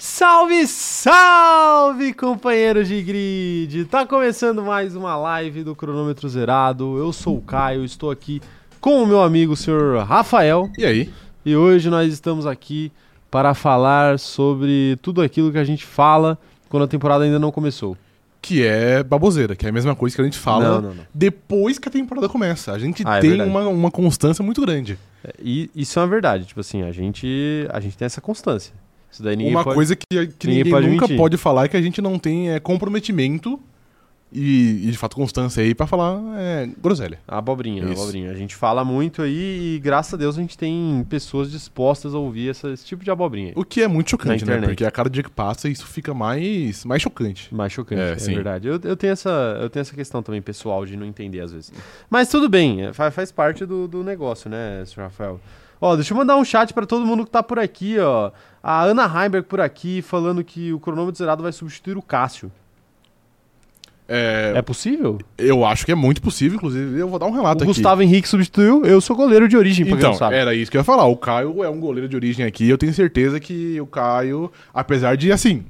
Salve, salve, companheiros de grid! Tá começando mais uma live do Cronômetro Zerado. Eu sou o Caio, estou aqui com o meu amigo, o senhor Rafael, E aí? e hoje nós estamos aqui para falar sobre tudo aquilo que a gente fala quando a temporada ainda não começou. Que é baboseira, que é a mesma coisa que a gente fala Não, não, não. depois que a temporada começa. A gente Ah, é tem verdade. uma, uma constância muito grande. É, E isso é uma verdade, tipo assim, a gente, a gente tem essa constância. Isso daí ninguém uma pode... coisa que, que ninguém ninguém, pode nunca mentir. pode falar é que a gente não tem é, comprometimento e, e, de fato, constância aí pra falar é, groselha. A Ah, abobrinha, a Isso. abobrinha. A gente fala muito aí e graças a Deus a gente tem pessoas dispostas a ouvir essa- esse tipo de abobrinha. O que é muito chocante, né? internet. Porque a cada dia que passa isso fica mais, mais chocante. Mais chocante, é, É, sim. verdade. Eu, eu, tenho essa, eu tenho essa questão também pessoal de não entender às vezes. Mas tudo bem, é, fa- faz, parte do, do negócio, né, Sr. Rafael? Ó, deixa eu mandar um chat pra todo mundo que tá por aqui, ó. A Ana Heimberg por aqui falando que o cronômetro zerado vai substituir o Cássio. É, É, possível? Eu acho que é muito possível, inclusive. Eu vou dar um o relato aqui. Gustavo Henrique substituiu, eu sou goleiro de origem, pra quem Então, não sabe. era isso que eu ia falar. O Caio é um goleiro de origem aqui. Eu tenho certeza que o Caio, apesar de, assim,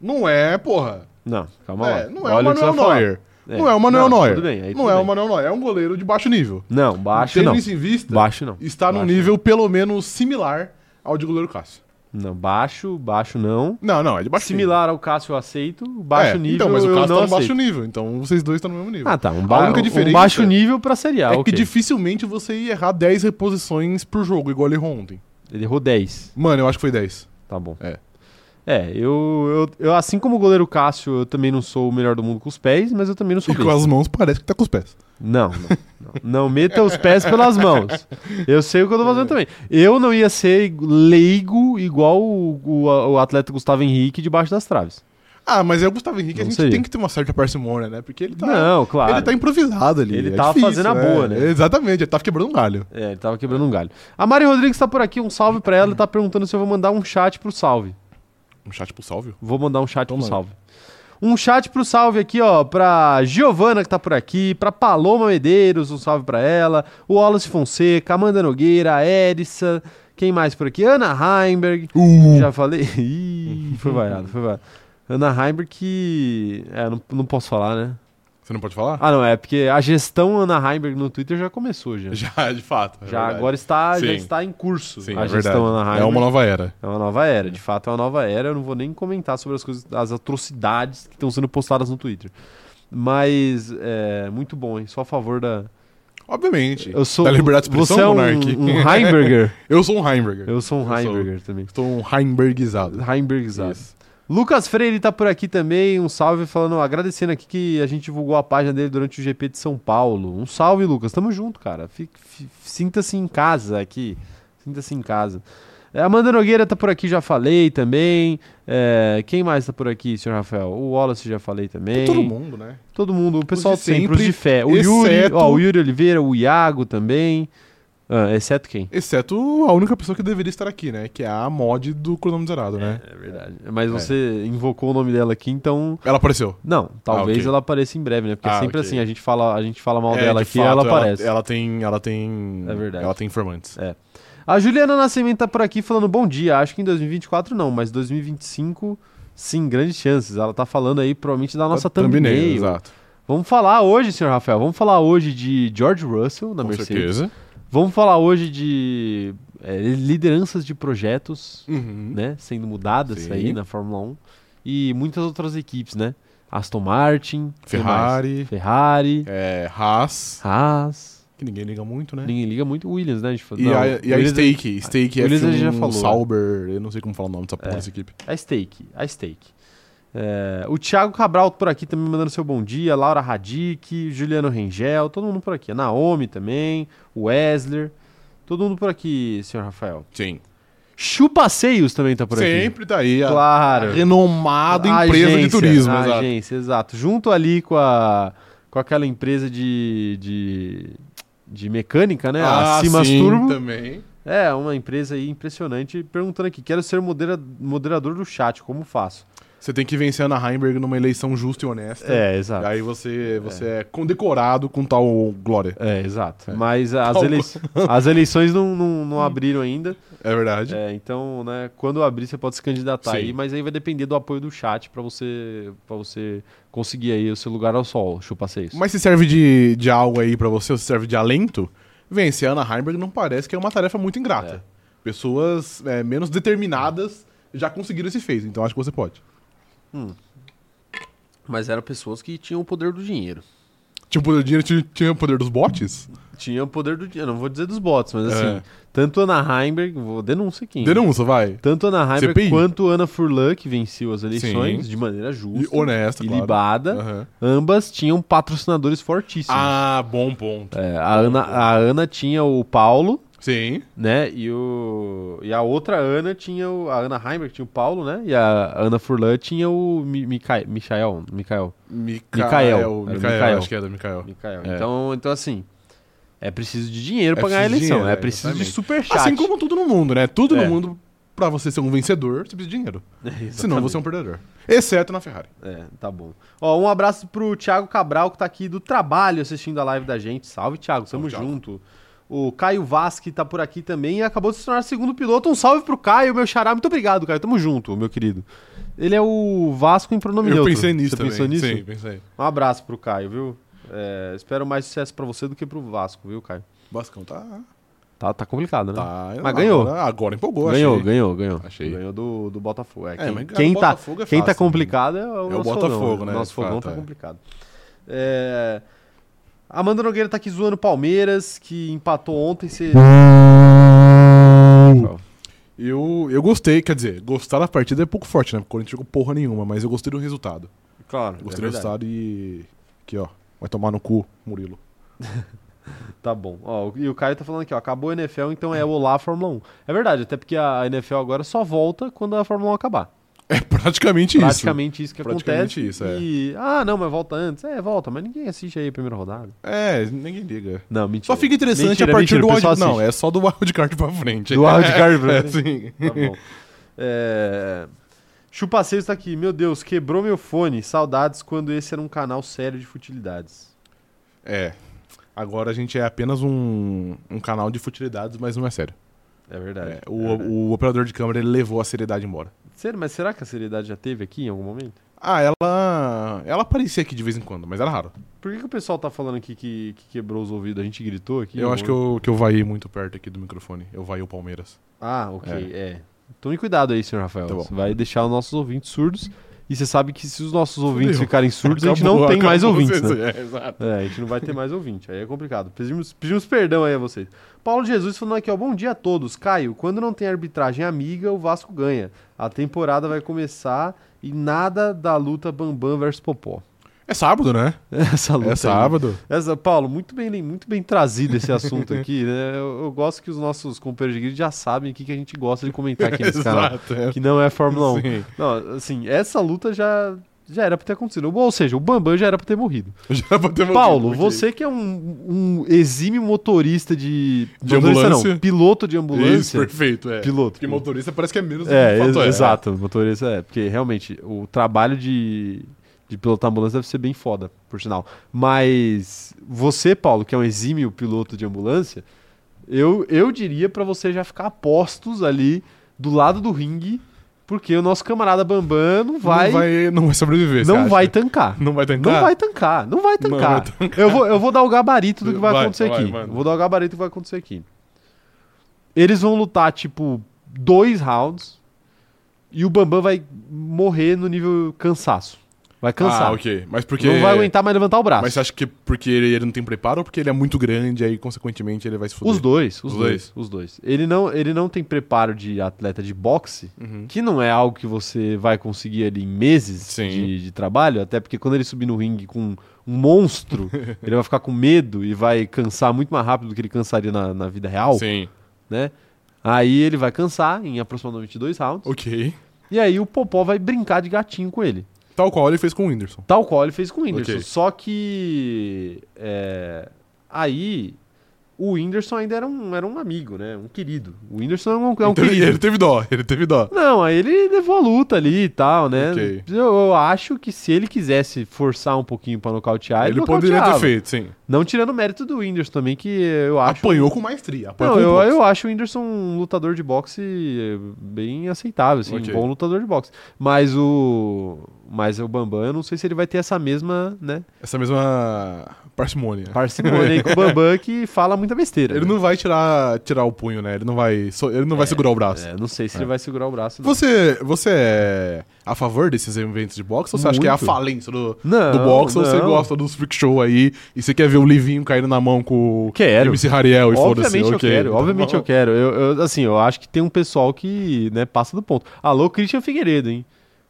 não é, porra. Não, calma É, lá. não é Olha o que você Manuel vai falar. Neuer. É. Não é o Manuel Não, Neuer. tudo bem, aí não tudo é o um bem. Manuel Neuer. É um goleiro de baixo nível. Não, baixo não. Tendo isso em vista, Baixo não. está num Baixo. nível pelo menos similar ao de goleiro Cássio. Não, baixo, baixo não. Não, não, é de baixo nível. Similar ao Cássio eu aceito, baixo É, nível Então, mas o eu Cássio não tá no aceito. baixo nível. Então, vocês dois estão no mesmo nível. Ah, tá. Um, ba- única um diferença baixo nível pra Série A. é ok. que dificilmente você ia errar 10 reposições por jogo, igual ele errou ontem. Ele errou 10. Mano, eu acho que foi 10. Tá bom. É. É, eu, eu, eu, assim como o goleiro Cássio, eu também não sou o melhor do mundo com os pés, mas eu também não sou E com besta. as mãos parece que tá com os pés. Não, não, não. Não meta os pés pelas mãos. Eu sei o que eu tô fazendo também. Eu não ia ser leigo igual o, o, o atleta Gustavo Henrique debaixo das traves. Ah, mas é o Gustavo Henrique, a Não gente seria. tem que ter uma certa parcimônia, né? Porque ele tá. não, claro. Ele tá improvisado ali. Ele é tava difícil, fazendo a é. boa, né? Exatamente, ele tava quebrando um galho. É, ele tava quebrando um galho. A Mari Rodrigues tá por aqui, um salve pra ela, tá perguntando se eu vou mandar um chat pro salve. Um chat pro Salvio. Vou mandar um chat Então pro manda. salve. Um chat pro salve aqui, ó, pra Giovana que tá por aqui, pra Paloma Medeiros, um salve pra ela, o Wallace Fonseca, Amanda Nogueira, a Erissa, quem mais por aqui? Ana Heimberg, Uh. já falei. Ih, foi vaiado, foi vaiado. Ana Heimberg que. É, não, não posso falar, né? Você não pode falar? Ah, não, é porque a gestão Ana Heimberg no Twitter já começou, já. Já, de fato. é Ah, Já verdade. agora está, já Sim. está em curso Sim, a é gestão Ana verdade. É Heimberg. uma nova era. É uma nova era, de fato é uma nova era. Eu não vou nem comentar sobre as coisas, as atrocidades que estão sendo postadas no Twitter. Mas é muito bom, hein? Só a favor da. Obviamente. Eu sou. Da liberdade de expressão, você é um, Monark? um Heimberger. Eu sou um Heimberger. Eu sou um Eu sou. Heimberger também. Estou um Heimbergizado. Heimbergizado. Isso. Lucas Freire tá por aqui também. Um salve falando, agradecendo aqui que a gente divulgou a página dele durante o GP de São Paulo. Um salve, Lucas. Tamo junto, cara. Fique- fi- Sinta-se em casa aqui. Sinta-se em casa. É, Amanda Nogueira tá por aqui, já falei também. É, quem mais tá por aqui, senhor Rafael? O Wallace já falei também. Todo mundo, né? Todo mundo, o pessoal de sempre, sempre, os de fé. O Yuri, exceto- ó, o Yuri Oliveira, o Iago também. Ah, exceto quem? Exceto a única pessoa que deveria estar aqui, né? Que é a mod do cronômetro zerado, né? É verdade. Mas você invocou o nome dela aqui, então Ela apareceu. Não, talvez ok. ela apareça em breve, né? Porque é Ah, sempre ok. assim, a gente fala, a gente fala mal É, dela de aqui e fato, ela aparece. Ela, tem. Ela tem. É verdade. Ela tem informantes. A Juliana Nascimento tá por aqui falando bom dia. Acho que em 2024 não, mas 2025 sim, grandes chances. Ela tá falando aí provavelmente da nossa Thumbnail, thumbnail. Tá Exato. Vamos falar hoje, senhor Rafael. Vamos falar hoje de George Russell na Com Mercedes. certeza. Vamos falar hoje de é, lideranças de projetos, Uhum. né, sendo mudadas Sim. aí na Fórmula 1 e muitas outras equipes, né? Aston Martin, quem mais? Ferrari, Ferrari, é, Haas, Haas, que ninguém liga muito, né? Uhum. Ninguém liga muito. Williams, né? A gente falou. E não, a, e a Williams é- Stake, Stake Williams a F1, gente já falou, né? É. Sauber, eu não sei como falar o nome dessa porra dessa equipe. A Stake. A Stake. É, o Thiago Cabral por aqui também mandando seu bom dia. Laura Radic, Juliano Rengel, todo mundo por aqui. A Naomi também, o Wesler. Todo mundo por aqui, senhor Rafael. Sim. Chupasseios também tá por aqui. Sempre tá aí a, Claro. a renomada A empresa de agência, turismo, a exato. agência, exato. Junto ali com a com aquela empresa de, de, de mecânica, né? a Simas Ah, sim, Turbo. também. É, uma empresa aí impressionante. Perguntando aqui, quero ser modera- moderador do chat, como faço? Você tem que vencer a Ana Heimberg numa eleição justa e honesta. É, E exato. aí você, você é. condecorado com tal glória. É, exato. É. Hum. Mas as, Tal- elei- as eleições não, não, não abriram ainda. É verdade. É, então, né, quando abrir, você pode se candidatar Sim. aí, mas aí vai depender do apoio do chat pra você para você conseguir aí o seu lugar ao sol. Chupa seis. Mas se serve de, de algo aí pra você, ou se serve de alento, vencer a Ana Heimberg não parece que é uma tarefa muito ingrata. Pessoas é, menos determinadas já conseguiram esse feito, então acho que você pode. Mas eram pessoas que tinham o poder do dinheiro. Tinha o poder do dinheiro, tinha, tinha o poder dos bots? Tinham o poder do dinheiro. Não vou dizer dos bots, mas assim, É. tanto Ana Heimberg, vou denúncia aqui. hein? Denúncia, vai. Tanto Ana Heimberg CPI. quanto Ana Furlan, que venceu as eleições Sim. de maneira E justa, honesta, e claro. libada, Aham. ambas tinham patrocinadores fortíssimos. Ah, bom ponto. É, a, Ana, a Ana tinha o Paulo, Sim. né? E, o, e a outra Ana tinha o. A Ana Heimberg tinha o Paulo, né? E a Ana Furlan tinha o Mi, Mica- Michael. Michael. Micael. Micael. É, Micael, Micael. acho que é do Micael. Michael. É. Então, então, assim. É preciso de dinheiro É pra ganhar a preciso de eleição. dinheiro, é preciso de exatamente. superchat. Assim como tudo no mundo, né? Tudo É. no mundo, pra você ser um vencedor, você precisa de dinheiro. Exatamente. Senão você é um perdedor. Exceto na Ferrari. É, tá bom. Ó, um abraço pro Thiago Cabral, que tá aqui do trabalho assistindo a live da gente. Salve, Thiago, tamo Salve, Thiago. junto. O Caio Vaz, que tá por aqui também e acabou de se tornar segundo piloto. Um salve pro Caio, meu xará. Muito obrigado, Caio. Tamo junto, meu querido. Ele é o Vasco em pronome Eu neutro. pensei nisso Você também. pensou nisso? Sim, pensei. Um abraço pro Caio, viu? É, espero mais sucesso pra você do que pro Vasco, viu, Caio? Bascão tá. Tá, tá complicado, né? tá Mas ganhou. Agora, agora empolgou, ganhou, achei. ganhou, ganhou. Achei. Ganhou do, do Botafogo. É, É, quem, mas ganhar quem do tá, Botafogo é quem tá fácil, né? complicado é o, o nosso Botafogo, fogão, né, Nosso de fogão fato, tá é. complicado. É, Amanda Nogueira tá aqui zoando o Palmeiras, que empatou ontem. Você... Eu, eu gostei, quer dizer, gostar da partida é pouco forte, né? Porque o Corinthians jogou porra nenhuma, mas eu gostei do resultado. Claro, Eu gostei é do verdade. resultado e. Aqui, ó. Vai tomar no cu, Murilo. Tá bom. Ó, e o Caio tá falando aqui, ó, acabou a NFL, então é olá Fórmula 1. É verdade, até porque a NFL agora só volta quando a Fórmula 1 acabar. É praticamente, Praticamente isso, que Praticamente acontece. isso, é. E, ah, não, mas volta antes. É, volta, mas ninguém assiste aí a primeira rodada. isso. É, ninguém liga. Não, mentira. Só fica interessante Mentira, a partir mentira, o do pessoal wild... Não, assiste. é só do wildcard pra frente. Do wildcard pra É, frente. sim. Tá bom. É... Chupa Sexta aqui. Meu Deus, quebrou meu fone. Saudades quando esse era um canal sério de futilidades. É. Agora a gente é apenas um, um canal de futilidades, mas não é sério. É verdade. É, o, o operador de câmera ele levou a seriedade embora. Sério, mas será que a seriedade já teve aqui em algum momento? Ah, ela. Ela aparecia aqui de vez em quando, mas era raro. Por que, que o pessoal tá falando aqui que, que quebrou os ouvidos? A gente gritou aqui? eu acho que eu, que eu vaiei muito perto aqui do microfone. Eu vaiei o Palmeiras. Ah, ok. É. Tome cuidado aí, senhor Rafael. Tá bom. Você vai deixar os nossos ouvintes surdos. E você sabe que se os nossos ouvintes Fudeu. ficarem surdos, a gente Acabou- não tem mais acabou ouvintes, né? vocês- é, exato. É, a gente não vai ter mais ouvinte, aí é complicado. Pedimos, pedimos perdão aí a vocês. Paulo Jesus falando aqui, ó, bom dia a todos. Caio, quando não tem arbitragem amiga, o Vasco ganha. A temporada vai começar e nada da luta Bambam versus Popó. É sábado, né? Essa luta. É aí. sábado. Essa, Paulo, muito bem, muito bem trazido esse assunto aqui, né? Eu, eu gosto que os nossos companheiros de grid já sabem o que, que a gente gosta de comentar aqui nesse canal, Exato. é. que não é Fórmula 1. Sim. Não, assim, essa luta já, já era pra ter acontecido. Ou seja, o Bambam já era pra ter morrido. Já bateu meu Paulo, tempo aqui. você que é um, um exímio motorista de, De motorista ambulância. não, piloto de ambulância. Isso, perfeito, é. Piloto. Porque motorista parece que é menos do É, que de fato ex- exato, motorista é, porque realmente o trabalho de, de pilotar ambulância deve ser bem foda, por sinal. Mas você, Paulo, que é um exímio piloto de ambulância, eu, eu diria pra você já ficar a postos ali do lado do ringue, porque o nosso camarada Bambam não vai, Não vai, não vai sobreviver. você não acha? vai tancar. Não vai tancar? Não vai tancar, não vai tancar. vai Eu, vou, eu vou dar o gabarito do que vai, Vai, acontecer vai, aqui. manda. Vou dar o gabarito do que vai acontecer aqui. Eles vão lutar, tipo, dois rounds e o Bambam vai morrer no nível cansaço. Vai cansar. Ah, ok. Mas porque. Não vai aguentar mais levantar o braço. Mas você acha que porque ele, ele não tem preparo ou porque ele é muito grande aí, consequentemente, ele vai se fuder? Os dois, os, Os dois, dois. os dois. Ele não, ele não tem preparo de atleta de boxe, Uhum. que não é algo que você vai conseguir ali em meses Sim. de, de trabalho, até porque quando ele subir no ringue com um monstro, ele vai ficar com medo e vai cansar muito mais rápido do que ele cansaria na, na vida real, Sim. né? Aí ele vai cansar em aproximadamente dois rounds, Ok. e aí o Popó vai brincar de gatinho com ele. Tal qual ele fez com o Whindersson. Tal qual ele fez com o Whindersson. Ok. Só que. é, aí o Whindersson ainda era um, era um amigo, né? Um querido. O Whindersson é um, é um Então Ele teve- querido. ele teve dó, ele teve dó. Não, aí ele levou a luta ali e tal, né? Ok. Eu, eu acho que se ele quisesse forçar um pouquinho pra nocautear, ele, ele poderia ter nocauteava. feito, sim. Não tirando o mérito do Whindersson também, que eu acho... Apanhou com maestria. Apanhou Não, eu, com eu acho o Whindersson um lutador de boxe eh, bem aceitável, assim, Ok. um bom lutador de boxe. Mas o. Mas o Bambam, eu não sei se ele vai ter essa mesma, né? Essa mesma parcimônia. Parcimônia aí com o Bambam que fala muita besteira. Ele né? não vai tirar, tirar o punho, né? Ele não vai, so- ele não vai segurar o braço. É, não sei se ele vai segurar o braço. Não. Você, você é a favor desses eventos de boxe ou você acha que é a Muito. falência do, Não, do boxe ou você não. gosta dos freak show aí e você quer ver o Livinho caindo na mão com o Quero. MC Rariel e foda-se? Obviamente eu ok. quero, Tá obviamente bom. eu quero. Eu, eu- assim, eu acho que tem um pessoal que né, passa do ponto. Alô, Christian Figueiredo, hein?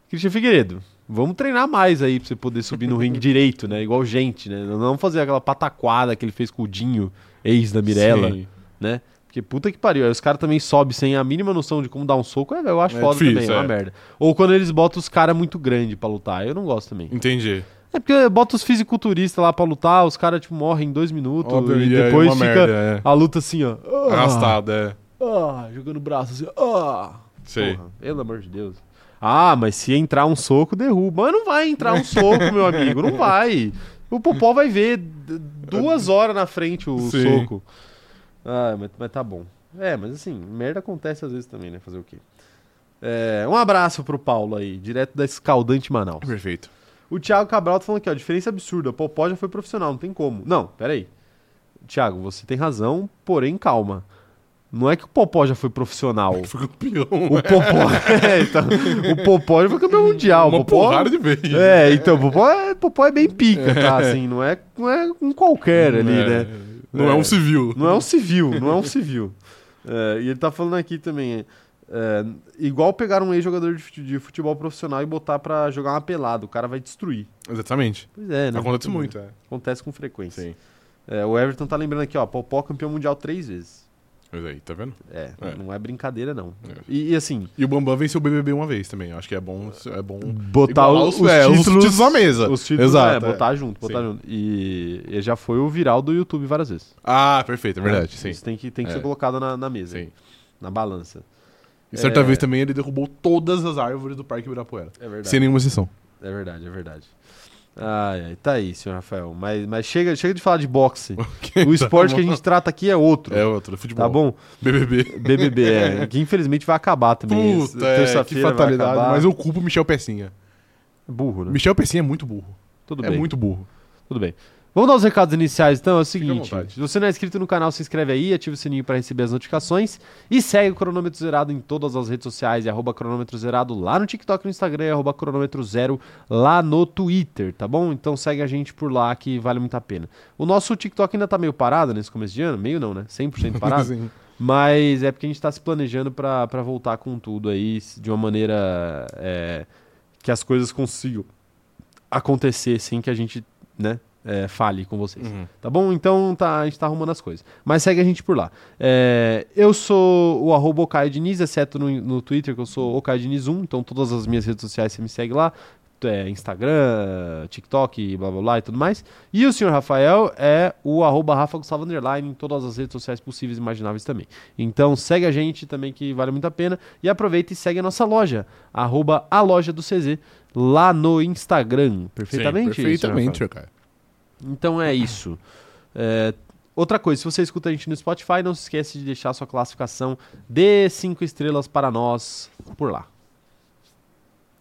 Christian Figueiredo, vamos treinar mais aí pra você poder subir no ringue direito, né? Igual gente, né? Não fazer aquela pataquada que ele fez com o Dinho, ex da Mirella, Sim. né? Porque puta que pariu. Aí os caras também sobem sem a mínima noção de como dar um soco. é, Eu acho É foda difícil, também, é uma é. merda. Ou quando eles botam os caras muito grandes pra lutar. Eu não gosto também. Hum. Entendi. É porque bota os fisiculturistas lá pra lutar, os caras tipo, morrem em dois minutos Óbvio, e e aí depois uma fica merda, é. a luta assim, ó. Ah, Arrastado, é. Ah, jogando o braço assim, ah. Sei. Porra, pelo amor de Deus. Ah, mas se entrar um soco, derruba. Mas não vai entrar um soco, meu amigo, não vai. O Popó vai ver d- duas horas na frente o Sim. soco. Ah, mas, mas tá bom. É, mas assim, merda acontece às vezes também, né? Fazer o quê? É, um abraço pro Paulo aí, direto da Escaldante Manaus. Perfeito. O Thiago Cabral tá falando aqui, ó, diferença absurda. Popó já foi profissional, não tem como. Não, peraí. Thiago, você tem razão, porém calma. Não é que o Popó já foi profissional. Foi campeão. O Popó, é, então, o Popó já foi campeão mundial. Uma o Popó, porrada de vez. É, então, o Popó é, Popó é bem pica, tá? Assim, não é, não é um qualquer ali, né? Não é, É. um civil. Não é um civil, não é um civil. É, e ele tá falando aqui também. é, igual pegar um ex-jogador de fute- de futebol profissional e botar pra jogar uma pelada, o cara vai destruir. Exatamente. Pois é, né? Acontece muito, é. Acontece com frequência. Sim. É, o Everton tá lembrando aqui, ó, Popó campeão mundial três vezes. Mas aí, tá vendo? É, É. não é brincadeira, não. É. E, e assim, E o Bambam venceu o BBB uma vez também. Eu acho que é bom. É bom botar igualar é, os, os títulos... na mesa. Os títulos, Exato. é, botar junto, botar Sim. junto. E, e já foi o viral do YouTube várias vezes. Ah, perfeito, é verdade. É, Sim. Isso tem que, tem que É. ser colocado na, na mesa, sim. na balança. E certa É. vez também ele derrubou todas as árvores do Parque Ibirapuera. É verdade. Sem nenhuma exceção. É verdade, é verdade. Ai, ai, tá aí, senhor Rafael. Mas, mas chega, chega de falar de boxe. O esporte que a gente trata aqui é outro. Tá É outro, futebol. Tá bom? BBB. BBB, é, que infelizmente vai acabar também. Puta, é, que vai fatalidade. acabar. Mas eu culpo o Michel Pecinha. Burro, né? Michel Pecinha é muito burro. Tudo é bem. muito burro. Tudo bem. Vamos dar os recados iniciais, então. É o seguinte: vontade. se você não é inscrito no canal, se inscreve aí, ativa o sininho para receber as notificações e segue o Cronômetro Zerado em todas as redes sociais, é arroba Cronômetro Zerado lá no TikTok, e no Instagram, e arroba Cronômetro Zero lá no Twitter, tá bom? Então segue a gente por lá que vale muito a pena. O nosso TikTok ainda tá meio parado nesse começo de ano, meio não, né? 100% parado. Sim. Mas é porque a gente tá se planejando pra pra voltar com tudo aí s- de uma maneira é, que as coisas consigam acontecer sem que a gente, né, é, fale com vocês. Uhum. Tá bom? Então tá, a gente tá arrumando as coisas. Mas segue a gente por lá. É, eu sou o arroba Ocaio Diniz, exceto no, no Twitter, que eu sou Ocaio Diniz 1. Então todas as minhas redes sociais você me segue lá. É, Instagram, TikTok, blá blá blá e tudo mais. E o senhor Rafael é o arroba Rafa Gustavo Underline em todas as redes sociais possíveis e imagináveis também. Então segue a gente também que vale muito a pena. E aproveita e segue a nossa loja, arroba a loja do CZ, lá no Instagram. Perfeitamente? senhor Rafael? Perfeitamente, cara. Então é isso. É, outra coisa, se você escuta a gente no Spotify, não se esquece de deixar sua classificação de 5 estrelas para nós por lá.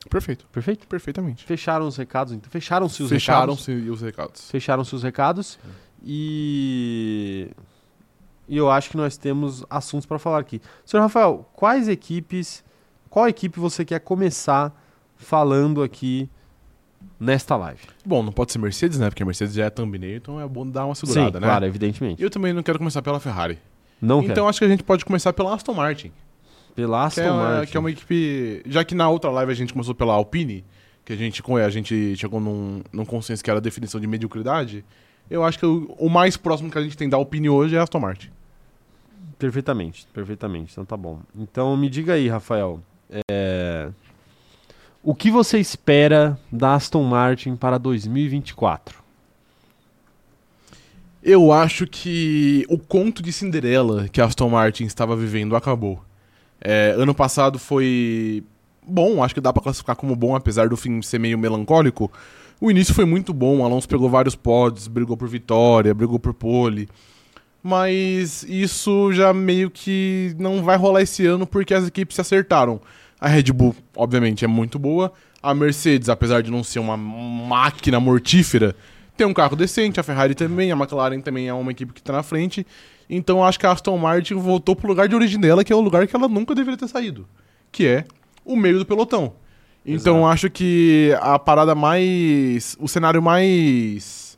Perfeito. Perfeito? Perfeitamente. Fecharam os recados, então. Fecharam-se os recados. Fecharam-se os recados. Fecharam-se os recados. E. E eu acho que nós temos assuntos para falar aqui. Senhor Rafael, quais equipes. Qual equipe você quer começar falando aqui nesta live? Bom, não pode ser Mercedes, né? Porque a Mercedes já é thumbnail, então é bom dar uma segurada, Sim, né? claro, evidentemente. Eu também não quero começar pela Ferrari. Não então quero. acho que a gente pode começar pela Aston Martin. Pela Aston que, é uma, Martin. que é uma equipe. Já que na outra live a gente começou pela Alpine, que a gente, a gente chegou num, num consenso que era a definição de mediocridade, eu acho que o, o mais próximo que a gente tem da Alpine hoje é a Aston Martin. Perfeitamente, perfeitamente. Então tá bom. Então me diga aí, Rafael. é, O que você espera da Aston Martin para 2024? Eu acho que o conto de Cinderela que a Aston Martin estava vivendo acabou. É, ano passado foi bom, acho que dá pra classificar como bom, apesar do fim ser meio melancólico. O início foi muito bom, o Alonso pegou vários pods, brigou por vitória, brigou por pole. Mas isso já meio que não vai rolar esse ano porque as equipes se acertaram. A Red Bull, obviamente, é muito boa. A Mercedes, apesar de não ser uma máquina mortífera, tem um carro decente. A Ferrari também, a McLaren também é uma equipe que está na frente. Então acho que a Aston Martin voltou pro lugar de origem dela, que é o lugar que ela nunca deveria ter saído, que é o meio do pelotão. Então Exato. acho que a parada mais, o cenário mais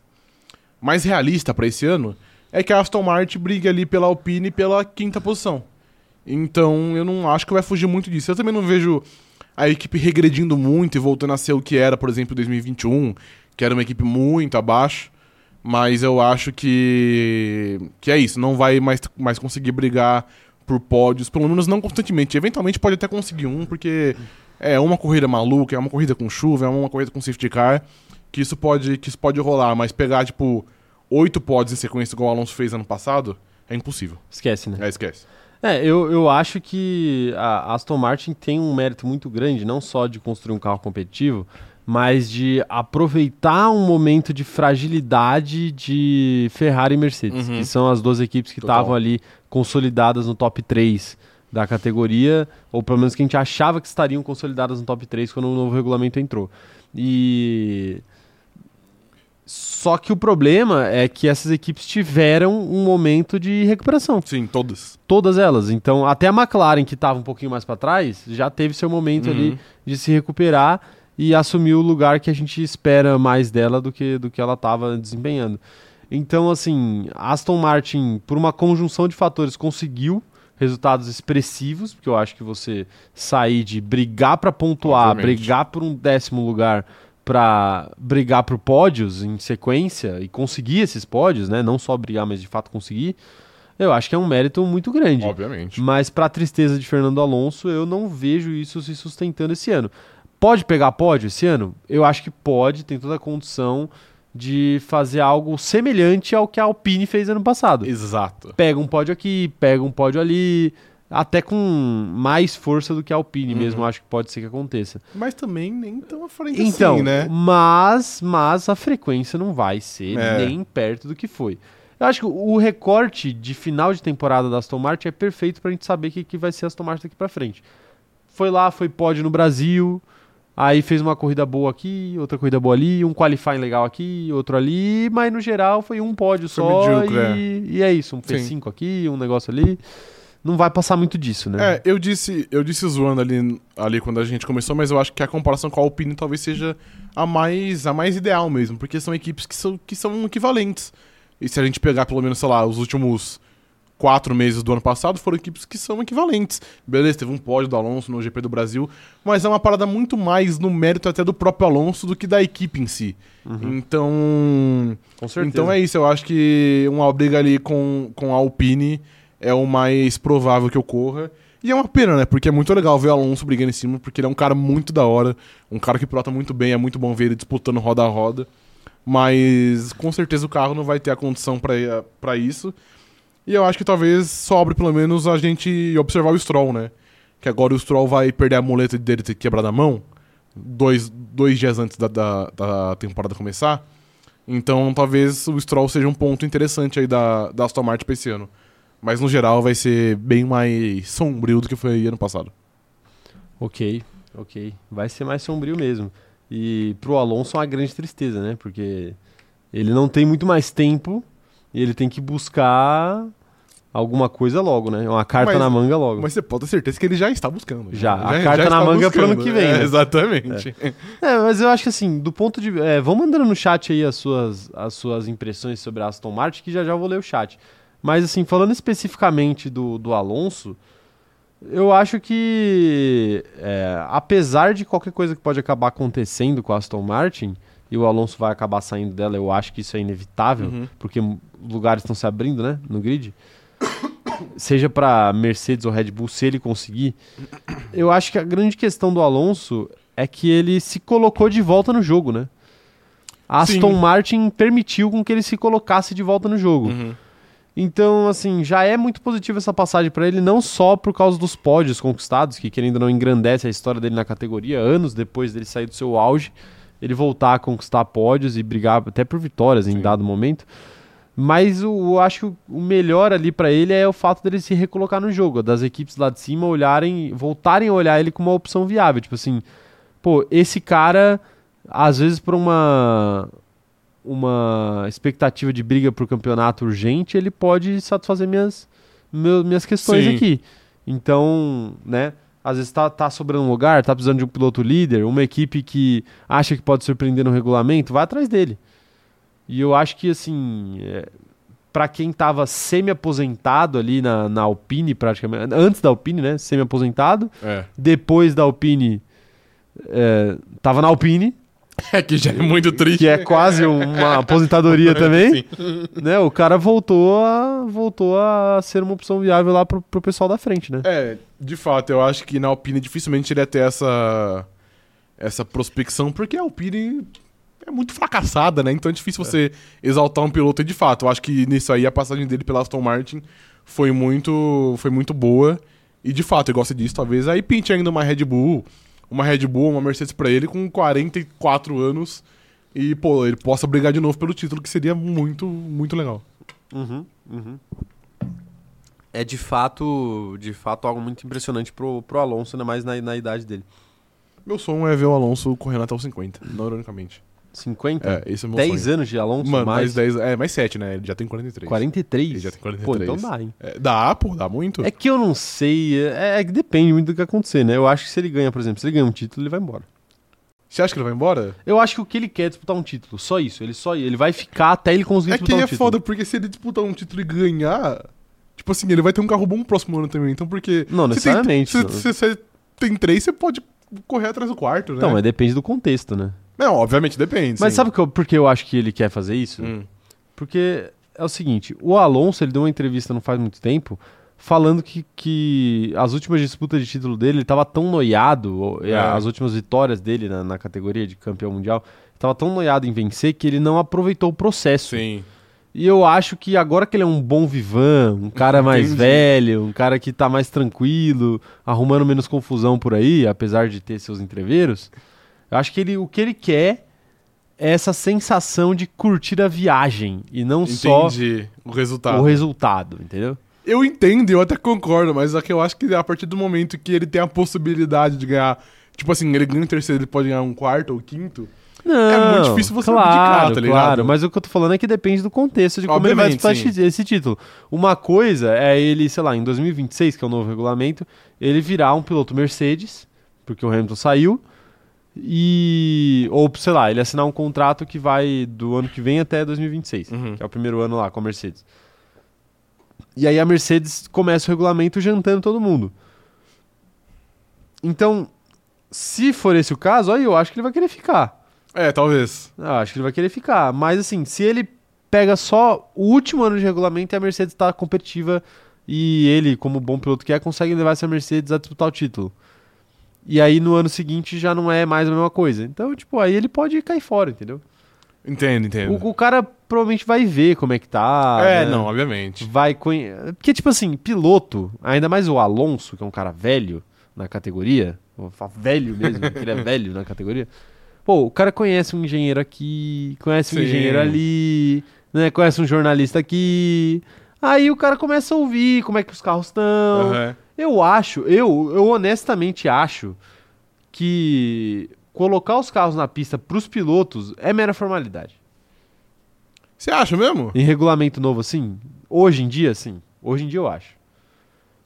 mais realista para esse ano é que a Aston Martin briga ali pela Alpine e pela quinta posição. Então eu não acho que vai fugir muito disso. Eu também não vejo a equipe regredindo muito e voltando a ser o que era, por exemplo, em 2021, que era uma equipe muito abaixo. Mas eu acho que, que é isso. Não vai mais, mais conseguir brigar por pódios, pelo menos não constantemente. Eventualmente pode até conseguir um, porque é uma corrida maluca, é uma corrida com chuva, é uma corrida com safety car, que isso pode, que isso pode rolar. Mas pegar, tipo, oito pódios em sequência, igual o Alonso fez ano passado, é impossível. Esquece, né? É, esquece. É, eu, eu acho que a Aston Martin tem um mérito muito grande, não só de construir um carro competitivo, mas de aproveitar um momento de fragilidade de Ferrari e Mercedes, Uhum. que são as duas equipes que Total. estavam ali consolidadas no top 3 da categoria, ou pelo menos que a gente achava que estariam consolidadas no top 3 quando o novo regulamento entrou. E só que o problema é que essas equipes tiveram um momento de recuperação Sim, todas. todas elas. Então, até a McLaren, que estava um pouquinho mais para trás, já teve seu momento Uhum. ali de se recuperar e assumiu o lugar que a gente espera mais dela do que, do que ela estava desempenhando. Então, assim, Aston Martin, por uma conjunção de fatores, conseguiu resultados expressivos, porque eu acho que você sair de brigar para pontuar, Obviamente. brigar por um décimo lugar para brigar por pódios em sequência e conseguir esses pódios, né? Não só brigar, mas de fato conseguir. Eu acho que é um mérito muito grande. Obviamente. Mas para tristeza de Fernando Alonso, eu não vejo isso se sustentando esse ano. Pode pegar pódio esse ano? Eu acho que pode, tem toda a condição de fazer algo semelhante ao que a Alpine fez ano passado. Exato. Pega um pódio aqui, pega um pódio ali, até com mais força do que a Alpine Uhum. mesmo, acho que pode ser que aconteça. Mas também nem tão à frente Então, assim, né? mas, mas a frequência não vai ser É. nem perto do que foi. Eu acho que o recorte de final de temporada da Aston Martin é perfeito pra gente saber o que, que vai ser a Aston Martin daqui pra frente. Foi lá, foi pódio no Brasil, aí fez uma corrida boa aqui, outra corrida boa ali, um qualifying legal aqui, outro ali, mas no geral foi um pódio Foi só medíocre, e, e é isso, um Sim. P5 aqui, um negócio ali. Não vai passar muito disso, né? É, eu disse, eu disse zoando ali, ali quando a gente começou, mas eu acho que a comparação com a Alpine talvez seja a mais, a mais ideal mesmo, porque são equipes que são, que são equivalentes. E se a gente pegar pelo menos, sei lá, os últimos quatro meses do ano passado, foram equipes que são equivalentes. Beleza, teve um pódio do Alonso no GP do Brasil, mas é uma parada muito mais no mérito até do próprio Alonso do que da equipe em si. Então. com Então é isso, eu acho que uma briga ali com, com a Alpine é o mais provável que ocorra. E é uma pena, né? Porque é muito legal ver o Alonso brigando em cima, porque ele é um cara muito da hora, um cara que pilota muito bem, é muito bom ver ele disputando roda a roda. Mas com certeza o carro não vai ter a condição pra- pra isso. E eu acho que talvez sobre pelo menos a gente observar o Stroll, né? Que agora o Stroll vai perder a muleta dele ter quebrado a mão dois, dois dias antes da, da, da temporada começar. Então talvez o Stroll seja um ponto interessante aí da, da Aston Martin pra esse ano. Mas no geral vai ser bem mais sombrio do que foi ano passado. Ok, ok. Vai ser mais sombrio mesmo. E pro Alonso é uma grande tristeza, né? Porque ele não tem muito mais tempo e ele tem que buscar alguma coisa logo, né? Uma carta Mas- na manga logo. Mas você pode ter certeza que ele já está buscando. Já, a carta na está manga pro ano que vem, É, né? Exatamente. É, mas eu acho que assim, do ponto de. É, vão mandando no chat aí as suas, as suas impressões sobre a Aston Martin, que já já eu vou ler o chat. Mas assim, falando especificamente do, do Alonso, eu acho que. é, apesar de qualquer coisa que pode acabar acontecendo com a Aston Martin, e o Alonso vai acabar saindo dela, eu acho que isso é inevitável, Uhum. porque m- lugares estão se abrindo, né, no grid. Seja para Mercedes ou Red Bull, se ele conseguir, eu acho que a grande questão do Alonso é que ele se colocou de volta no jogo, né? A Aston Sim. Martin permitiu com que ele se colocasse de volta no jogo. Uhum. Então, assim, já é muito positiva essa passagem pra ele, não só por causa dos pódios conquistados, que querendo ou não engrandece a história dele na categoria, anos depois dele sair do seu auge, ele voltar a conquistar pódios e brigar até por vitórias em Sim. dado momento. Mas o, eu acho que o melhor ali pra ele é o fato dele se recolocar no jogo, das equipes lá de cima olharem, voltarem a olhar ele como uma opção viável, tipo assim, pô, esse cara às vezes por uma uma expectativa de briga pro campeonato urgente, ele pode satisfazer minhas, meu- minhas questões Sim. aqui. Então, né? Às vezes tá, tá sobrando lugar, tá precisando de um piloto líder, uma equipe que acha que pode surpreender no regulamento, vai atrás dele. E eu acho que, assim, é, para quem tava semi-aposentado ali na, na Alpine, praticamente, antes da Alpine, né? Semi-aposentado, É. depois da Alpine, é, tava na Alpine, É que já é muito triste. que é quase uma aposentadoria também, Sim. né? O cara voltou a, voltou a ser uma opção viável lá pro, pro pessoal da frente, né? É, de fato, eu acho que na Alpine dificilmente ele ia ter essa, essa prospecção, porque a Alpine é muito fracassada, né? Então é difícil você exaltar um piloto e de fato. Eu acho que nisso aí a passagem dele pela Aston Martin foi muito, foi muito boa. E de fato, igual você disse, talvez aí pinte ainda uma Red Bull, uma Red Bull, uma Mercedes pra ele com 44 anos. E, pô, ele possa brigar de novo pelo título, que seria muito, muito legal. Uhum, É de fato, de fato algo muito impressionante pro, pro Alonso, ainda mais na, na idade dele. Meu sonho é ver o Alonso correndo até os 50, não ironicamente. 50? É, esse é o meu 10 sonho. anos de Alonso, Mano, mais, mais 10. É, mais 7, né? Ele já tem 43. 43? Ele já tem 43. Pô, então dá, hein? É, dá, pô, dá muito. É que eu não sei, é, é que depende muito do que acontecer, né? Eu acho que se ele ganha, por exemplo, se ele ganha um título, ele vai embora. Você acha que ele vai embora? Eu acho que o que ele quer é disputar um título, só isso. Ele só ele vai ficar até ele conseguir É que disputar um é título. foda, porque se ele disputar um título e ganhar. Tipo assim, ele vai ter um carro bom no próximo ano também. Então, porque. Não, se tem- necessariamente, Se não. se- se você tem três, você pode correr atrás do quarto, né? Então, mas depende do contexto, né? Não, obviamente depende. Mas sim. sabe que eu- por que eu acho que ele quer fazer isso? Hum. Porque é o seguinte, o Alonso, ele deu uma entrevista não faz muito tempo, falando que, que as últimas disputas de título dele, ele tava tão noiado, ou- e É. as últimas vitórias dele na, na categoria de campeão mundial, tava tão noiado em vencer que ele não aproveitou o processo. Sim. E eu acho que agora que ele é um bom vivan, um cara mais Entendi. velho, um cara que tá mais tranquilo, arrumando menos confusão por aí, apesar de ter seus entreveiros, eu acho que ele, o que ele quer é essa sensação de curtir a viagem e não só Entendi Um tá. o resultado. o resultado, entendeu? Eu entendo, eu até concordo, mas é que eu acho que a partir do momento que ele tem a possibilidade de ganhar. Tipo assim, ele ganha um terceiro, ele pode ganhar um quarto ou quinto. Não, É muito difícil você claro, abdicar, tá ligado? Claro, mas o que eu tô falando é que depende do contexto de como ele vai Obviamente, disputar sim. esse- esse título. Uma coisa é ele, sei lá, em 2026, que é o novo regulamento, ele virar um piloto Mercedes, porque o Hamilton saiu, e. Ou, sei lá, ele assinar um contrato que vai do ano que vem até 2026, Uhum. que é o primeiro ano lá com a Mercedes. E aí a Mercedes começa o regulamento jantando todo mundo. Então, se for esse o caso, aí eu acho que ele vai querer ficar. É, talvez. Eu acho que ele vai querer ficar. Mas assim, se ele pega só o último ano de regulamento e a Mercedes está competitiva e ele, como bom piloto que é, consegue levar essa Mercedes a disputar o título. E aí no ano seguinte já não é mais a mesma coisa. Então, tipo, aí ele pode cair fora, entendeu? Entendo, entendo. O, o cara provavelmente vai ver como é que tá. né? é, né? não, obviamente. Vai conhe... Porque, tipo assim, piloto, ainda mais o Alonso, que é um cara velho na categoria, vou falar velho mesmo, porque ele é velho na categoria. Pô, o cara conhece um engenheiro aqui, conhece um Sim. engenheiro ali, né? Conhece um jornalista aqui. Aí o cara começa a ouvir como é que os carros estão. Aham. Eu acho, eu, eu honestamente acho que colocar os carros na pista pros pilotos é mera formalidade. Você acha mesmo? Em regulamento novo, assim? Hoje em dia, sim. Hoje em dia eu acho.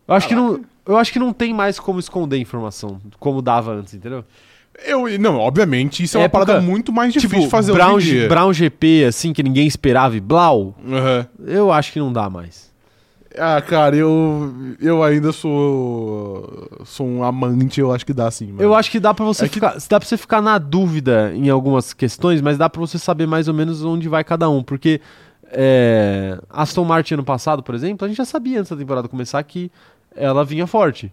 Eu acho, que Ah, não, eu acho que não tem mais como esconder informação, como dava antes, entendeu? Eu, não, obviamente, isso é uma Época- tipo, parada muito mais difícil de fazer Brown, hoje em G- dia. Brown GP, assim, que ninguém esperava e Blau, Aham. eu acho que não dá mais. Ah, cara, eu, eu ainda sou sou um amante, eu acho que dá sim. mano. Eu acho que dá pra você É que- ficar. Dá pra você ficar na dúvida em algumas questões, mas dá pra você saber mais ou menos onde vai cada um. Porque é, Aston Martin ano passado, por exemplo, a gente já sabia antes da temporada começar que ela vinha forte.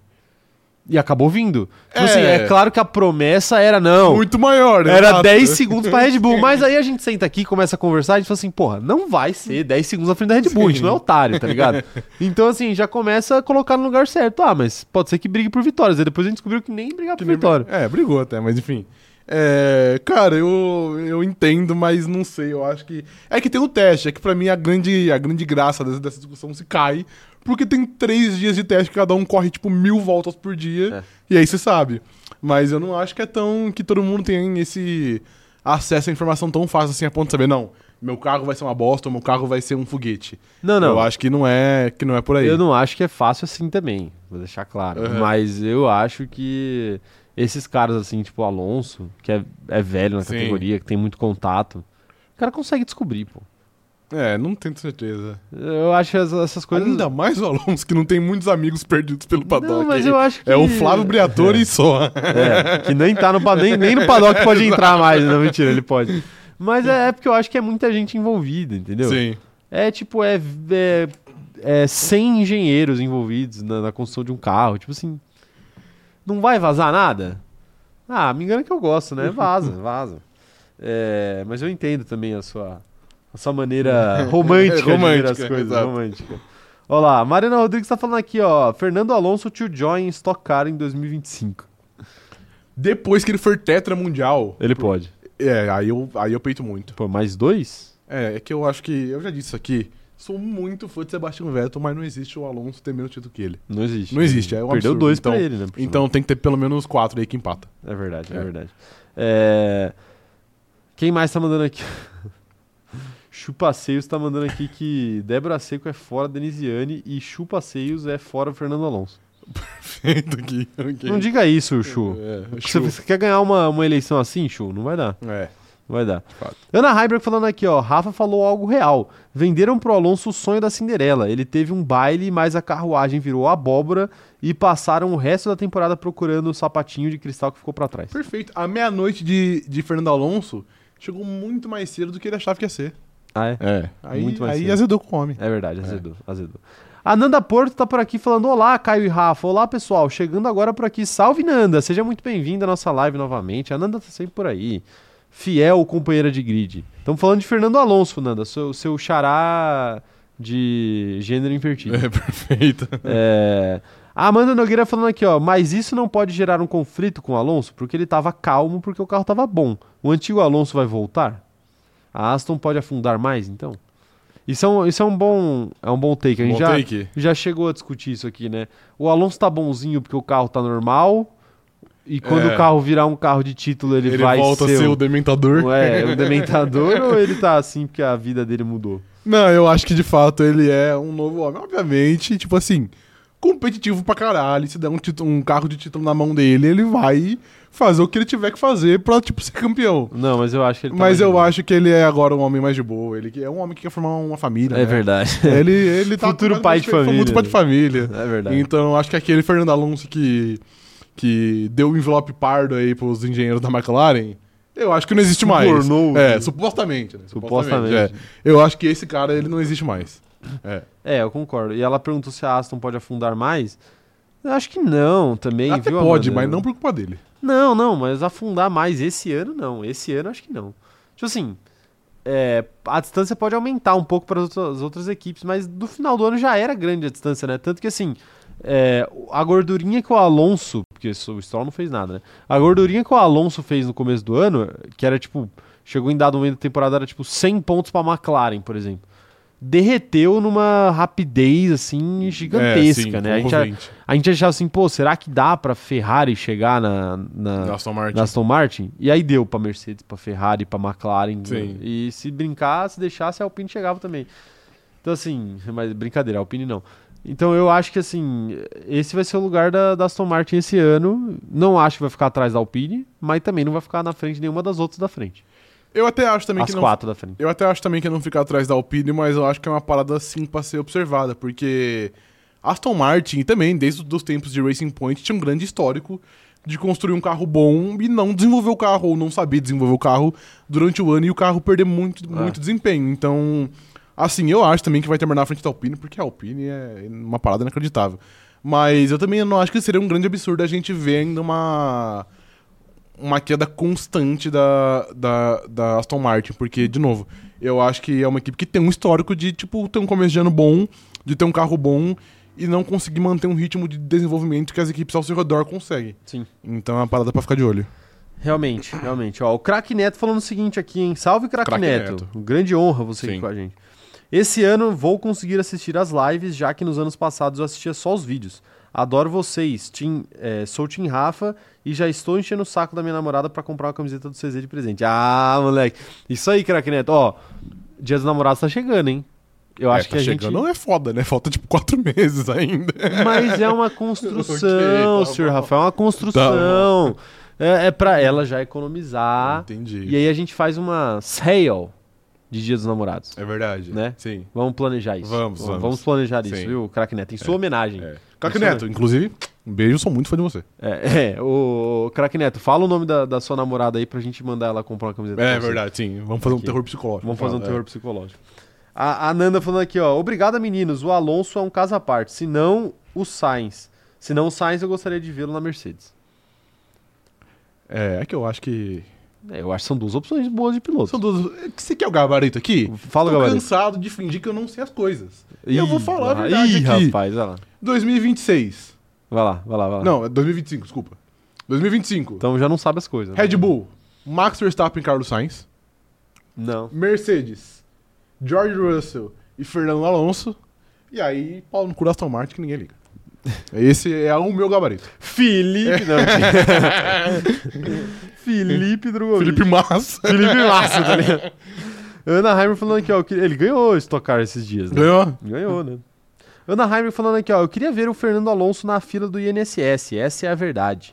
E acabou vindo. Tipo É. assim, é claro que a promessa era não. Muito maior, né? Era Exato. 10 segundos pra Red Bull. Mas aí a gente senta aqui, começa a conversar, a gente fala assim, porra, não vai ser 10 segundos à frente da Red Bull, a gente não é otário, tá ligado? Então, assim, já começa a colocar no lugar certo. Ah, mas pode ser que brigue por vitórias. Aí depois a gente descobriu que nem brigar Que por nem- vitória. É, brigou até, mas enfim. É, cara, eu, eu entendo, mas não sei. Eu acho que. É que tem o teste, é que pra mim a grande, a grande graça dessa, dessa discussão se cai. Porque tem três dias de teste que cada um corre, tipo, mil voltas por É. dia. E aí você sabe. Mas eu não acho que é tão. que todo mundo tem esse acesso à informação tão fácil assim a ponto de saber, não. Meu carro vai ser uma bosta, ou meu carro vai ser um foguete. Não, não. Eu acho que não é que não é por aí. Eu não acho que é fácil assim também, vou deixar claro. Uhum. Mas eu acho que esses caras, assim, tipo o Alonso, que é, é velho na Sim. categoria, que tem muito contato, o cara consegue descobrir, pô. É, não tenho certeza. Eu acho que essas- essas coisas. Ainda mais o Alonso, que não tem muitos amigos perdidos pelo paddock. não, mas aí. eu acho que. É o Flávio Briatore e só. É, que nem tá no pa- nem, nem no paddock pode entrar mais. né? Não, mentira, ele pode. Mas é, é porque eu acho que é muita gente envolvida, entendeu? Sim. É tipo, é, é, é 100 engenheiros envolvidos na, na construção de um carro. Tipo assim, não vai vazar nada? Ah, me engana que eu gosto, né? Vaza, vaza. É, mas eu entendo também a sua, a sua maneira romântica, de ver as Romântica, coisas. exato. Romântica. Olha lá, Mariana Rodrigues tá falando aqui, ó. Fernando Alonso to join Stock Car em 2025. Depois que ele for tetra mundial. Ele pode. É, aí eu, aí eu peito muito. Pô, mais dois? É, é que eu acho que. Eu já disse isso aqui. Sou muito fã de Sebastian Vettel, mas não existe o Alonso ter menos título que ele. Não existe. Não existe, é um Perdeu absurdo, dois então- pra ele, né? por Então tem que ter pelo menos quatro aí que empata. É verdade, é, É. verdade. É, Quem mais tá mandando aqui? Chupaceios tá mandando aqui que Débora Seco é fora Denisiane e Chupaceios é fora Fernando Alonso. Feito aqui. ok. Não diga isso, Chu. É, Você, Chu. você quer ganhar uma, uma eleição assim, Chu? Não vai dar. É. não Vai dar. fato. Ana Heiberg falando aqui, ó. Rafa falou algo real. Venderam pro Alonso o sonho da Cinderela. Ele teve um baile, mas a carruagem virou abóbora e passaram o resto da temporada procurando o sapatinho de cristal que ficou pra trás. Perfeito. A meia-noite de, de Fernando Alonso chegou muito mais cedo do que ele achava que ia ser. Ah, é? É. Aí, Muito mais aí cedo. azedou com o homem. É verdade, azedou, azedou. A Nanda Porto tá por aqui falando: Olá, Caio e Rafa. Olá, pessoal. Chegando agora por aqui. Salve, Nanda. Seja muito bem-vinda à nossa live novamente. A Nanda tá sempre por aí. Fiel companheira de grid. Estamos falando de Fernando Alonso, Nanda, seu, seu xará de gênero invertido. É, perfeito. É, A Amanda Nogueira falando aqui, ó, mas isso não pode gerar um conflito com o Alonso, porque ele tava calmo, porque o carro tava bom. O antigo Alonso vai voltar? A Aston pode afundar mais, então? Isso é um, isso é um bom é um bom take. A gente Bom já, take. já chegou a discutir isso aqui, né? O Alonso tá bonzinho porque o carro tá normal, e quando É. o carro virar um carro de título, ele, Ele, vai volta a ser o dementador. Ué, o dementador ou ele tá assim porque a vida dele mudou? Não, eu acho que de fato ele é um novo homem. Obviamente, tipo assim, competitivo pra caralho. Se der um, título- um carro de título na mão dele, ele vai fazer o que ele tiver que fazer pra, tipo, ser campeão. Não, mas eu acho que ele tá Mas mais de eu boa. acho que ele é agora um homem mais de boa. Ele que- é um homem que quer formar uma família. É né? verdade. Ele, ele tá Futuro pai de ele foi família. Muito pai de família. É verdade. Então eu acho que aquele Fernando Alonso que, que deu o envelope pardo aí pros engenheiros da McLaren, eu acho que não existe mais. Subornou. É, supostamente, né? Supostamente. é. Eu acho que esse cara, ele não existe mais. É. É, eu concordo. E ela perguntou se a Aston pode afundar mais. Eu acho que não também, Até viu, pode, Amanda? mas não por culpa dele. Não, não, mas afundar mais esse ano, não. Esse ano, acho que não. Tipo assim, é, a distância pode aumentar um pouco para as outras- as outras equipes, mas do final do ano já era grande a distância, né? Tanto que, assim, é, a gordurinha que o Alonso, porque isso- o Stroll não fez nada, né? A gordurinha que o Alonso fez no começo do ano, que era tipo, chegou em dado momento da temporada, era tipo 100 pontos para McLaren, por exemplo. Derreteu numa rapidez, assim, É, gigantesca, né? A gente, a- a gente achava assim, pô, será que dá pra Ferrari chegar na, na, Aston Martin. na Aston Martin? E aí deu pra Mercedes, pra Ferrari, pra McLaren. né? Sim. E se brincar, se deixasse, a Alpine chegava também. Então, assim, mas brincadeira, a Alpine não. Então eu acho que, assim, esse vai ser o lugar da, da Aston Martin esse ano. Não acho que vai ficar atrás da Alpine, mas também não vai ficar na frente nenhuma das outras da frente. Eu até acho também As que não quatro da frente. Eu até acho também que eu não ficar atrás da Alpine, mas eu acho que é uma parada sim pra ser observada, porque Aston Martin também, desde os tempos de Racing Point, tinha um grande histórico de construir um carro bom e não desenvolver o carro, ou não saber desenvolver o carro durante o ano e o carro perder muito, muito desempenho. Então, assim, eu acho também que vai terminar na frente da Alpine, porque a Alpine é uma parada inacreditável. Mas eu também não acho que seria um grande absurdo a gente ver ainda uma uma queda constante da, da, da Aston Martin, porque, de novo, eu acho que é uma equipe que tem um histórico de, tipo, ter um começo de ano bom, de ter um carro bom e não conseguir manter um ritmo de desenvolvimento que as equipes ao seu redor conseguem. Sim. Então é uma parada pra ficar de olho. Realmente, realmente. Ó, o Crack Neto falando o seguinte aqui, hein? Salve, Crack, Craque Neto. Neto. Grande honra você aqui Sim. com a gente. Esse ano vou conseguir assistir as lives, já que nos anos passados eu assistia só os vídeos. Adoro vocês. Tim, é, sou Tim Rafa e já estou enchendo o saco da minha namorada pra comprar uma camiseta do CZ de presente. Ah, moleque. Isso aí, Crack Neto. Ó, Dia dos Namorados tá chegando, hein? Eu acho é, que tá a chegando gente... não é foda, né? Falta, tipo, quatro meses ainda. Mas é uma construção, tá senhor bom. Rafael, é uma construção. é, é pra ela já economizar. Entendi. E aí a gente faz uma sale de Dia dos Namorados. É verdade. Né? Sim. Vamos planejar isso. Vamos, vamos. planejar isso, Sim. viu, Crack Neto? Em sua homenagem. É. Craque Neto, inclusive, um beijo, sou muito fã de você. É, é, o Crack Neto, fala o nome da, da sua namorada aí pra gente mandar ela comprar uma camiseta. pra É você. verdade, sim. Vamos fazer um Aqui. terror psicológico. Vamos fazer um É. terror psicológico. A, a Nanda falando aqui, ó. Obrigada, meninos. O Alonso é um caso à parte. Se não, o Sainz. Se não, o Sainz, eu gostaria de vê-lo na Mercedes. É, é que eu acho que. É, eu acho que são duas opções boas de piloto. São duas. Você quer o gabarito aqui? Fala, Tô galera. cansado de fingir que eu não sei as coisas. E eu vou falar a verdade Ih, aqui. rapaz, vai lá. 2026. Vai lá, vai lá, vai lá. Não, é 2025, desculpa. 2025. Então já não sabe as coisas. né? Red Bull, Max Verstappen e Carlos Sainz. Não. Mercedes, George Russell e Fernando Alonso. E aí, Paulo no cu da Aston Martin que ninguém liga. Esse é o meu gabarito. Felipe. Não, Felipe Drogovic. Felipe Massa. Felipe Massa, tá ligado? Ana Heimer falando aqui, ó. eu queria- Ele ganhou o Stock Car esses dias, né? Ganhou? Ganhou, né? Ana Heimer falando aqui, ó. Eu queria ver o Fernando Alonso na fila do INSS. Essa é a verdade.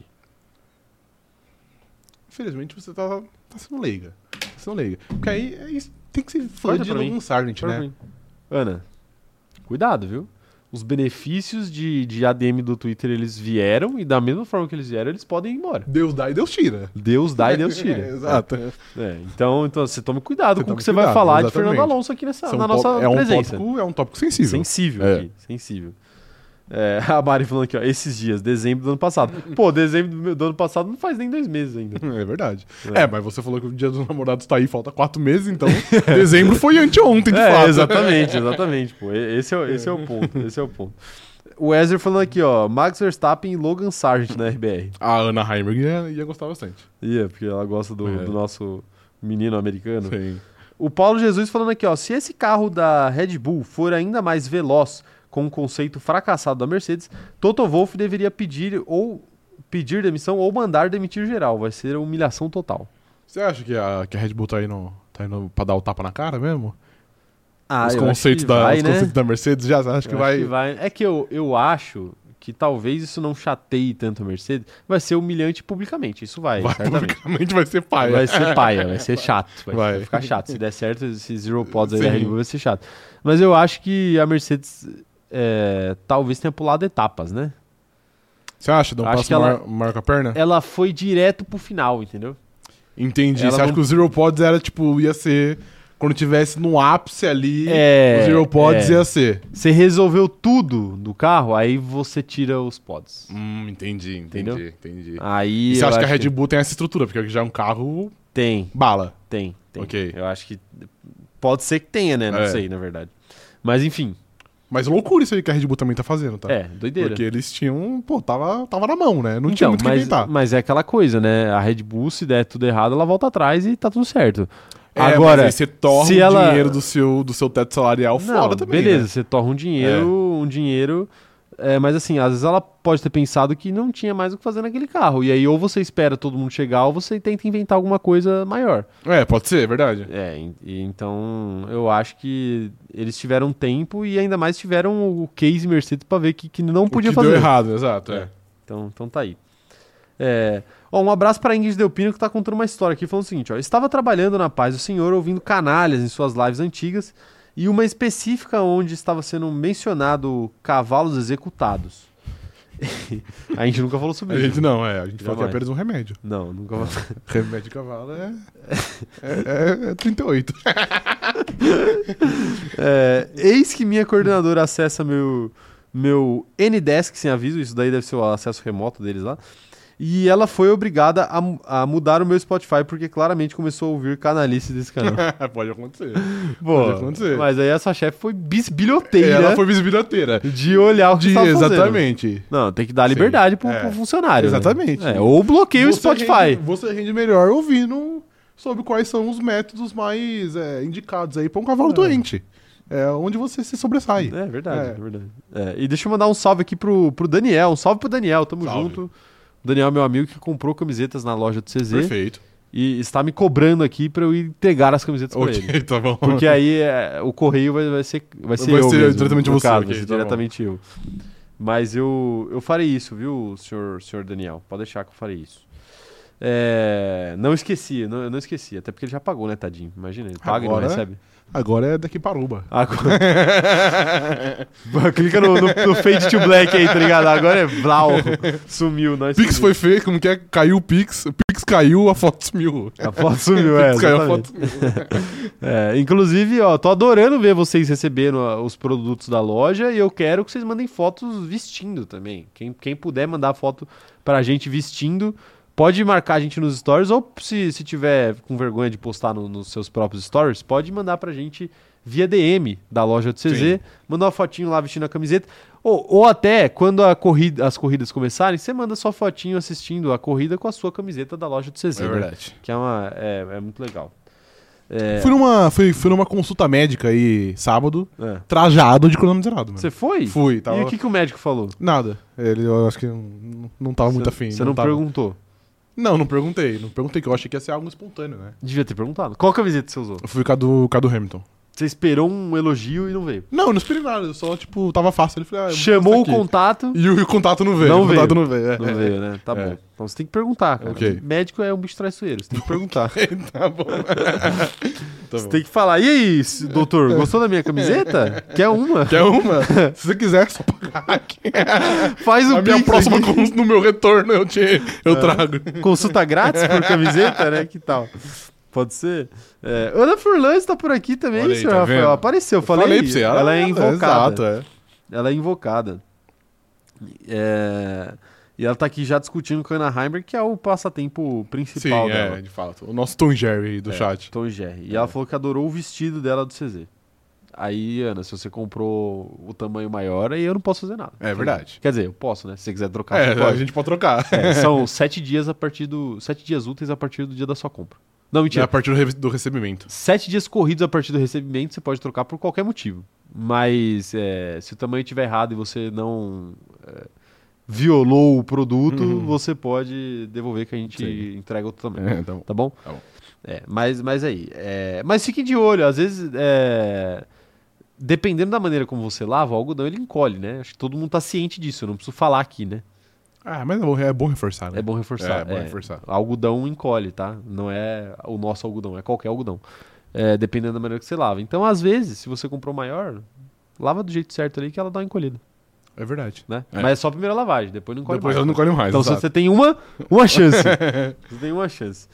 Infelizmente você tá, tá sendo leiga. Tá sendo leiga. Porque aí é isso. tem que ser fã Corta de pra mim. Logan Sargent, né? Ana, cuidado, viu? Os benefícios de, de ADM do Twitter, eles vieram e da mesma forma que eles vieram, eles podem ir embora. Deus dá e Deus tira. Deus dá e Deus tira. É, Exato. É, então, então você tome cuidado Você com o tome que você vai cuidado, falar de exatamente. Fernando Alonso aqui nessa, São Tá, na tó- nossa é um presença. tópico, é um tópico sensível. Sensível É. aqui, sensível. É, a Mari falando aqui, ó, esses dias, dezembro do ano passado. Pô, dezembro do, do ano passado não faz nem dois meses ainda. É verdade. É. É. mas você falou que o dia dos namorados tá aí, falta quatro meses, então dezembro foi anteontem, de é, fato. exatamente, exatamente. Pô, E- esse, é, o- esse é o ponto, esse é o ponto. O Ezra falando aqui, ó, Max Verstappen e Logan Sargent na RBR. A Ana Heimer ia, ia gostar bastante. Ia, porque ela gosta do, É. do nosso menino americano. Sim. O Paulo Jesus falando aqui, ó, se esse carro da Red Bull for ainda mais veloz com o conceito fracassado da Mercedes, Toto Wolff deveria pedir ou pedir demissão ou mandar demitir geral, vai ser humilhação total. Você acha que a, que a Red Bull tá indo, tá indo pra dar o tapa na cara mesmo? Ah, os conceitos, da, vai, os né? conceitos da Mercedes já acho que Eu vai. acho que vai. É que eu, eu acho que talvez isso não chateie tanto a Mercedes, vai ser humilhante publicamente, isso vai, vai certamente. publicamente vai ser paia. Vai ser paia, vai ser chato. Vai, Vai. vai ficar chato. Se der certo, esses Zero Pods aí da Sim. Red Bull vai ser chato. Mas eu acho que a Mercedes é, talvez tenha pulado etapas, né? Você acha? Dá um Acho passo que ela- É. mar- marca a perna? Ela foi direto pro final, entendeu? Entendi. Ela Você acha não- que o Zero Pods era tipo, ia ser. Quando tivesse no ápice ali, É, o Zero Pods é. ia ser. Você resolveu tudo do carro, aí você tira os pods. Hum, entendi, entendi, Entendeu? entendi. Aí E eu você acha que a acho Red Bull tem essa estrutura, porque já é um carro Tem, bala. tem, tem. Ok. Eu acho que pode ser que tenha, né? Não É. sei, na verdade. Mas enfim, Mas loucura isso aí que a Red Bull também tá fazendo, tá? é, doideira. Porque eles tinham. Pô, tava, tava na mão, né? Não tinha Então, muito o que mas, inventar. mas é aquela coisa, né? A Red Bull, se der tudo errado, ela volta atrás e tá tudo certo. É, Agora, mas aí você torna se o ela- dinheiro do seu, do seu teto é salarial fora também. beleza, né? você torna um dinheiro, um dinheiro. é, mas assim, às vezes ela pode ter pensado que não tinha mais o que fazer naquele carro. E aí, ou você espera todo mundo chegar, ou você tenta inventar alguma coisa maior. É, pode ser, é verdade. É, en- e então eu acho que eles tiveram tempo e ainda mais tiveram o case Mercedes pra ver que, que não podia o que fazer. deu errado, exato. É. Então, então tá aí. É, ó, um abraço para Ingrid Delpino que tá contando uma história aqui falando o seguinte, ó, estava trabalhando na paz do Senhor ouvindo canalhas em suas lives antigas e uma específica onde estava sendo mencionado cavalos executados. a gente nunca falou sobre A isso. gente não, é. A gente falou que é Jamais. apenas um remédio. Não, nunca falou. Remédio de cavalo é. É, é, é 38. É, eis que minha coordenadora acessa meu meu Ndesk sem aviso, isso daí deve ser o acesso remoto deles lá. E ela foi obrigada a, mu- a mudar o meu Spotify porque claramente começou a ouvir canalice desse canal. Pode acontecer. Pô, acontecer. mas aí essa chefe foi bisbilhoteira Ela foi visibilhoteira. de olhar o que De, você tava fazendo. exatamente. Não, tem que dar Sim. liberdade pro, É. pro funcionário. né? Exatamente. É, ou bloqueia o Você Spotify. rende- você rende melhor ouvindo sobre quais são os métodos mais é, indicados aí pra um cavalo doente. É onde você se sobressai. É verdade, É. é verdade. É, e deixa eu mandar um salve aqui pro, pro Daniel. Um salve pro Daniel, tamo Salve. junto. O Daniel é meu amigo que comprou camisetas na loja do CZ Perfeito. e está me cobrando aqui pra eu ir entregar as camisetas pra ele. Ok, tá bom. Porque aí é, o correio vai, vai ser vai ser Vai eu ser mesmo, diretamente no você, caso, ok, vai ser tá bom. diretamente eu. Mas eu, eu farei isso, viu, senhor, senhor Daniel? Pode deixar que eu farei isso. É, não esqueci, não, eu não esqueci. Até porque ele já pagou, né, tadinho? Imagina, ele paga e Agora- não recebe. Agora é daqui para Uba. Agora... Clica no, no, no fade to black aí, tá ligado? Agora é blau. Sumiu, nós. Pix sumiu. foi feio, como que é? Caiu o Pix. O Pix caiu, a foto sumiu. A foto sumiu, é. Pix caiu, a exatamente. foto sumiu. É, inclusive, ó, tô adorando ver vocês recebendo ah, os produtos da loja e eu quero que vocês mandem fotos vestindo também. Quem, quem puder mandar foto pra gente vestindo, pode marcar a gente nos stories ou se, se tiver com vergonha de postar no- nos seus próprios stories, pode mandar pra gente via DM da loja do CZ, Sim. mandar uma fotinho lá vestindo a camiseta. Ou, ou até, quando a corrida, as corridas começarem, você manda só fotinho assistindo a corrida com a sua camiseta da loja do CZ. né? Que é, uma, é, é muito legal. É. Fui, numa, fui, fui numa consulta médica aí, sábado, É. trajado de cronômetro zerado, mano. Você foi? Fui, tava... E o que, que o médico falou? Nada. Ele, eu acho que não, não tava muito Você- afim. Você não, tava- perguntou. Não, não perguntei. Não perguntei, que eu achei que ia ser algo espontâneo, né? Devia ter perguntado. Qual é camiseta você usou? Eu fui com a do, com a do Hamilton. Você esperou um elogio e não veio. Não, eu não esperei nada. Eu só, tipo, tava fácil. Ele falou, ah, eu vou Chamou o postar aqui. contato, E o, e o contato não veio. Não o veio. contato não veio. é. não veio, né? Tá É. bom. Então você tem que perguntar, cara. Ok. Médico é um bicho traiçoeiro, você tem que perguntar. tá bom. tá Você bom. tem que falar, e aí, s- doutor, gostou da minha camiseta? Quer uma? Quer uma? Se você quiser, é só pagar aqui. Faz o A minha pix próxima aqui. É. cons- no meu retorno eu, te, eu trago. consulta grátis por camiseta, né? Que tal? Pode ser. É, Ana Furlan está por aqui também, Olha aí, senhor tá Rafael. vendo? Apareceu, falei. ela, é invocada. Exato, é. Ela é invocada. É, E ela tá aqui já discutindo com a Ana Heimberg, que é o passatempo Sim, principal dela. É. é, de fato. O nosso Tom Jerry aí do chat. Tom e Jerry. E ela falou que adorou o vestido dela do CZ. Aí, Ana, se você comprou o tamanho maior, aí eu não posso fazer nada. É verdade. Quer dizer, eu posso, né? Se você quiser trocar, É, você a pode. gente pode trocar. É, são sete dias a partir do. Sete dias úteis a partir do dia da sua compra. Não, É mentira. a partir do, re- do recebimento. Sete dias corridos a partir do recebimento, você pode trocar por qualquer motivo. Mas é, se o tamanho estiver errado e você não é, violou o produto, Uhum. você pode devolver que a gente Sim. entrega outro tamanho. É, tá bom. Tá bom? Tá bom. É, mas, mas aí. é, mas fique de olho, às vezes. é, dependendo da maneira como você lava, o algodão ele encolhe, né? Acho que todo mundo tá ciente disso, eu não preciso falar aqui, né? Ah, mas é bom, é bom reforçar, né? É bom reforçar. É, bom reforçar. Algodão encolhe, tá? Não é o nosso algodão, é qualquer algodão. É, dependendo da maneira que você lava. Então, às vezes, se você comprou maior, lava do jeito certo ali que ela dá uma encolhida, É verdade. né? É. Mas é só a primeira lavagem, depois não encolhe Depois mais. ela não colhe mais. Então, se exato. você tem uma, uma chance. você tem uma chance.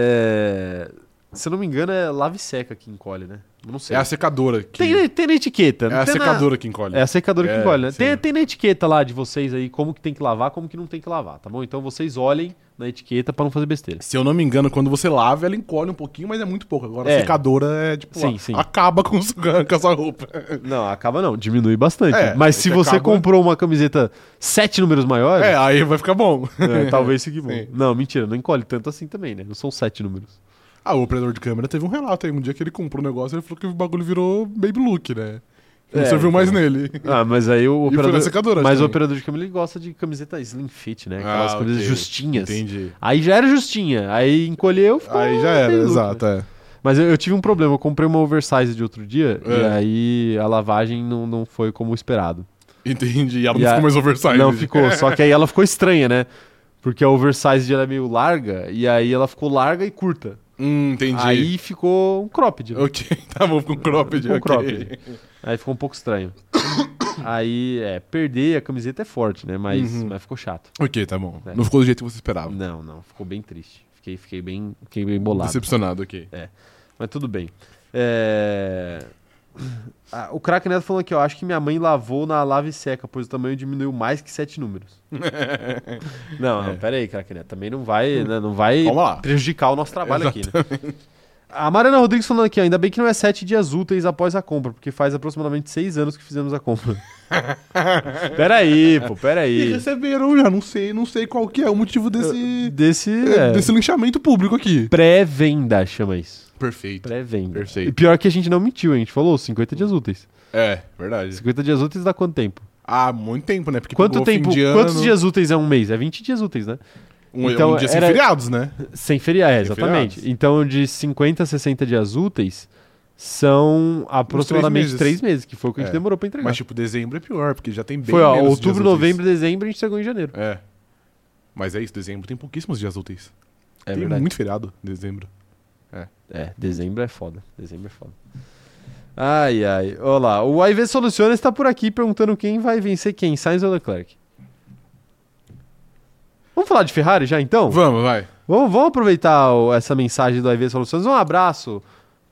É, Se eu não me engano, é lave seca que encolhe, né? Eu Não sei. É a secadora que... tem, na- tem na etiqueta. É não a tem na- secadora que encolhe. É a secadora que É, encolhe, né? sim. Tem, tem na etiqueta lá de vocês aí como que tem que lavar, como que não tem que lavar, tá bom? Então vocês olhem na etiqueta pra não fazer besteira. Se eu não me engano, quando você lava, ela encolhe um pouquinho, mas é muito pouco. Agora É. a secadora é, tipo, Sim, ó, sim. acaba com, os- com essa roupa. Não, acaba não, diminui bastante. É, Mas se você você acaba- comprou uma camiseta sete números maiores, É, aí vai ficar bom. é, talvez fique bom. Sim. Não, mentira, não encolhe tanto assim também, né? Não são sete números. Ah, o operador de câmera teve um relato aí. Um dia que ele comprou um negócio, ele falou que o bagulho virou baby look, né? Não É, serviu mais nele. Ah, mas aí o E foi na operador. secadora Mas o também. operador de câmera ele gosta de camiseta slim fit, né? Aquelas Ah, camisetas ok. justinhas. Entendi. Aí já era justinha, aí encolheu, ficou Aí já era, bem look, né? exato, é. Mas eu, eu tive um problema, eu comprei uma oversize de outro dia É. e aí a lavagem não, não foi como esperado. Entendi. E ela E não a- ficou mais oversized. Não ficou, só que aí ela ficou estranha, né? Porque a oversize era meio larga e aí ela ficou larga e curta. Hum, entendi. Aí ficou um cropped. né? Ok, tá bom, ficou cropped. Ficou um ok. cropped. Aí ficou um pouco estranho. aí, é, perder a camiseta é forte, né? Mas, Uhum. Ah. mas ficou chato. Ok, tá bom. É. Não ficou do jeito que você esperava. Não, não, ficou bem triste. Fiquei, fiquei bem, fiquei bem bolado. Decepcionado, ok. Mas tudo bem. É, Ah, o Crack Neto falando aqui, ó. Acho que minha mãe lavou na lave seca, pois o tamanho diminuiu mais que sete números. não, É. não, pera aí, Crack Neto. Também não vai, né, não vai Vamos lá. prejudicar o nosso trabalho aqui, né? A Mariana Rodrigues falando aqui, ó, ainda bem que não é sete dias úteis após a compra, porque faz aproximadamente seis anos que fizemos a compra. peraí, pô, E peraí. receberam já, não sei, não sei qual que é o motivo desse, Desse, é, é, desse linchamento público aqui. pré-venda chama isso. Perfeito. Pré-venda. Perfeito. E pior que a gente não mentiu, a gente falou 50 dias úteis. É, verdade. 50 dias úteis dá quanto tempo? Há muito tempo, né? Porque Quanto pegou tempo? fim de ano, Quantos dias úteis é um mês? É 20 dias úteis, né? Um, Então, um dia sem era- feriados, né? Sem feriar, é, Sem exatamente. feriados. Então, de 50 a 60 dias úteis são aproximadamente meses. três meses. que foi o que a gente É. demorou pra entregar. Mas, tipo, dezembro é pior, porque já tem bem foi, ó, menos outubro, dias úteis. novembro, dezembro, a gente chegou em janeiro. É. Mas é isso, dezembro tem pouquíssimos dias úteis. É tem verdade. muito feriado em dezembro. É, dezembro é foda. Dezembro é foda. Ai, ai. Olha lá. O AIV Soluções está tá por aqui perguntando quem vai vencer quem, Sainz ou Leclerc? Vamos falar de Ferrari já então? Vamos, vai. Vamos, vamos aproveitar o- essa mensagem do IV Soluções. Um abraço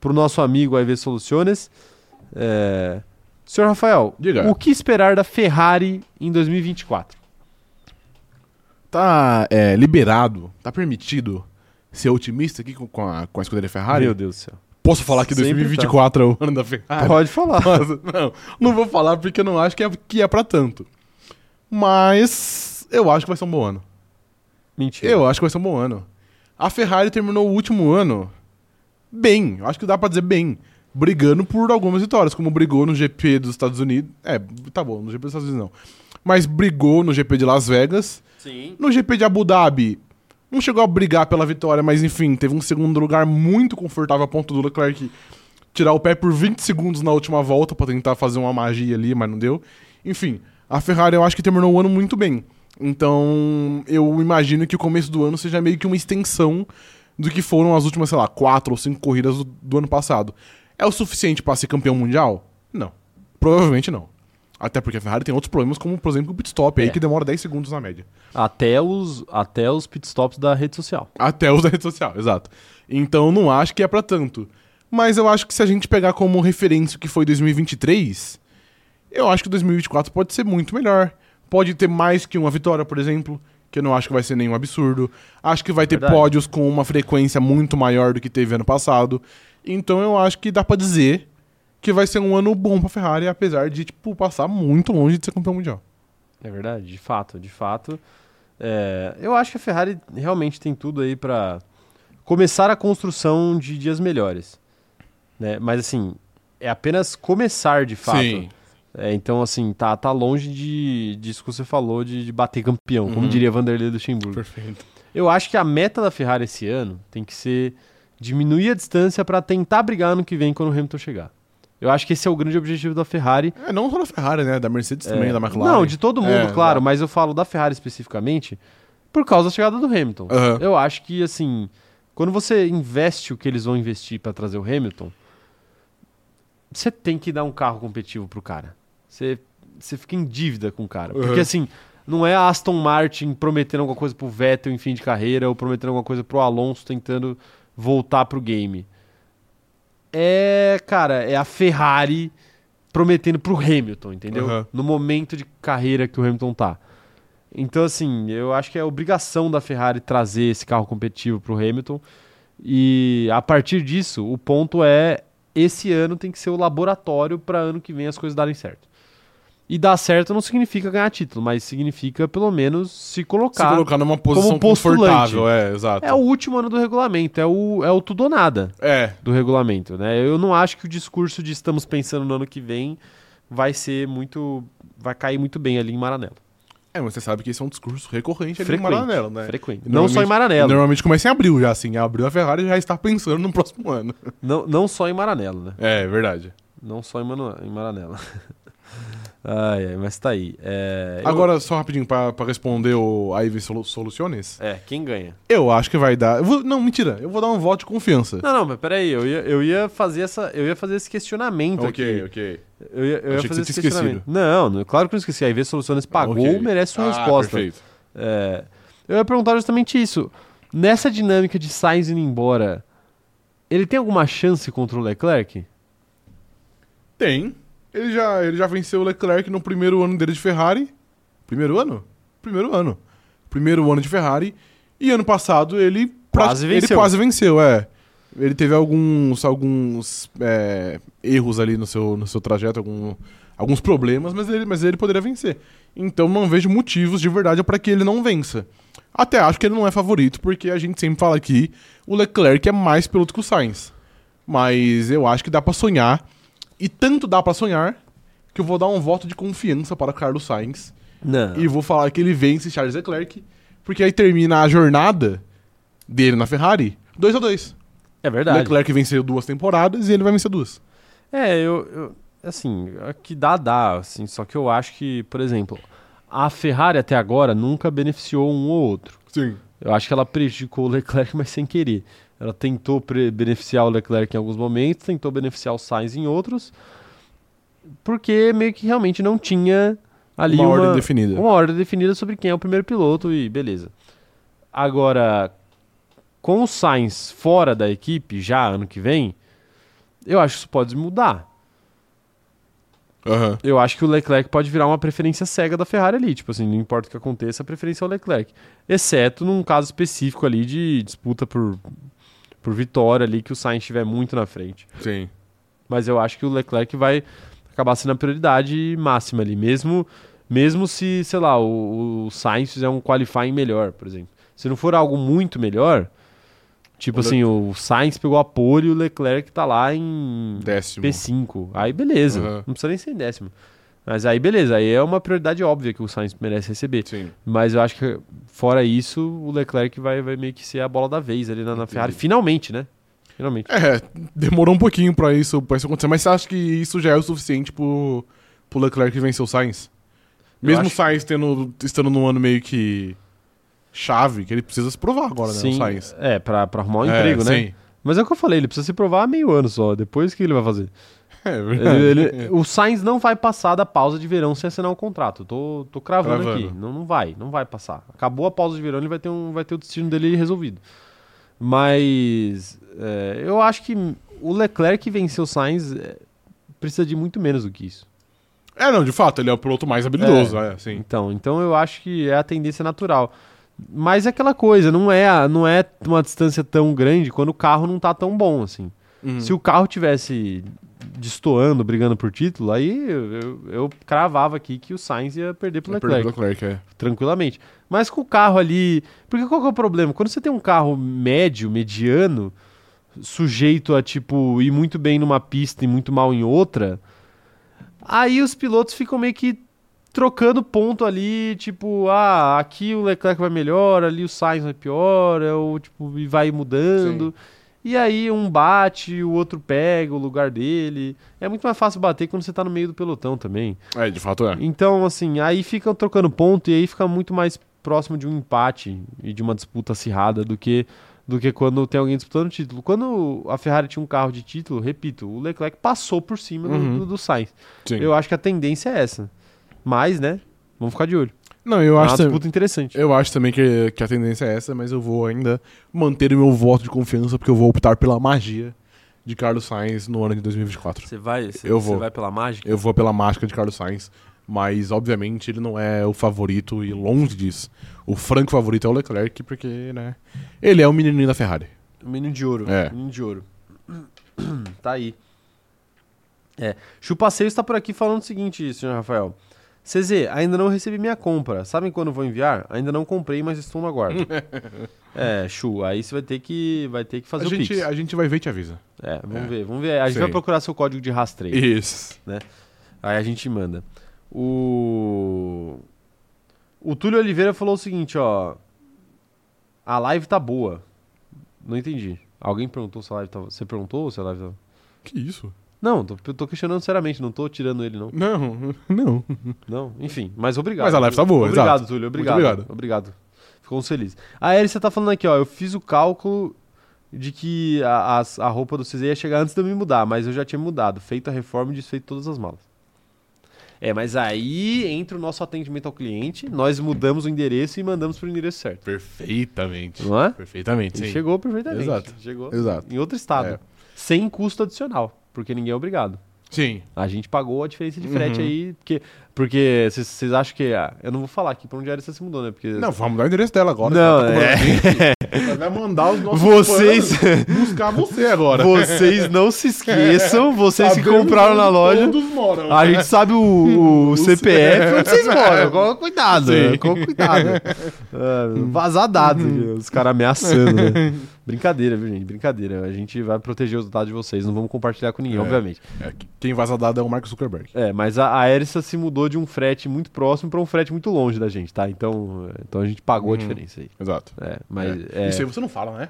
pro nosso amigo IV Soluções. É... Senhor Rafael, Diga. o que esperar da Ferrari em 2024? Tá é, liberado, tá permitido ser otimista aqui com, com a, com a escuderia Ferrari? Meu Deus do céu. Posso falar que Sempre tá. 2024 é o ano da Ferrari? Pode falar. Mas, não, não vou falar porque eu não acho que é, que é pra tanto. Mas eu acho que vai ser um bom ano. Mentira. Eu acho que vai ser um bom ano. A Ferrari terminou o último ano bem, eu acho que dá pra dizer bem, brigando por algumas vitórias, como brigou no GP dos Estados Unidos. É, tá bom, no GP dos Estados Unidos não. Mas brigou no GP de Las Vegas, Sim. no GP de Abu Dhabi, não chegou a brigar pela vitória, mas enfim, teve um segundo lugar muito confortável a ponto do Leclerc tirar o pé por 20 segundos na última volta pra tentar fazer uma magia ali, mas não deu. Enfim, a Ferrari eu acho que terminou o ano muito bem. Então, eu imagino que o começo do ano seja meio que uma extensão do que foram as últimas, sei lá, quatro ou cinco corridas do, do ano passado. É o suficiente pra ser campeão mundial? Não. Provavelmente não. Até porque a Ferrari tem outros problemas, como, por exemplo, o pit stop aí, É. que demora 10 segundos na média. Até os, até os pitstops da rede social. Até os da rede social, exato. Então não acho que é pra tanto. Mas eu acho que se a gente pegar como referência o que foi 2023, eu acho que 2024 pode ser muito melhor. Pode ter mais que uma vitória, por exemplo, que eu não acho que vai ser nenhum absurdo. Acho que vai ter Verdade. pódios com uma frequência muito maior do que teve ano passado. Então eu acho que dá pra dizer que vai ser um ano bom pra Ferrari, apesar de, tipo, passar muito longe de ser campeão mundial. É verdade, de fato, de fato. É, eu acho que a Ferrari realmente tem tudo aí para começar a construção de dias melhores. Né? Mas assim, é apenas começar de fato. É, então, assim, tá, tá longe de, disso que você falou, de, de bater campeão, como Uhum. diria Vanderlei Luxemburgo. Perfeito. Eu acho que a meta da Ferrari esse ano tem que ser diminuir a distância para tentar brigar ano que vem quando o Hamilton chegar. Eu acho que esse é o grande objetivo da Ferrari. É, não só da Ferrari, né? Da Mercedes também, É, da McLaren. Não, de todo mundo, É, claro, exato. mas eu falo da Ferrari especificamente por causa da chegada do Hamilton. Aham. Eu acho que, assim, quando você investe o que eles vão investir pra trazer o Hamilton, você tem que dar um carro competitivo pro cara. Você, você fica em dívida com o cara. Porque, Aham. assim, não é a Aston Martin prometendo alguma coisa pro Vettel em fim de carreira ou prometendo alguma coisa pro Alonso tentando voltar pro game. É, cara, é a Ferrari prometendo pro Hamilton, entendeu? Aham. No momento de carreira que o Hamilton tá. Então, assim, eu acho que é obrigação da Ferrari trazer esse carro competitivo pro Hamilton. E a partir disso, o ponto é: esse ano tem que ser o laboratório para ano que vem as coisas darem certo. E dar certo não significa ganhar título, mas significa pelo menos se se colocar. colocar numa posição como postulante. confortável, é, exato. É o último ano do regulamento, é o, é o tudo ou nada É, do regulamento, né? Eu não acho que o discurso de estamos pensando no ano que vem vai ser muito. vai cair muito bem ali em Maranello. é, mas você sabe que esse é um discurso recorrente ali em Frequente, Maranello, né? Frequente. E Não só em normalmente- Maranello. Normalmente começa em abril já, assim. Em abril a Ferrari já está pensando no próximo ano. Não, não só em Maranello, né? É, é verdade. Não só em, Manu... em Maranello. ai, ai, mas tá aí. É, eu- Agora, só rapidinho pra, pra responder o Ivy Solu- Soluciones, É, quem ganha? eu acho que vai dar... eu vou- não, mentira, eu vou dar um voto de confiança. Não, não, mas peraí, eu ia, eu ia fazer essa. Eu ia fazer esse questionamento ok, aqui. ok. Eu ia, eu ia Achei que fazer você esse tinha esquecido. questionamento. Não, não, claro que eu não esqueci. A IV Soluções pagou, Ok. merece uma Ah, resposta. perfeito. É, eu ia perguntar justamente isso. Nessa dinâmica de Sainz indo embora, ele tem alguma chance contra o Leclerc? Tem. Ele já, ele já venceu o Leclerc no primeiro ano dele de Ferrari. Primeiro ano? Primeiro ano. Primeiro ano de Ferrari. E ano passado ele pra- Quase Ele venceu. quase venceu, é. Ele teve alguns, alguns é, erros ali no seu, no seu trajeto, algum- alguns problemas, mas ele, mas ele poderia vencer. Então não vejo motivos de verdade para que ele não vença. Até acho que ele não é favorito, porque a gente sempre fala aqui o Leclerc é mais piloto que o Sainz. Mas eu acho que dá pra sonhar. E tanto dá pra sonhar que eu vou dar um voto de confiança para Carlos Sainz. Não. E vou falar que ele vence Charles Leclerc. Porque aí termina a jornada dele na Ferrari 2 a 2 É verdade. Leclerc venceu duas temporadas e ele vai vencer duas. É, eu, eu- Assim, é que dá, dá. Assim, só que eu acho que, por exemplo, a Ferrari até agora nunca beneficiou um ou outro. Sim. Eu acho que ela prejudicou o Leclerc, mas sem querer. Ela tentou pre- beneficiar o Leclerc em alguns momentos, tentou beneficiar o Sainz em outros, porque meio que realmente não tinha ali uma uma, ordem definida. uma ordem definida sobre quem é o primeiro piloto e beleza. Agora, com o Sainz fora da equipe já ano que vem, eu acho que isso pode mudar. Aham. Eu acho que o Leclerc pode virar uma preferência cega da Ferrari ali. Tipo assim, não importa o que aconteça, a preferência é o Leclerc. Exceto num caso específico ali de disputa por, por vitória ali, que o Sainz estiver muito na frente. Sim. Mas eu acho que o Leclerc vai acabar sendo a prioridade máxima ali. Mesmo, mesmo se, sei lá, o, o Sainz fizer um qualifying melhor, por exemplo. Se não for algo muito melhor, tipo O Le- assim, o Sainz pegou a pole e o Leclerc tá lá em Décimo. P5. Aí beleza. Aham. Não precisa nem ser em décimo. Mas aí beleza, aí é uma prioridade óbvia que o Sainz merece receber. Sim. Mas eu acho que, fora isso, o Leclerc vai, vai meio que ser a bola da vez ali na, na Ferrari. Finalmente, né? Finalmente. É, demorou um pouquinho pra isso, pra isso acontecer, mas você acha que isso já é o suficiente pro, pro Leclerc vencer o Sainz? Eu Mesmo o acho que- Sainz tendo, estando num ano meio que chave, que ele precisa se provar agora, né? O Sim, Sainz. é, pra, pra arrumar um É, emprego, né? Sim. Mas é o que eu falei, ele precisa se provar há meio ano só. Depois o que ele vai fazer? É verdade. Ele- ele- o Sainz não vai passar da pausa de verão sem assinar o contrato. Eu Tô, tô cravando, Cravando. aqui. Não, não vai, não vai passar. Acabou a pausa de verão, ele vai ter, um, vai ter o destino dele resolvido. Mas é, eu acho que o Leclerc que venceu o Sainz é, precisa de muito menos do que isso. É, não, de fato, ele é o piloto mais habilidoso, é, sim. Então, então eu acho que é a tendência natural. Mas é aquela coisa, não é, a- não é uma distância tão grande quando o carro não tá tão bom assim. Se o carro tivesse destoando, brigando por título, aí eu, eu- eu cravava aqui que o Sainz ia perder pro Vai Leclerc, perder pro Leclerc, é. tranquilamente. Mas com o carro ali. Porque qual que é o problema? Quando você tem um carro médio, mediano, sujeito a, tipo, ir muito bem numa pista e muito mal em outra, aí os pilotos ficam meio que trocando ponto ali, tipo, ah, aqui o Leclerc vai melhor, ali o Sainz vai pior, é o tipo, e vai mudando. E aí um bate, o outro pega o lugar dele. É muito mais fácil bater quando você tá no meio do pelotão também. É, de fato é. Então, assim, aí ficam trocando ponto e aí fica muito mais próximo de um empate e de uma disputa acirrada do que do que quando tem alguém disputando o título. Quando a Ferrari tinha um carro de título, repito, o Leclerc passou por cima do- Uhum. do, do Sainz. Sim. Eu acho que a tendência é essa. Mas, né? Vamos ficar de olho. Não, eu É acho, uma também, disputa interessante. eu acho também que, que a tendência é essa, mas eu vou ainda manter o meu voto de confiança, porque eu vou optar pela magia de Carlos Sainz no ano de 2024. Você vai, você, Eu vou. vai pela mágica? Eu vou pela máscara de Carlos Sainz, mas obviamente ele não é o favorito e longe disso. O franco favorito é o Leclerc, porque, né, ele é o menininho da Ferrari. O menino de ouro. É. Menino de ouro. tá aí. É. Chupaceio está por aqui falando o seguinte, senhor Rafael. CZ, ainda não recebi minha compra. Sabem quando vou enviar? Ainda não comprei, mas estou no aguardo. é, Chu, aí você vai ter que, vai ter que fazer a, o gente, Pix. a gente vai ver e te avisa. É, vamos é. ver, vamos ver. A gente Sim. vai procurar seu código de rastreio. Isso. Aí a gente manda. O. O Túlio Oliveira falou o seguinte, ó. A live tá boa. Não entendi. Alguém perguntou se a live tava. Você perguntou se a live tava. Que isso? Não, tô, eu tô questionando seriamente, não tô tirando ele, não. Não, não. Não, enfim, mas obrigado. Mas a live tá boa, Obrigado, exato. Túlio, Muito obrigado. obrigado. obrigado. Ficamos felizes. A Erissa tá falando aqui, ó. Eu fiz o cálculo de que a, as- a roupa do CZ ia chegar antes de eu me mudar, mas eu já tinha mudado, feito a reforma e desfeito todas as malas. É, mas aí entra o nosso atendimento ao cliente, nós mudamos o endereço e mandamos pro endereço certo. Perfeitamente. Não é? Perfeitamente, E sim. chegou perfeitamente. Exato. Chegou Exato. em outro estado. É. Sem custo adicional, porque ninguém é obrigado. Sim. A gente pagou a diferença de frete Uhum. aí, porque porque vocês- vocês acham que ah, eu não vou falar aqui para onde era você se mudou, né? Porque Não, vamos dar o endereço dela agora. Não, Ela é. cobrando a gente. Vai mandar os nossos vocês fãs buscar você agora. vocês não se esqueçam, vocês que Sabemos compraram na onde loja. Todos moram. A gente sabe o, o CPF onde vocês moram. Co- Cuidado, Sim. Uhum. né? Co- cuidado. É, vazar dados. aqui, Os caras ameaçando. Né? Brincadeira, viu, gente? Brincadeira. A gente vai proteger os dados de vocês. Não vamos compartilhar com ninguém, É. obviamente. É, quem vaza dado é o Mark Zuckerberg. É, mas a, a Erissa se mudou de um frete muito próximo para um frete muito longe da gente, tá? Então, é, então a gente pagou a Uhum. diferença aí. Exato. É, mas, é, Isso aí você não fala, né?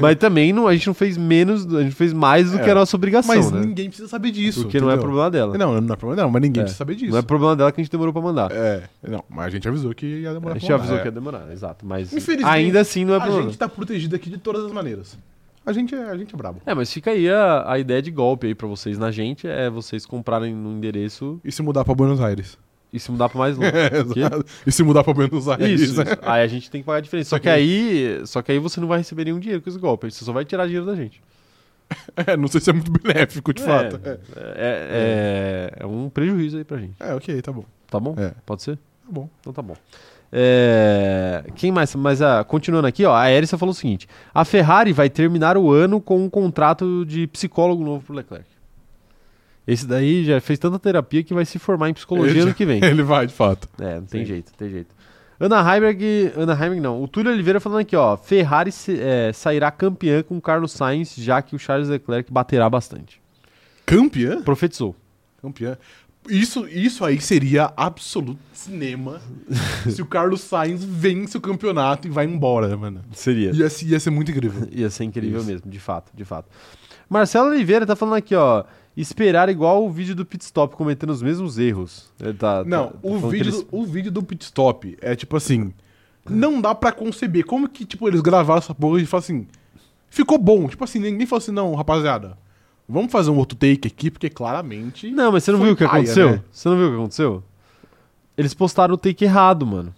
mas também não, a gente não fez menos, a gente fez mais do que É. a nossa obrigação, Mas né? ninguém precisa saber disso. Porque não é entendeu? problema dela. Não, não é problema dela, mas ninguém É. precisa saber disso. Não é problema dela que a gente demorou para mandar. É, não, mas a gente avisou que ia demorar A gente pra já mandar, avisou é. que ia demorar, exato. Mas Infelizmente, ainda assim não é A problema. gente tá protegido aqui de todas as maneiras. A gente é, a gente é brabo. É, mas fica aí a, a ideia de golpe aí pra vocês na gente, é vocês comprarem no endereço E se mudar pra Buenos Aires? e se mudar pra mais longe. É Quê? Exato. e se mudar pra Buenos Aires? né? Isso, isso. Aí a gente tem que pagar a diferença. É Só que aí, só que aí você não vai receber nenhum dinheiro com esse golpe, você só vai tirar dinheiro da gente. É, não sei se é muito benéfico, de É, fato. É, é- é um prejuízo aí pra gente, É, ok, tá bom. tá bom? É. Pode ser? Tá bom. Então tá bom. É, quem mais? Mas ah, continuando aqui, ó, a Erissa falou o seguinte: a Ferrari vai terminar o ano com um contrato de psicólogo novo pro Leclerc. Esse daí já fez tanta terapia que vai se formar em psicologia Ele ano que vem. Ele vai, de fato. É, não tem Sim. jeito, não tem jeito. Ana Heimberg, Ana Heimberg não. O Túlio Oliveira falando aqui, ó. Ferrari se- é, sairá campeã com o Carlos Sainz, já que o Charles Leclerc baterá bastante. Campeã? Profetizou. Campeã. Isso, isso aí seria absoluto cinema se o Carlos Sainz vence o campeonato e vai embora, mano. Seria. Ia, ser- ia ser muito incrível. Ia ser incrível Isso. mesmo, de fato, de fato. Marcelo Oliveira tá falando aqui, ó. Esperar igual o vídeo do pit stop cometendo os mesmos erros. Ele tá- Não, tá- tá o falando que vídeo, eles- do- o vídeo do pit stop é tipo assim. Não dá pra conceber. Como que, tipo, eles gravaram essa porra e falaram assim. Ficou bom. Tipo assim, ninguém falou assim, não, rapaziada. Vamos fazer um outro take aqui, porque claramente. Não, mas você não foi viu o que paia, aconteceu? né? Você não viu o que aconteceu? Eles postaram o take errado, mano.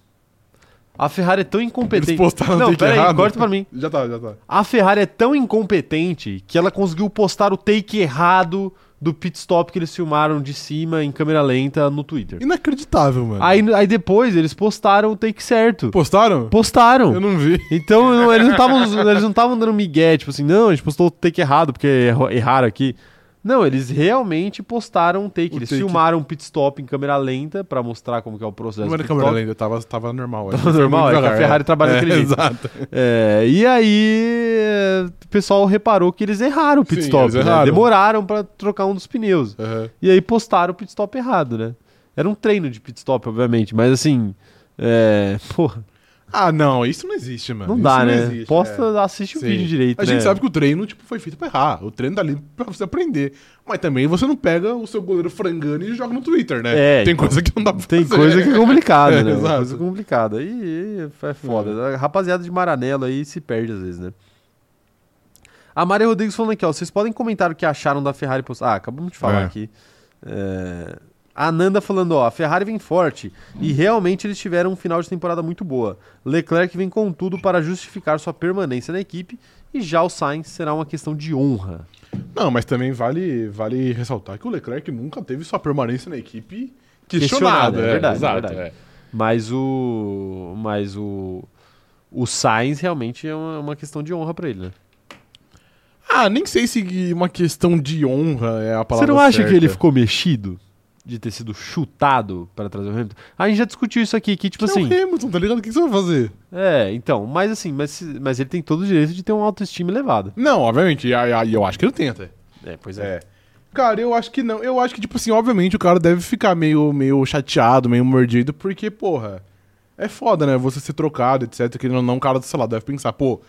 A Ferrari é tão incompetente. Eles postaram o não, take pera aí, errado? corta pra mim. Já tá, já tá. A Ferrari é tão incompetente que ela conseguiu postar o take errado do pit stop que eles filmaram de cima em câmera lenta no Twitter. Inacreditável, mano. Aí, aí depois eles postaram o take certo. Postaram? Postaram. Eu não vi. Então não- eles não estavam eles não estavam dando migué, tipo assim, não, a gente postou o take errado porque erro- erraram aqui. Não, eles realmente postaram um take. O eles take. filmaram um pit stop em câmera lenta pra mostrar como que é o processo. Não do era pit câmera stop. lenta, tava, tava normal. Tava normal, é que a Ferrari trabalha daquele jeito. Exato. É, e aí é, o pessoal reparou que eles erraram o pit Sim, stop, eles né? erraram. demoraram pra trocar um dos pneus. E aí postaram o pit stop errado, né? Era um treino de pit stop, obviamente, mas assim, é, porra, Ah, não, isso não existe, mano. não Isso dá, né? existe, é. Posta, assiste o Sim. vídeo direito, A gente né? sabe que o treino tipo, foi feito pra errar. O treino tá ali pra você aprender. Mas também você não pega o seu goleiro frangando e joga no Twitter, né? É, Tem então. coisa que não dá pra Tem fazer. coisa que é complicada, É, né? exato. Coisa complicada. E, e é foda. A rapaziada de Maranello aí se perde às vezes, né? A Maria Rodrigues falando aqui, ó. Vocês podem comentar o que acharam da Ferrari post... Ah, acabamos de falar É. aqui. É, A Nanda falando, ó, a Ferrari vem forte e realmente eles tiveram um final de temporada muito boa. Leclerc vem com tudo para justificar sua permanência na equipe e já o Sainz será uma questão de honra. Não, mas também vale, vale ressaltar que o Leclerc nunca teve sua permanência na equipe Questionada, questionada. é verdade, é exato, verdade. Mas o. Mas o. O Sainz realmente é uma, uma questão de honra pra ele, né? Ah, nem sei se uma questão de honra é a Você palavra não acha certa. que ele ficou mexido de ter sido chutado para trazer o Hamilton? A gente já discutiu isso aqui, que tipo Você assim. é o Hamilton, tá ligado? O que você vai fazer? É, então, mas assim, mas, se- mas ele tem todo o direito de ter uma autoestima elevada. Não, obviamente. E aí eu acho que ele tenta. É, pois É. Cara, eu acho que não. Eu acho que, tipo assim, obviamente o cara deve ficar meio, meio chateado, meio mordido, porque, porra, é foda, né? Você ser trocado, etc. Que não, o cara, sei lá, deve pensar, pô,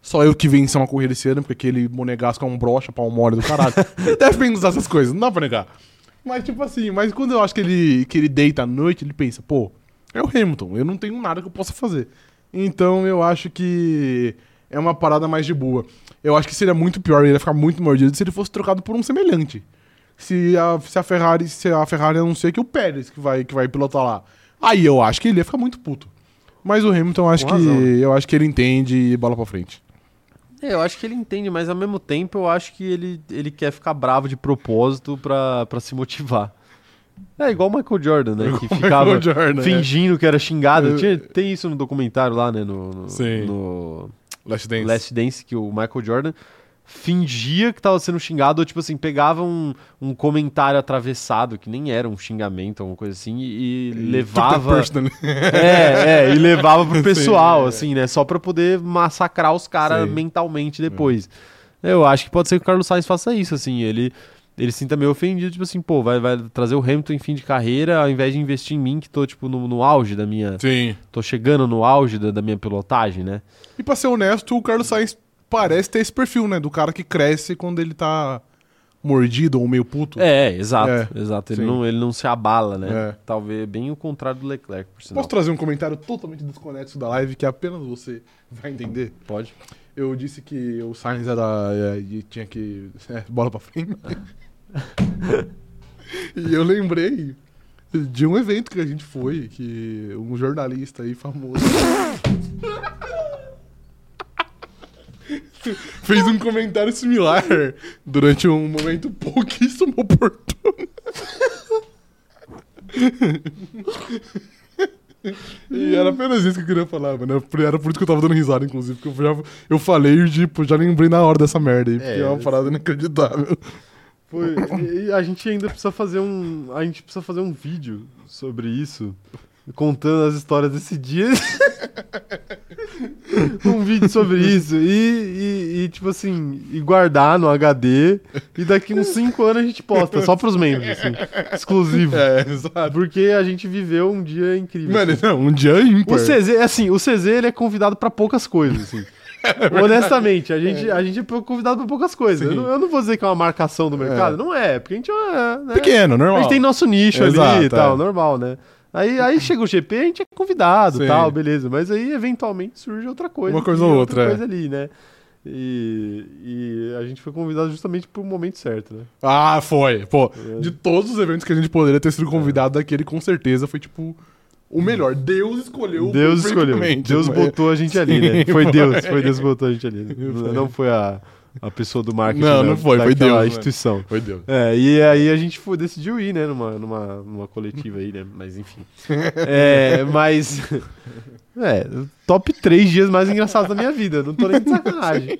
só eu que venci uma corrida esse ano, porque aquele monegasco é um brocha, pau mole do caralho. ele deve pensar essas coisas, não dá pra negar. Mas, tipo assim, mas quando eu acho que ele, que ele deita à noite, ele pensa, pô, é o Hamilton, eu não tenho nada que eu possa fazer. Então eu acho que é uma parada mais de boa. Eu acho que seria muito pior, ele ia ficar muito mordido se ele fosse trocado por um semelhante. Se a, se a Ferrari, se a Ferrari a não ser que o Pérez que vai, que vai pilotar lá. Aí eu acho que ele ia ficar muito puto. Mas o Hamilton eu acho Com que razão, né? eu acho que ele entende e bola pra frente. É, eu acho que ele entende, mas ao mesmo tempo eu acho que ele, ele quer ficar bravo de propósito pra, pra se motivar. É igual o Michael Jordan, né? Que ficava Michael Jordan, é. fingindo que era xingado. Eu- Tinha- tem isso no documentário lá, né? No, no- Sim. no Last Dance. Last Dance, que o Michael Jordan fingia que tava sendo xingado, ou tipo assim, pegava um, um comentário atravessado, que nem era um xingamento, alguma coisa assim, e, e E tipo, took that levava. personally. É, é, e levava pro Sim, pessoal, é. assim, né? Só pra poder massacrar os caras Sim. É. mentalmente depois. Eu acho que pode ser que o Carlos Sainz faça isso, assim. Ele, ele se sinta meio ofendido, tipo assim, pô, vai, vai trazer o Hamilton em fim de carreira ao invés de investir em mim, que tô, tipo, no, no auge da minha. Sim. Tô chegando no auge da, da minha pilotagem, né? E pra ser honesto, o Carlos Sainz parece ter esse perfil, né? Do cara que cresce quando ele tá mordido ou meio puto. É, é, exato, É, exato. Ele sim. não, ele não se abala, né? É. Talvez bem o contrário do Leclerc, por sinal. Posso trazer um comentário totalmente desconexo da live que apenas você vai entender? Pode? Eu disse que o Sainz era. é, e tinha que. é, bola pra frente. e eu lembrei de um evento que a gente foi, que um jornalista aí famoso. fez um comentário similar durante um momento pouquíssimo oportuno. E era apenas isso que eu queria falar, mano. Era por isso que eu tava dando risada, inclusive, porque eu já eu falei e, tipo, já lembrei na hora dessa merda aí, porque é, uma eu- parada inacreditável. Foi, e- e a gente ainda precisa fazer um. A gente precisa fazer um vídeo sobre isso. Contando as histórias desse dia. um vídeo sobre isso. E, e- e, tipo assim, e guardar no HD. E daqui uns 5 anos a gente posta, só pros membros, assim. Exclusivo. É, exato. Porque a gente viveu um dia incrível. Mano, não, um dia ímpar. O CZ, é assim, o CZ ele é convidado pra poucas coisas, assim. É Honestamente, a gente, a gente é convidado pra poucas coisas. Eu Sim. não, eu não vou dizer que é uma marcação do mercado, É. não é, porque a gente é. uma- Né? Pequeno, A normal. gente tem nosso nicho ali Exato, e tal, é. normal, né? Aí, aí chega o GP, a gente é convidado e Sim. tal, beleza. Mas aí, eventualmente, surge outra coisa. Uma coisa aqui, ou outra, é. coisa ali, né? E, e a gente foi convidado justamente pro momento certo, né? Ah, foi. Pô, É. de todos os eventos que a gente poderia ter sido convidado daquele, com certeza foi tipo o melhor. Deus escolheu Deus escolheu. perfeitamente, Deus mas- botou a gente ali, né? Sim, Foi foi. Deus, foi Deus que botou a gente ali. Não, Foi. não foi a, a pessoa do marketing. Não, da- não foi, foi daquela Deus, né? instituição. Foi Deus. É, e aí a gente foi- decidiu ir, né, numa, numa, numa coletiva aí, né? Mas enfim. É, mas. É, top três dias mais engraçados da minha vida. Não tô nem de sacanagem.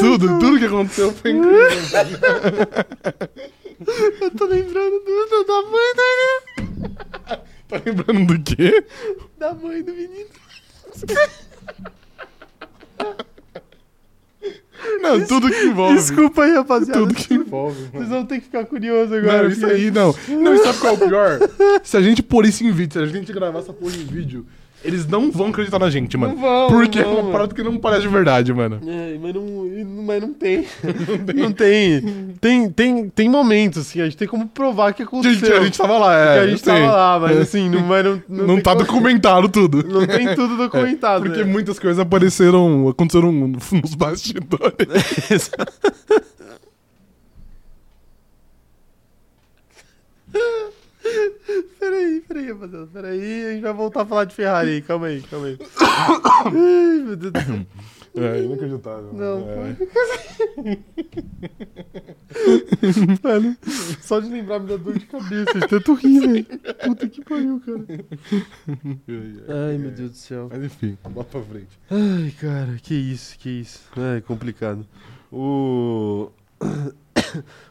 Tudo, tudo que aconteceu foi incrível. Eu tô lembrando do, da mãe né? do tá lembrando do quê? Da mãe do menino. Não, tudo que envolve. Desculpa aí, rapaziada. Tudo que envolve. Vocês mano. vão ter que ficar curioso agora. Não, isso porque- aí não. Não, e sabe qual é o pior? Se a gente pôr isso em vídeo, se a gente gravar essa porra em vídeo, eles não vão acreditar na gente, mano. Não vão, não Porque é vão, uma mano. parada que não parece de verdade, mano. É, mas não, e não- mas não tem. não tem. Tem, tem, tem momentos, assim, a gente tem como provar que aconteceu. Gente, a gente tava lá, Porque é. a gente sim. tava lá, mas assim, não, mas não, não, Não tem tá como- documentado tudo. É, Não tem tudo documentado. Porque né? muitas coisas apareceram, aconteceram nos bastidores. peraí, peraí, rapaziada. Peraí, a gente vai voltar a falar de Ferrari aí. Calma aí, calma aí. Ai, meu Deus do céu. É, inacreditável. Não, É. Mano, só de lembrar me dá dor de cabeça. De tanto rir, velho. Puta que pariu, cara. Ai, meu Deus do céu. Mas enfim, lá pra frente. Ai, cara, que isso, que isso. Ai, complicado. O.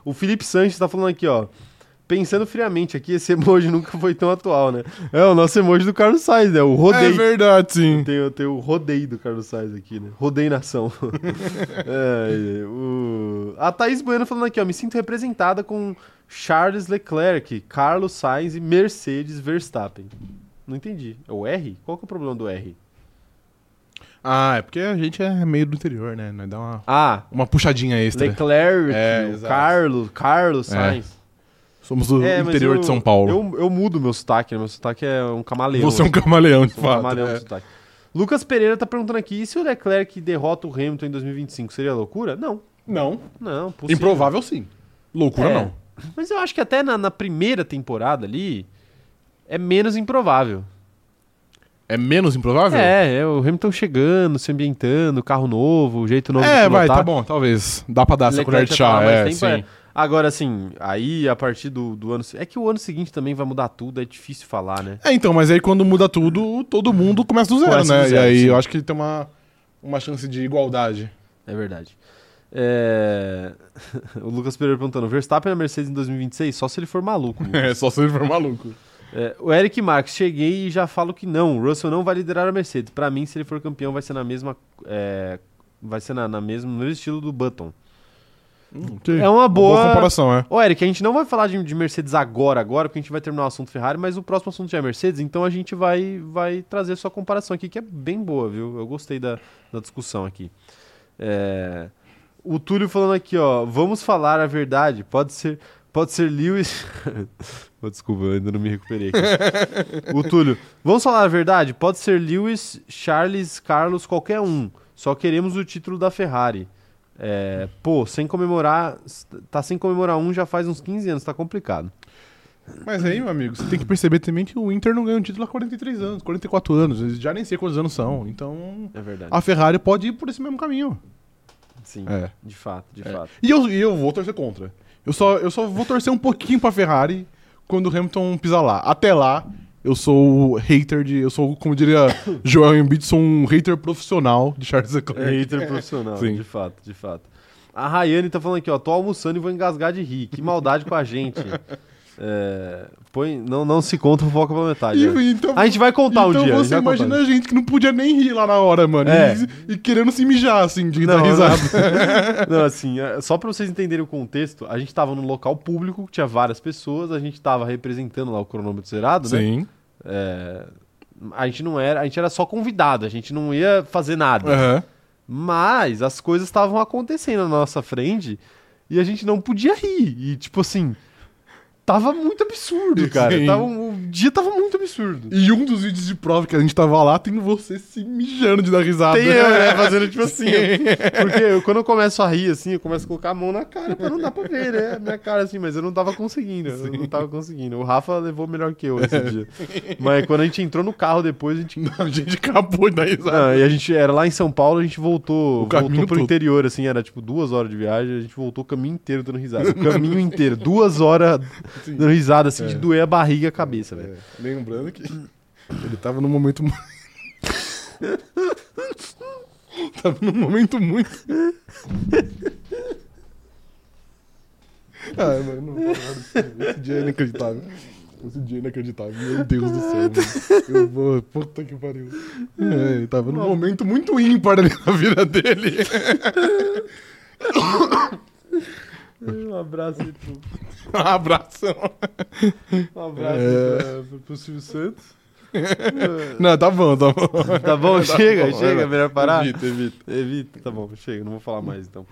O Felipe Sanches tá falando aqui, ó. Pensando friamente aqui, esse emoji nunca foi tão atual, né? É o nosso emoji do Carlos Sainz, né? O É rodeio. verdade, sim. Tem, tem o rodeio do Carlos Sainz aqui, né? Rodeio nação. É, é, o- A Thaís Bueno falando aqui, ó. Me sinto representada com Charles Leclerc, Carlos Sainz e Mercedes Verstappen. Não entendi. É o R? Qual que é o problema do R? Ah, é porque a gente é meio do interior, né? Nós dá uma, Ah, uma puxadinha extra. Leclerc, É, o exato. Carlos, Carlos É. Sainz. Somos do É, mas interior eu- de São Paulo. Eu, eu mudo meu sotaque, né? Meu sotaque é um camaleão. Você é um né? camaleão, de Sou um fato. camaleão é. com sotaque. Lucas Pereira tá perguntando aqui, e se o Leclerc derrota o Hamilton em 2025, seria loucura? Não, Não. não, possível. Improvável, sim. É. Loucura, É. não. Mas eu acho que até na, na primeira temporada ali, é menos improvável. É menos improvável? É, é o Hamilton chegando, se ambientando, carro novo, o jeito novo É, de vai, pilotar. tá bom, talvez. Dá pra dar essa Leclerc vai colher de parar chá, mais tempo, é, é. sim. Agora, assim, aí a partir do, do ano... se- É que o ano seguinte também vai mudar tudo, é difícil falar, né? É, então, mas aí quando muda tudo, todo mundo começa do zero, Começa do né? zero, e aí sim. eu acho que tem uma, uma chance de igualdade. É verdade. É, o Lucas Pereira perguntando, Verstappen na Mercedes em 2026? Só se ele for maluco. Lucas. É, só se ele for maluco. É, o Eric Marques, cheguei e já falo que não. O Russell não vai liderar a Mercedes. Pra mim, se ele for campeão, vai ser na mesma... é, vai ser na, na mesma, no mesmo estilo do Button. É uma Hum, Boa boa comparação, é. Ô, Eric, a gente não vai falar de, de Mercedes agora, agora, porque a gente vai terminar o assunto Ferrari, mas o próximo assunto já é Mercedes, então a gente vai, vai trazer sua comparação aqui, que é bem boa, viu? Eu gostei da, da discussão aqui. É, O Túlio falando aqui, ó, vamos falar a verdade, pode ser, pode ser Lewis... Pô, Desculpa, eu ainda não me recuperei aqui. o Túlio, vamos falar a verdade, pode ser Lewis, Charles, Carlos, qualquer um, só queremos o título da Ferrari. É, pô, sem comemorar. Tá sem comemorar um já faz uns 15 anos, tá complicado. Mas aí, meu amigo, você tem que perceber também que o Inter não ganha um título há 43 anos, 44 anos. Eles já nem sei quantos anos são. Então, É verdade. a Ferrari pode ir por esse mesmo caminho. Sim, É. de fato, de É. fato. E eu, e eu vou torcer contra. Eu só, eu só vou torcer um pouquinho pra Ferrari quando o Hamilton pisar lá. Até lá, eu sou o hater de. Eu sou, como diria Joel Embiid, sou um hater profissional de Charles É Leclerc. hater profissional, Sim. de fato, de fato. A Rayane tá falando aqui, ó, tô almoçando e vou engasgar de rir. Que maldade com a gente. É, põe, não, não se conta fofoca pela metade. E, né? então, A gente vai contar então um dia. a gente você vai contar um imagina dia. a gente que não podia nem rir lá na hora, mano. É. E, e querendo se mijar, assim, de dar Não, é risada. Não, assim, é, só pra vocês entenderem o contexto, a gente tava num local público, tinha várias pessoas, a gente tava representando lá o cronômetro zerado, né? Sim. É, a gente não era, a gente era só convidado, a gente não ia fazer nada. Aham. Mas as coisas estavam acontecendo na nossa frente e a gente não podia rir. E tipo assim, tava muito absurdo, cara. Sim. Tava, um, o dia tava muito absurdo. E um dos vídeos de prova que a gente tava lá tem você se mijando de dar risada. Tem eu, né, fazendo tipo assim, ó. porque eu- quando eu começo a rir assim, eu começo a colocar a mão na cara pra não dar pra ver, né, a minha cara assim, mas eu não tava conseguindo, eu não tava conseguindo. O Rafa levou melhor que eu esse dia. Mas quando a gente entrou no carro depois, a gente A gente acabou de dar risada. Não, e a gente era lá em São Paulo, a gente voltou, O caminho voltou pro todo. interior, assim, era tipo duas horas de viagem, a gente voltou o caminho inteiro dando risada. O caminho inteiro, duas horas Sim. dando risada, assim, de É. doer a barriga e a cabeça, velho. É, lembrando que ele tava num momento muito. tava num momento muito. Ai, Ah, mano, não vou falar desse dia. Esse dia é inacreditável. Esse dia é inacreditável. Meu Deus do céu, mano. Eu vou. Puta que pariu. É, ele tava num momento muito ímpar ali na vida dele. Um abraço aí pro, Um abração. um abraço abraço aí pro Silvio Santos. Não, tá bom, tá bom. Tá bom, chega, bom, chega, é vai lá. melhor parar. Evita, evita. Evita, tá bom, chega, não vou falar mais então.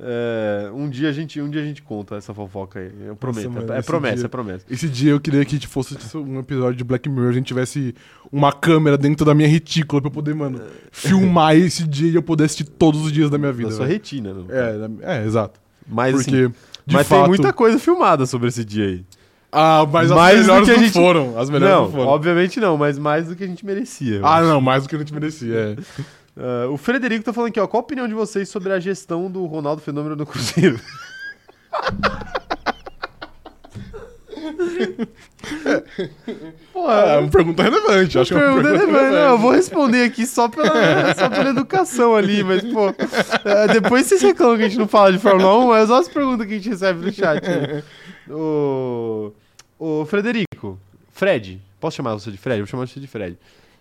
É, um, dia a gente, um dia a gente conta essa fofoca aí. Eu prometo. mano, é, esse promessa, dia- é promessa. Esse dia eu queria que fosse um episódio de Black Mirror, a gente tivesse uma câmera dentro da minha retícula pra eu poder, mano, filmar esse dia e eu poder assistir todos os dias da minha vida. Da sua velho. retina, não. é, da- é, exato. Mas, assim, Porque, de mas fato... tem muita coisa filmada sobre esse dia aí. Ah, mas as mais do melhores que a não gente- foram. As melhores não, não, foram. obviamente não, mas mais do que a gente merecia. eu Ah, acho. não, mais do que a gente merecia, é. Ah, o Frederico tá falando aqui, ó. Qual a opinião de vocês sobre a gestão do Ronaldo Fenômeno no Cruzeiro? Porra, É uma pergunta relevante, acho que é uma Ah, pergunta pergunta relevante. relevante. Não, eu vou responder aqui só pela, só pela educação ali, mas, pô. é, depois vocês reclamam que a gente não fala de Fórmula 1, mas só as perguntas que a gente recebe no chat. aí. Ô, ô, Frederico, Fred, posso chamar você de Fred? Vou chamar você de Fred.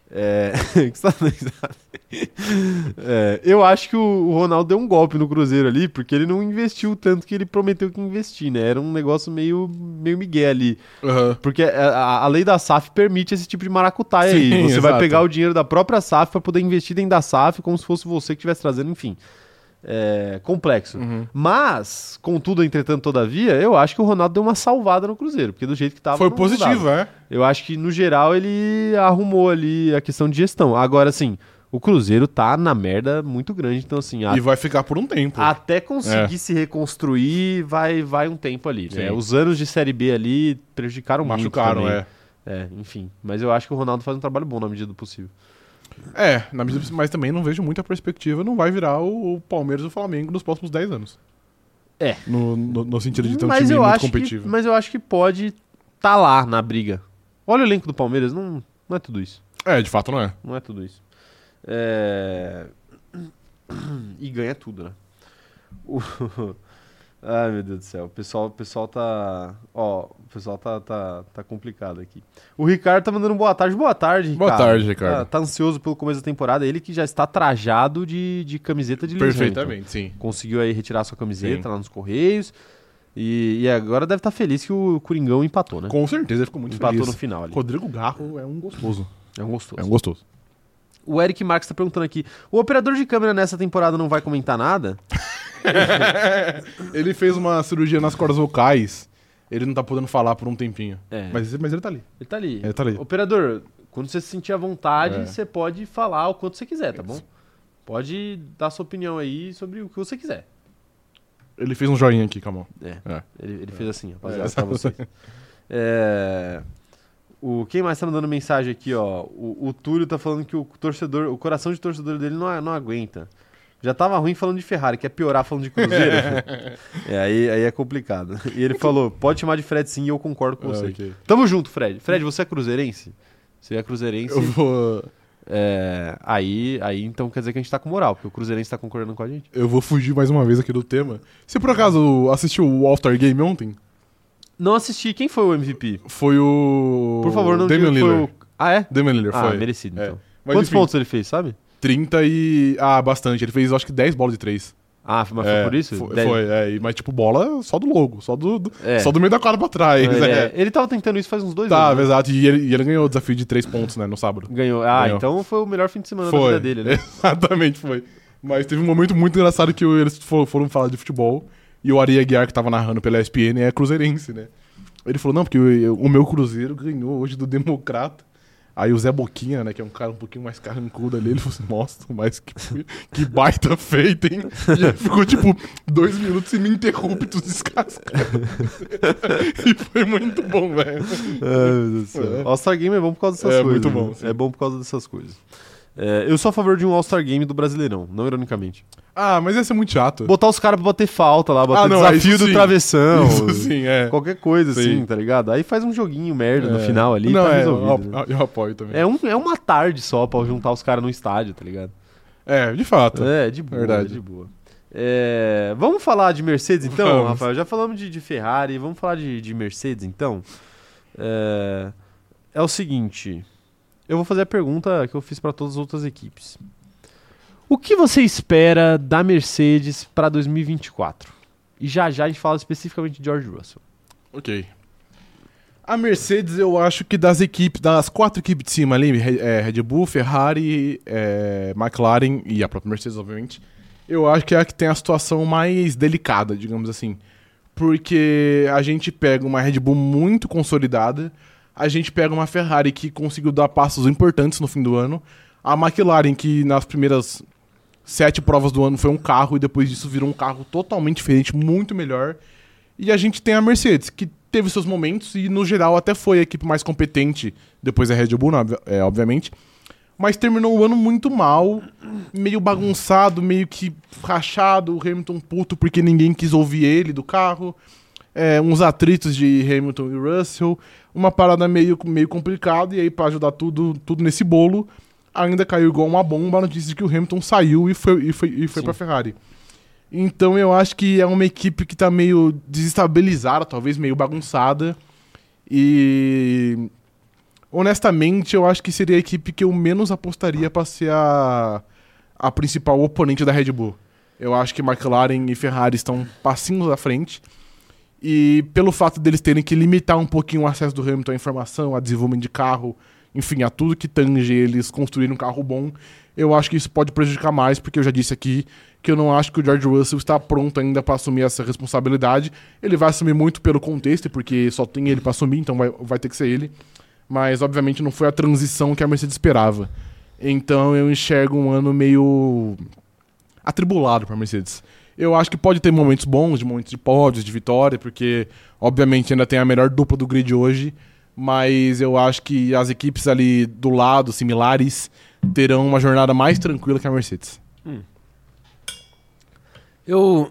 É, que você tá dando risada. É, eu acho que o, o Ronaldo deu um golpe no Cruzeiro ali, porque ele não investiu tanto que ele prometeu que ia investir, né? Era um negócio meio, meio migué ali. Aham. Porque a, a- a lei da SAF permite esse tipo de maracutaia aí. Sim, Você vai exato. pegar o dinheiro da própria SAF para poder investir dentro da SAF, como se fosse você que estivesse trazendo, enfim. É complexo. Uhum. Mas, contudo, entretanto, todavia, eu acho que o Ronaldo deu uma salvada no Cruzeiro, porque do jeito que tava. Foi não- não dava. positivo, é. Eu acho que, no geral, ele arrumou ali a questão de gestão. Agora, assim, o Cruzeiro tá na merda muito grande, então, assim, a E vai ficar por um tempo. até conseguir se reconstruir, vai, vai um tempo ali. né? Sim. Os anos de Série B ali prejudicaram muito. Machucaram, também. é. É, enfim. Mas eu acho que o Ronaldo faz um trabalho bom na medida do possível. É, na medida, do- mas também não vejo muita perspectiva, não vai virar o, o Palmeiras ou o Flamengo nos próximos 10 anos. É. No, no- no sentido de ter um mas time eu muito acho competitivo. Que, mas eu acho que pode tá lá na briga. Olha o elenco do Palmeiras, não, não é tudo isso. É, de fato não é. Não é tudo isso. É... E ganha tudo, né? O- Ai, meu Deus do céu. O pessoal, o pessoal tá. Ó, o pessoal tá, tá, tá complicado aqui. O Ricardo tá mandando boa tarde. Boa tarde, Ricardo. Boa tarde, Tá, Ricardo. tá ansioso pelo começo da temporada. Ele que já está trajado de, de camiseta de Lewis Hamilton Perfeitamente, sim. conseguiu aí retirar sua camiseta Sim. lá nos Correios. E, e agora deve estar feliz que o Coringão empatou, né? Com certeza ele ficou muito empatou no feliz. final ali. Rodrigo Garro é um gostoso. É um gostoso. É um gostoso. O Eric Marques tá perguntando aqui: o operador de câmera nessa temporada não vai comentar nada? Ele fez uma cirurgia nas cordas vocais. Ele não tá podendo falar por um tempinho. É. Mas, mas ele tá ali. Ele tá ali. Ele tá ali. Operador, quando você se sentir à vontade, É. você pode falar o quanto você quiser, tá bom? Pode dar sua opinião aí sobre o que você quiser. Ele fez um joinha aqui, calma. Ele, ele fez assim, rapaziada, É. pra vocês. É, O, quem mais tá mandando mensagem aqui, ó? O, o Túlio tá falando que o torcedor, o coração de torcedor dele não, a- não aguenta. Já tava ruim falando de Ferrari, quer piorar falando de Cruzeiro? é, aí, aí é complicado. E ele falou: pode chamar de Fred sim, e eu concordo com Ah, você. ok. Tamo junto, Fred. Fred, você é cruzeirense? Você é cruzeirense. Eu vou, é, aí, aí então quer dizer que a gente tá com moral, porque o cruzeirense tá concordando com a gente. eu vou fugir mais uma vez aqui do tema. Você por acaso assistiu o All-Star Game ontem? Não assisti. Quem foi o MVP? Foi o. Por favor, não Damian diga que foi Lillard. o. Ah, é? Damian Lillard, Ah, foi. merecido, É. então. Mas, Quantos enfim, pontos ele fez, sabe? 30 e. Ah, bastante. Ele fez, acho que 10 bolas de 3. Ah, mas foi por isso? É, Foi, Dez- foi, é. E- Mas, tipo, bola só do logo. Só do, do- É. só do meio da quadra pra trás. Não, ele, é. é- ele tava tentando isso faz uns dois Tá, anos. né? exato. E ele, e ele ganhou o desafio de 3 pontos, né, no sábado. Ganhou. Ah, Ganhou. então foi o melhor fim de semana da vida dele, né? Exatamente, foi. Mas teve um momento muito engraçado que eles fo- foram falar de futebol e o Ari Aguiar, que tava narrando pela ESPN, é cruzeirense, né? Ele falou, não, porque eu- eu- o meu cruzeiro ganhou hoje do Democrata. Aí o Zé Boquinha, né, que é um cara um pouquinho mais carrancudo ali, ele falou assim, nossa, mas que, que baita feita, hein? E aí ficou, tipo, dois minutos e me ininterruptos descascando. e foi muito bom, velho. Ai, meu Deus do céu. É. All-Star Game é bom por causa dessas É, coisas. muito né? bom, sim. É bom por causa dessas coisas. É, eu sou a favor de um All-Star Game do Brasileirão, não ironicamente. Ah, mas ia ser muito chato. Botar os caras pra bater falta lá, bater Ah, não, é desafio isso do sim. travessão. Isso sim, é. Qualquer coisa assim, Sim. tá ligado? Aí faz um joguinho merda no É. final ali não, e tá é, resolvido. eu, né? eu- eu apoio também. É, um, é uma tarde só pra juntar os caras no estádio, tá ligado? É, de fato. É, de boa, Verdade. de boa. É, vamos falar de Mercedes então, Vamos. Rafael? Já falamos de, de Ferrari, vamos falar de, de Mercedes então? É, é o seguinte, eu vou fazer a pergunta que eu fiz para todas as outras equipes. O que você espera da Mercedes para 2024? E já já a gente fala especificamente de George Russell. Ok. A Mercedes, eu acho que das equipes, das quatro equipes de cima ali, Re- é, Red Bull, Ferrari, é, McLaren e a própria Mercedes, obviamente, eu acho que é a que tem a situação mais delicada, digamos assim. Porque a gente pega uma Red Bull muito consolidada, a gente pega uma Ferrari que conseguiu dar passos importantes no fim do ano, a McLaren que nas primeiras sete provas do ano foi um carro e depois disso virou um carro totalmente diferente, muito melhor. E a gente tem a Mercedes, que teve seus momentos e, no geral, até foi a equipe mais competente depois da Red Bull, na- é, obviamente. Mas terminou o ano muito mal, meio bagunçado, meio que rachado, o Hamilton puto porque ninguém quis ouvir ele do carro. É, uns atritos de Hamilton e Russell, uma parada meio, meio complicada, e aí pra ajudar tudo, tudo nesse bolo, ainda caiu igual uma bomba a notícia de que o Hamilton saiu e foi, e foi, e foi Sim. pra Ferrari. Então eu acho que é uma equipe que tá meio desestabilizada, talvez meio bagunçada. E honestamente, eu acho que seria a equipe que eu menos apostaria pra ser a, a principal oponente da Red Bull. Eu acho que McLaren e Ferrari estão passinhos à frente. E pelo fato deles terem que limitar um pouquinho o acesso do Hamilton à informação, a desenvolvimento de carro, enfim, a tudo que tange eles construírem um carro bom, eu acho que isso pode prejudicar mais, porque eu já disse aqui que eu não acho que o George Russell está pronto ainda para assumir essa responsabilidade. Ele vai assumir muito pelo contexto, e porque só tem ele para assumir, então vai, vai ter que ser ele. Mas, obviamente, não foi a transição que a Mercedes esperava. Então, eu enxergo um ano meio atribulado para Mercedes. Eu acho que pode ter momentos bons, de momentos de pódios, de vitória, porque, obviamente, ainda tem a melhor dupla do grid hoje. mas eu acho que as equipes ali do lado, similares, terão uma jornada mais tranquila que a Mercedes. Eu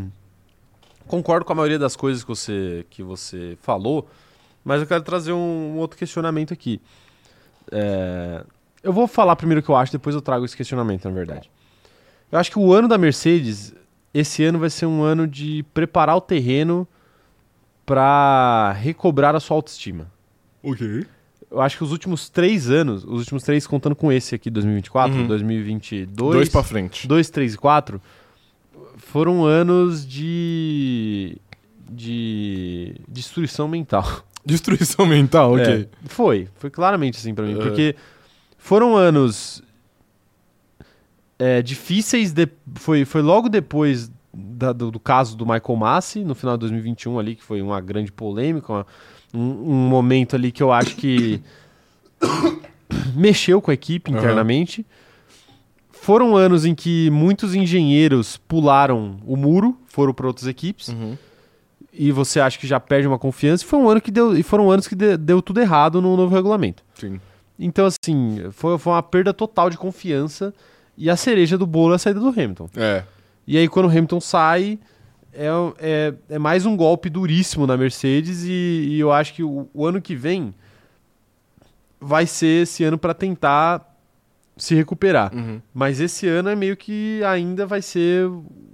concordo com a maioria das coisas que você, que você falou, mas eu quero trazer um, um outro questionamento aqui. É, eu vou falar primeiro o que eu acho, depois eu trago esse questionamento, na verdade. Eu acho que o ano da Mercedes, esse ano vai ser um ano de preparar o terreno para recobrar a sua autoestima. Ok. Eu acho que os últimos três anos, os últimos três contando com esse aqui, 2024, Uhum. 2022... Dois, pra frente. 2, 3 e 4 foram anos de. de destruição mental. Destruição mental, ok. É, foi, foi claramente assim pra mim. É. Porque foram anos é, difíceis. de- foi, foi logo depois da- do, do caso do Michael Massi, no final de 2021 ali, que foi uma grande polêmica, uma- um, um momento ali que eu acho que mexeu com a equipe Aham. internamente. Foram anos em que muitos engenheiros pularam o muro, foram para outras equipes Uhum. e você acha que já perde uma confiança, e foi um ano que deu, e foram anos que de- deu tudo errado no novo regulamento. Sim. Então, assim, foi, foi uma perda total de confiança e a cereja do bolo é a saída do Hamilton. É. E aí, quando o Hamilton sai, é, é, é mais um golpe duríssimo na Mercedes, e, e eu acho que o, o ano que vem vai ser esse ano para tentar se recuperar. Uhum. Mas esse ano é meio que ainda vai ser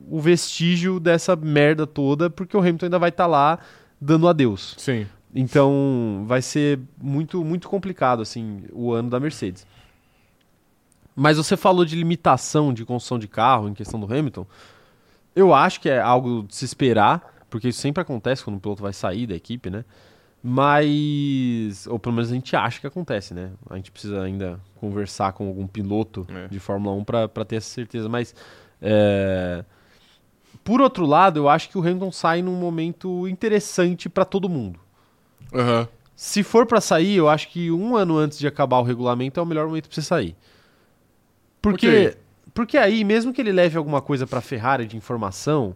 o vestígio dessa merda toda, porque o Hamilton ainda vai estar lá dando adeus. Sim. Então vai ser muito, muito complicado assim o ano da Mercedes. Mas você falou de limitação de construção de carro em questão do Hamilton. Eu acho que é algo de se esperar, porque isso sempre acontece quando o piloto vai sair da equipe, né? Mas. Ou pelo menos a gente acha que acontece, né? A gente precisa ainda conversar com algum piloto É. de Fórmula 1 para ter essa certeza. Mas. é, Por outro lado, eu acho que o Hamilton sai num momento interessante para todo mundo. Aham. Se for pra sair, eu acho que um ano antes de acabar o regulamento é o melhor momento pra você sair. Porque, Ok. porque aí, mesmo que ele leve alguma coisa pra Ferrari de informação,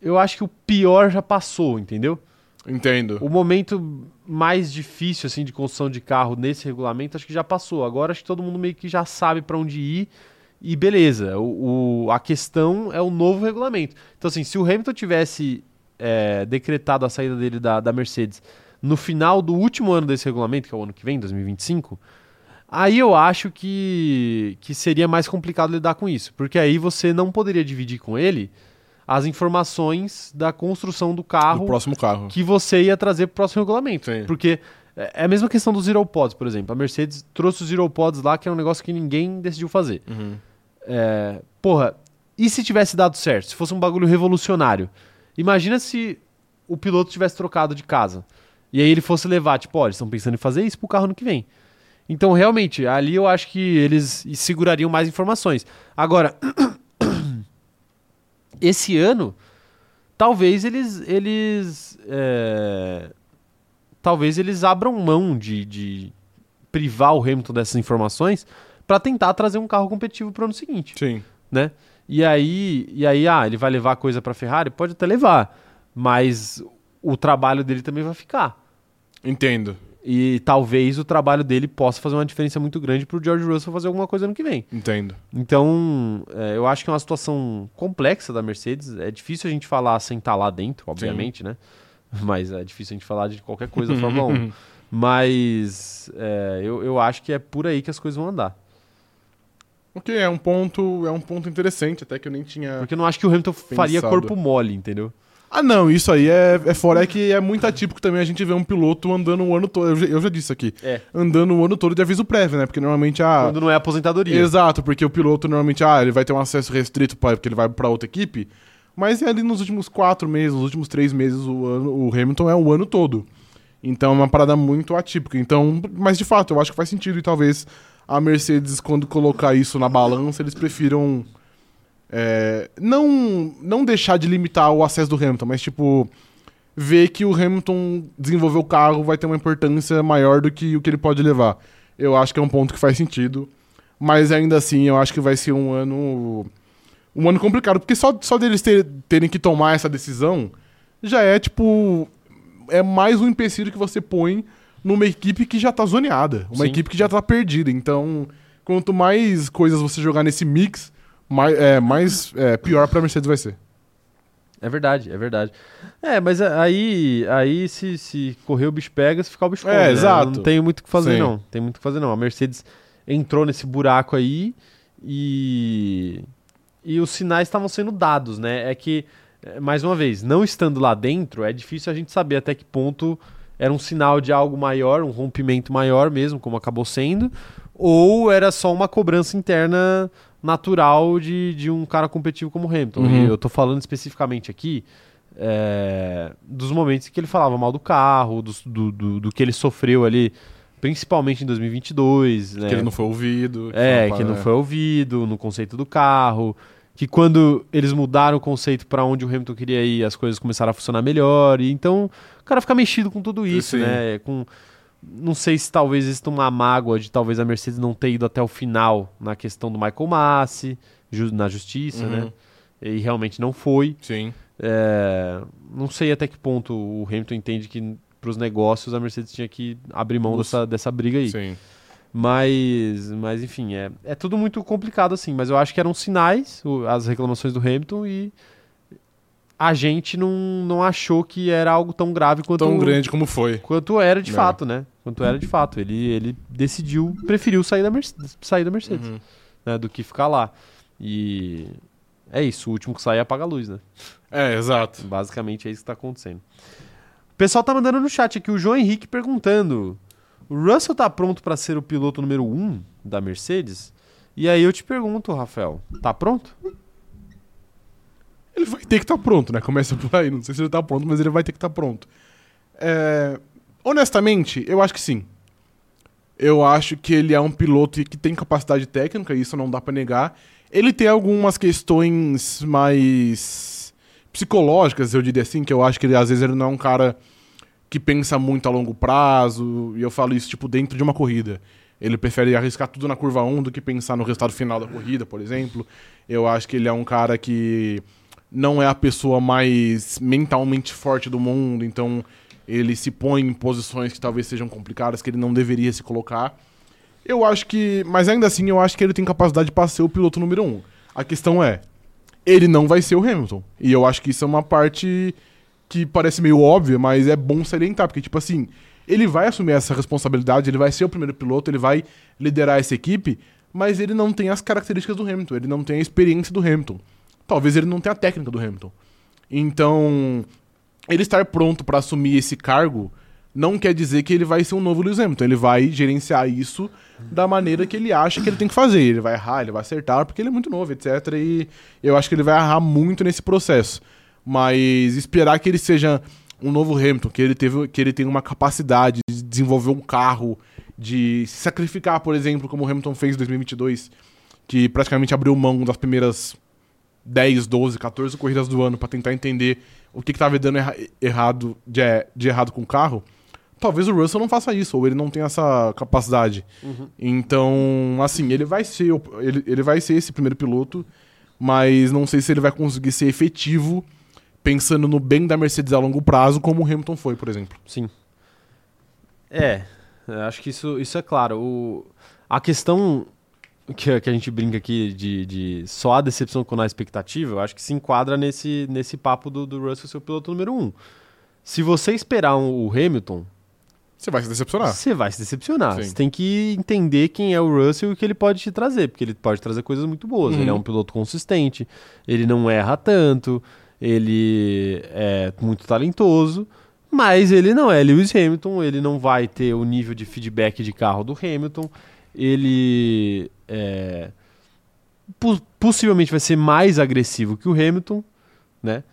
eu acho que o pior já passou, entendeu? Entendo. O momento mais difícil assim de construção de carro nesse regulamento acho que já passou. Agora acho que todo mundo meio que já sabe pra onde ir. E beleza, o, o- a questão é o novo regulamento. Então, assim, se o Hamilton tivesse é, decretado a saída dele da, da Mercedes no final do último ano desse regulamento, que é o ano que vem, 2025, aí eu acho que, que seria mais complicado lidar com isso. Porque aí você não poderia dividir com ele as informações da construção do Do carro próximo carro. que você ia trazer pro próximo regulamento. Sim. Porque é é a mesma questão dos Zero Pods, por exemplo. A Mercedes trouxe os Zero Pods lá, que é um negócio que ninguém decidiu fazer. Uhum. É, porra, e se tivesse dado certo? Se fosse um bagulho revolucionário? Imagina se o piloto tivesse trocado de casa. E aí ele fosse levar, tipo, ó, eles estão pensando em fazer isso pro carro ano que vem. Então, realmente, ali eu acho que eles segurariam mais informações. Agora, esse ano, talvez eles. eles é, talvez eles abram mão de, de privar o Hamilton dessas informações para tentar trazer um carro competitivo para o ano seguinte Sim. né? E aí, e aí, ah, ele vai levar coisa pra Ferrari? Pode até levar, mas o trabalho dele também vai ficar. Entendo. E talvez o trabalho dele possa fazer uma diferença muito grande pro George Russell fazer alguma coisa ano que vem. Entendo. Então, é, eu acho que é uma situação complexa da Mercedes. É difícil a gente falar sem estar lá dentro, obviamente, né? Mas é difícil a gente falar de qualquer coisa da Fórmula 1. Mas é, eu, eu acho que é por aí que as coisas vão andar. Ok, é um ponto, é um ponto interessante, até que eu nem tinha. Porque eu não acho que o Hamilton faria Pensado. corpo mole, entendeu? Ah, não, isso aí é, é fora, é que é muito atípico também a gente ver um piloto andando o ano todo. Eu já, eu já disse aqui. É. Andando o ano todo de aviso prévio, né? Porque normalmente a. Quando não é aposentadoria. Exato, porque o piloto normalmente, ah, ele vai ter um acesso restrito pra, porque ele vai pra outra equipe. Mas é ali nos últimos quatro meses, nos últimos três meses, o, ano, o Hamilton é o ano todo. Então é uma parada muito atípica. Então, mas de fato, eu acho que faz sentido e talvez a Mercedes, quando colocar isso na balança, eles prefiram é, não, não deixar de limitar o acesso do Hamilton, mas tipo ver que o Hamilton desenvolver o carro vai ter uma importância maior do que o que ele pode levar. Eu acho que é um ponto que faz sentido. Mas ainda assim, eu acho que vai ser um ano. Um ano complicado, porque só, só deles ter- terem que tomar essa decisão já é, tipo, é mais um empecilho que você põe numa equipe que já tá zoneada, uma Sim. equipe que já tá perdida. Então, quanto mais coisas você jogar nesse mix, mais, é, mais é, pior pra Mercedes vai ser. É verdade, é verdade. É, mas a- aí, aí se, se correr o bicho pega, se ficar o bicho come, É, né? exato. Não tem muito o que fazer, Sim. não. Tem muito o que fazer, não. A Mercedes entrou nesse buraco aí e. E os sinais estavam sendo dados, né? É que, eh, mais uma vez, não estando lá dentro, é difícil a gente saber até que ponto era um sinal de algo maior, um rompimento maior mesmo, como acabou sendo, ou era só uma cobrança interna natural de, de um cara competitivo como o Hamilton. Uhum. E eu tô falando especificamente aqui é, dos momentos que ele falava mal do carro, dos- do, do, do que ele sofreu ali, principalmente em 2022. né? Que ele não foi ouvido. É, uma que não parada- foi ouvido no conceito do carro. Que quando eles mudaram o conceito para onde o Hamilton queria ir, as coisas começaram a funcionar melhor. E então o cara fica mexido com tudo isso, Sim. né? Com, não sei se talvez exista uma mágoa de talvez a Mercedes não ter ido até o final na questão do Michael Massi, ju- na justiça, Uhum. né? E realmente não foi. Sim. É, não sei até que ponto o Hamilton entende que para os negócios a Mercedes tinha que abrir mão Nossa. dessa, dessa briga aí. Sim. Mas, mas enfim, é, é tudo muito complicado assim. Mas eu acho que eram sinais, o- as reclamações do Hamilton, e a gente não, não achou que era algo tão grave quanto, Tão grande como foi. quanto era de É. fato, né? Quanto era de fato. Ele, ele decidiu, preferiu sair da Mercedes, sair da Mercedes Uhum. né, do que ficar lá. E é isso, o último que sair apaga a luz, né? É, exato. Basicamente é isso que tá acontecendo. O pessoal tá mandando no chat aqui o João Henrique perguntando: o Russell tá pronto para ser o piloto número 1 um da Mercedes? E aí eu te pergunto, Rafael, tá pronto? Ele vai ter que estar pronto, né? Começa por aí. Não sei se ele tá pronto, mas ele vai ter que estar pronto. É, Honestamente, eu acho que sim. Eu acho que ele é um piloto que tem capacidade técnica, isso não dá pra negar. Ele tem algumas questões mais psicológicas, eu diria assim, que eu acho que ele, às vezes ele não é um cara que pensa muito a longo prazo, e eu falo isso tipo dentro de uma corrida. Ele prefere arriscar tudo na curva 1 do que pensar no resultado final da corrida, por exemplo. Eu acho que ele é um cara que não é a pessoa mais mentalmente forte do mundo, então ele se põe em posições que talvez sejam complicadas, que ele não deveria se colocar. Eu acho que. Mas ainda assim, eu acho que ele tem capacidade para ser o piloto número um. A questão é: ele não vai ser o Hamilton. E eu acho que isso é uma parte que parece meio óbvia, mas é bom salientar, porque, tipo assim, ele vai assumir essa responsabilidade, ele vai ser o primeiro piloto, ele vai liderar essa equipe, mas ele não tem as características do Hamilton, ele não tem a experiência do Hamilton. Talvez ele não tenha a técnica do Hamilton. Então, ele estar pronto para assumir esse cargo não quer dizer que ele vai ser um novo Lewis Hamilton. Ele vai gerenciar isso da maneira que ele acha que ele tem que fazer. Ele vai errar, ele vai acertar, porque ele é muito novo, etc. E eu acho que ele vai errar muito nesse processo. Mas esperar que ele seja um novo Hamilton, que ele, teve, que ele tenha uma capacidade de desenvolver um carro, de se sacrificar, por exemplo, como o Hamilton fez em 2022, que praticamente abriu mão das primeiras 10, 12, 14 corridas do ano pra tentar entender o que, que tava dando erra- errado de, é, de errado com o carro, talvez o Russell não faça isso, ou ele não tenha essa capacidade. Então, assim, ele vai ser o- ele, ele vai ser esse primeiro piloto, mas não sei se ele vai conseguir ser efetivo pensando no bem da Mercedes a longo prazo, como o Hamilton foi, por exemplo. Sim. É, eu acho que isso, isso é claro. O, a questão que, que a gente brinca aqui de, de só a decepção com a expectativa, eu acho que se enquadra nesse, nesse papo do, do Russell ser o piloto número 1. Um. Se você esperar um- o Hamilton, Você vai se decepcionar. Você vai se decepcionar. Sim. Você tem que entender quem é o Russell e o que ele pode te trazer, porque ele pode trazer coisas muito boas. Uhum. Ele é um piloto consistente, ele não erra tanto, ele é muito talentoso, mas ele não é Lewis Hamilton, ele não vai ter o nível de feedback de carro do Hamilton, ele é, po- possivelmente vai ser mais agressivo que o Hamilton, né?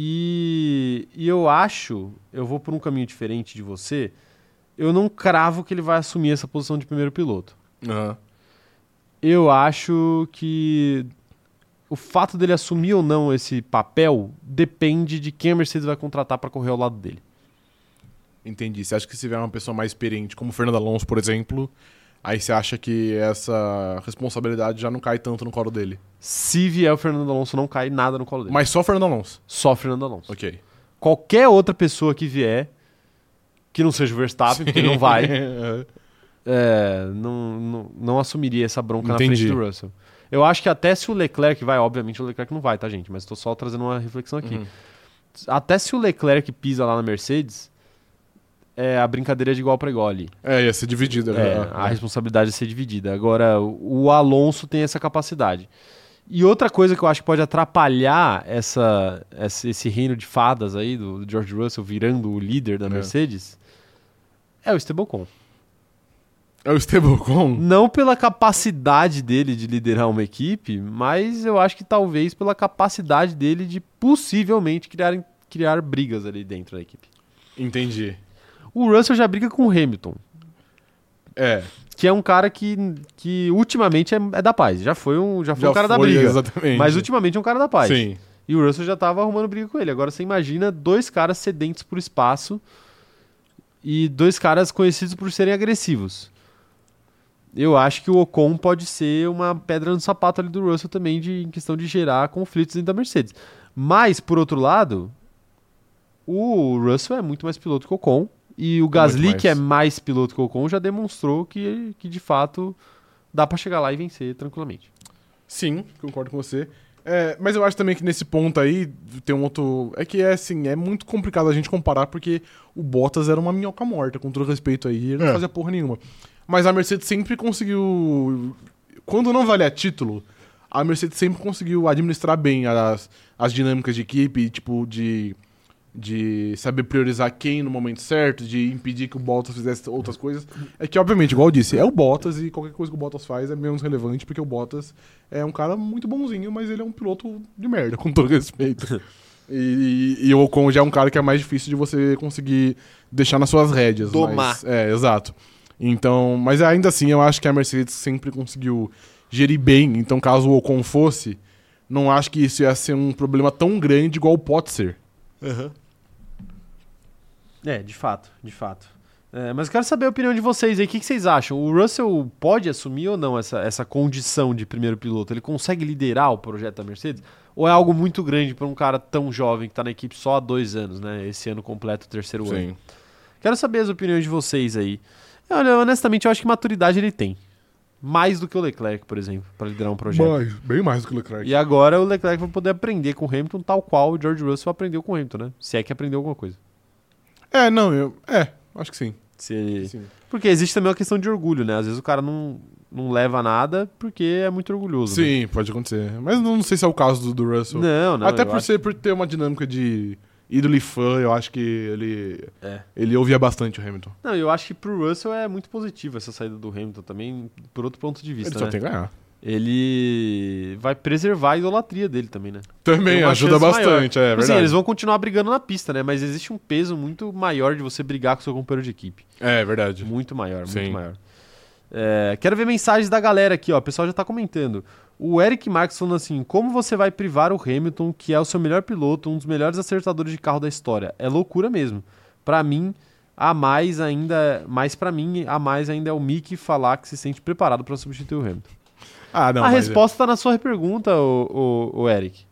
E, e eu acho, eu vou por um caminho diferente de você, eu não cravo que ele vai assumir essa posição de primeiro piloto. Aham. Eu acho que o fato dele assumir ou não esse papel depende de quem a Mercedes vai contratar para correr ao lado dele. Entendi. Você acha que se vier uma pessoa mais experiente, como o Fernando Alonso, por exemplo, aí você acha que essa responsabilidade já não cai tanto no colo dele. Se vier o Fernando Alonso, não cai nada no colo dele. Mas só o Fernando Alonso. Só o Fernando Alonso. Ok. qualquer outra pessoa que vier, que não seja o Verstappen, Ah, porque não vai, é, não, não, não assumiria essa bronca na Entendi. frente do Russell. Eu acho que até se o Leclerc vai, obviamente o Leclerc não vai, tá, gente? Mas tô só trazendo uma reflexão aqui. Uhum. Até se o Leclerc pisa lá na Mercedes, é, a brincadeira é de igual para igual ali. É, ia ser dividido. É, né? a responsabilidade é ser dividida. Agora, o Alonso tem essa capacidade. E outra coisa que eu acho que pode atrapalhar essa, essa- esse reino de fadas aí do George Russell virando o líder da É. Mercedes é o Esteban Ocon. É o Stablecon? Não pela capacidade dele de liderar uma equipe, mas eu acho que talvez pela capacidade dele de possivelmente criar, criar brigas ali dentro da equipe. Entendi. O Russell já briga com o Hamilton. É. que é um cara que, que ultimamente é, é da paz. Já foi um, já foi já um cara da foi, briga. Exatamente. Mas ultimamente é um cara da paz. Sim. E o Russell já tava arrumando briga com ele. Agora você imagina dois caras sedentos por espaço e dois caras conhecidos por serem agressivos. Eu acho que o Ocon pode ser uma pedra no sapato ali do Russell também de, em questão de gerar conflitos dentro da Mercedes. Mas, por outro lado, o Russell é muito mais piloto que o Ocon. E o Gasly, mais. que é mais piloto que o Ocon, já demonstrou que, que de fato dá pra chegar lá e vencer tranquilamente. Sim, concordo com você. É, mas eu acho também que nesse ponto aí tem um outro. É que é assim, é muito complicado a gente comparar porque o Bottas era uma minhoca morta, com todo respeito aí, ele não É. fazia porra nenhuma. Mas a Mercedes sempre conseguiu. Quando não valia título, a Mercedes sempre conseguiu administrar bem as, as dinâmicas de equipe, tipo, de, de saber priorizar quem no momento certo, de impedir que o Bottas fizesse outras coisas. É que, obviamente, igual eu disse, é o Bottas e qualquer coisa que o Bottas faz é menos relevante, porque o Bottas é um cara muito bonzinho, mas ele é um piloto de merda, com todo respeito. E, e- e o Ocon já é um cara que é mais difícil de você conseguir deixar nas suas rédeas. Domar. mas- é, exato. Então, mas ainda assim, eu acho que a Mercedes sempre conseguiu gerir bem. Então, caso o Ocon fosse, não acho que isso ia ser um problema tão grande igual pode ser. É, de fato, de fato. É, mas eu quero saber a opinião de vocês aí. O que, que vocês acham? O Russell pode assumir ou não essa, essa condição de primeiro piloto? Ele consegue liderar o projeto da Mercedes? Ou é algo muito grande para um cara tão jovem que está na equipe só há dois anos, né? Esse ano completo, o terceiro ano. Quero saber as opiniões de vocês aí. É, Olha, honestamente, eu acho que maturidade ele tem. Mais do que o Leclerc, por exemplo, para liderar um projeto. Mais, bem mais do que o Leclerc. E agora o Leclerc vai poder aprender com o Hamilton, tal qual o George Russell aprendeu com o Hamilton, né? Se é que aprendeu alguma coisa. É, não, eu. É, acho que sim. Se ele- Sim. Porque existe também uma questão de orgulho, né? Às vezes o cara não, não leva nada porque é muito orgulhoso. né? Sim, pode acontecer. Mas não, não sei se é o caso do, do Russell. Não, não. Até eu por, acho- ser, por ter uma dinâmica de ídolo e fã, eu acho que ele. É. Ele ouvia bastante o Hamilton. Não, eu acho que pro Russell é muito positivo essa saída do Hamilton também, por outro ponto de vista, ele só né? tem que ganhar. Ele vai preservar a idolatria dele também, né? Tem Também uma ajuda chance maior. bastante, é Tipo assim, verdade. eles vão continuar brigando na pista, né? Mas existe um peso muito maior de você brigar com seu companheiro de equipe. É verdade. Muito maior, Sim. muito maior. É, quero ver mensagens da galera aqui, ó. O pessoal já tá comentando. O Eric Marx falando assim: como você vai privar o Hamilton, que é o seu melhor piloto, um dos melhores acertadores de carro da história? É loucura mesmo. Pra mim, a mais ainda. Mais pra mim, a mais ainda é o Mick falar que se sente preparado pra substituir o Hamilton. Ah, não. a mas é- resposta tá na sua pergunta, o, Eric.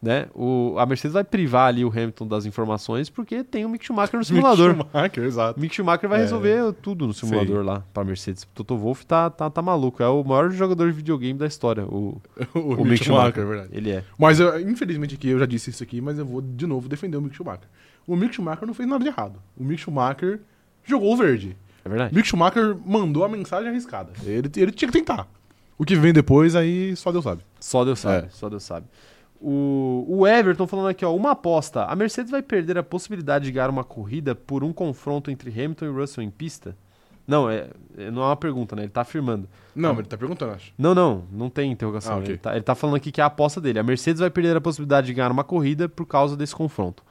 Né? O, a Mercedes vai privar ali o Hamilton das informações porque tem é o Mick Schumacher no simulador. Schumacher, exato. Mick Schumacher vai É. resolver tudo no simulador lá pra Mercedes. Toto Wolff tá, tá, tá maluco. É o maior jogador de videogame da história. O, O, o Mick Mick Schumacher, Schumacher. é verdade. ele é. Mas eu- infelizmente aqui eu já disse isso aqui, mas eu vou de novo defender o Mick Schumacher. O Mick Schumacher não fez nada de errado. O Mick Schumacher jogou o verde. É verdade. Mick Schumacher mandou a mensagem arriscada. Ele, ele tinha que tentar. O que vem depois, aí só Deus sabe. Só Deus sabe. É. Só Deus sabe. O, o Everton falando aqui, ó, uma aposta. A Mercedes vai perder a possibilidade de ganhar uma corrida por um confronto entre Hamilton e Russell em pista? Não, é, é- não é uma pergunta, né? Ele tá afirmando. Não, mas ele tá perguntando, acho. Não, não, não tem interrogação. Ah, né? ok. ele, tá, ele tá falando aqui que é a aposta dele. A Mercedes vai perder a possibilidade de ganhar uma corrida por causa desse confronto.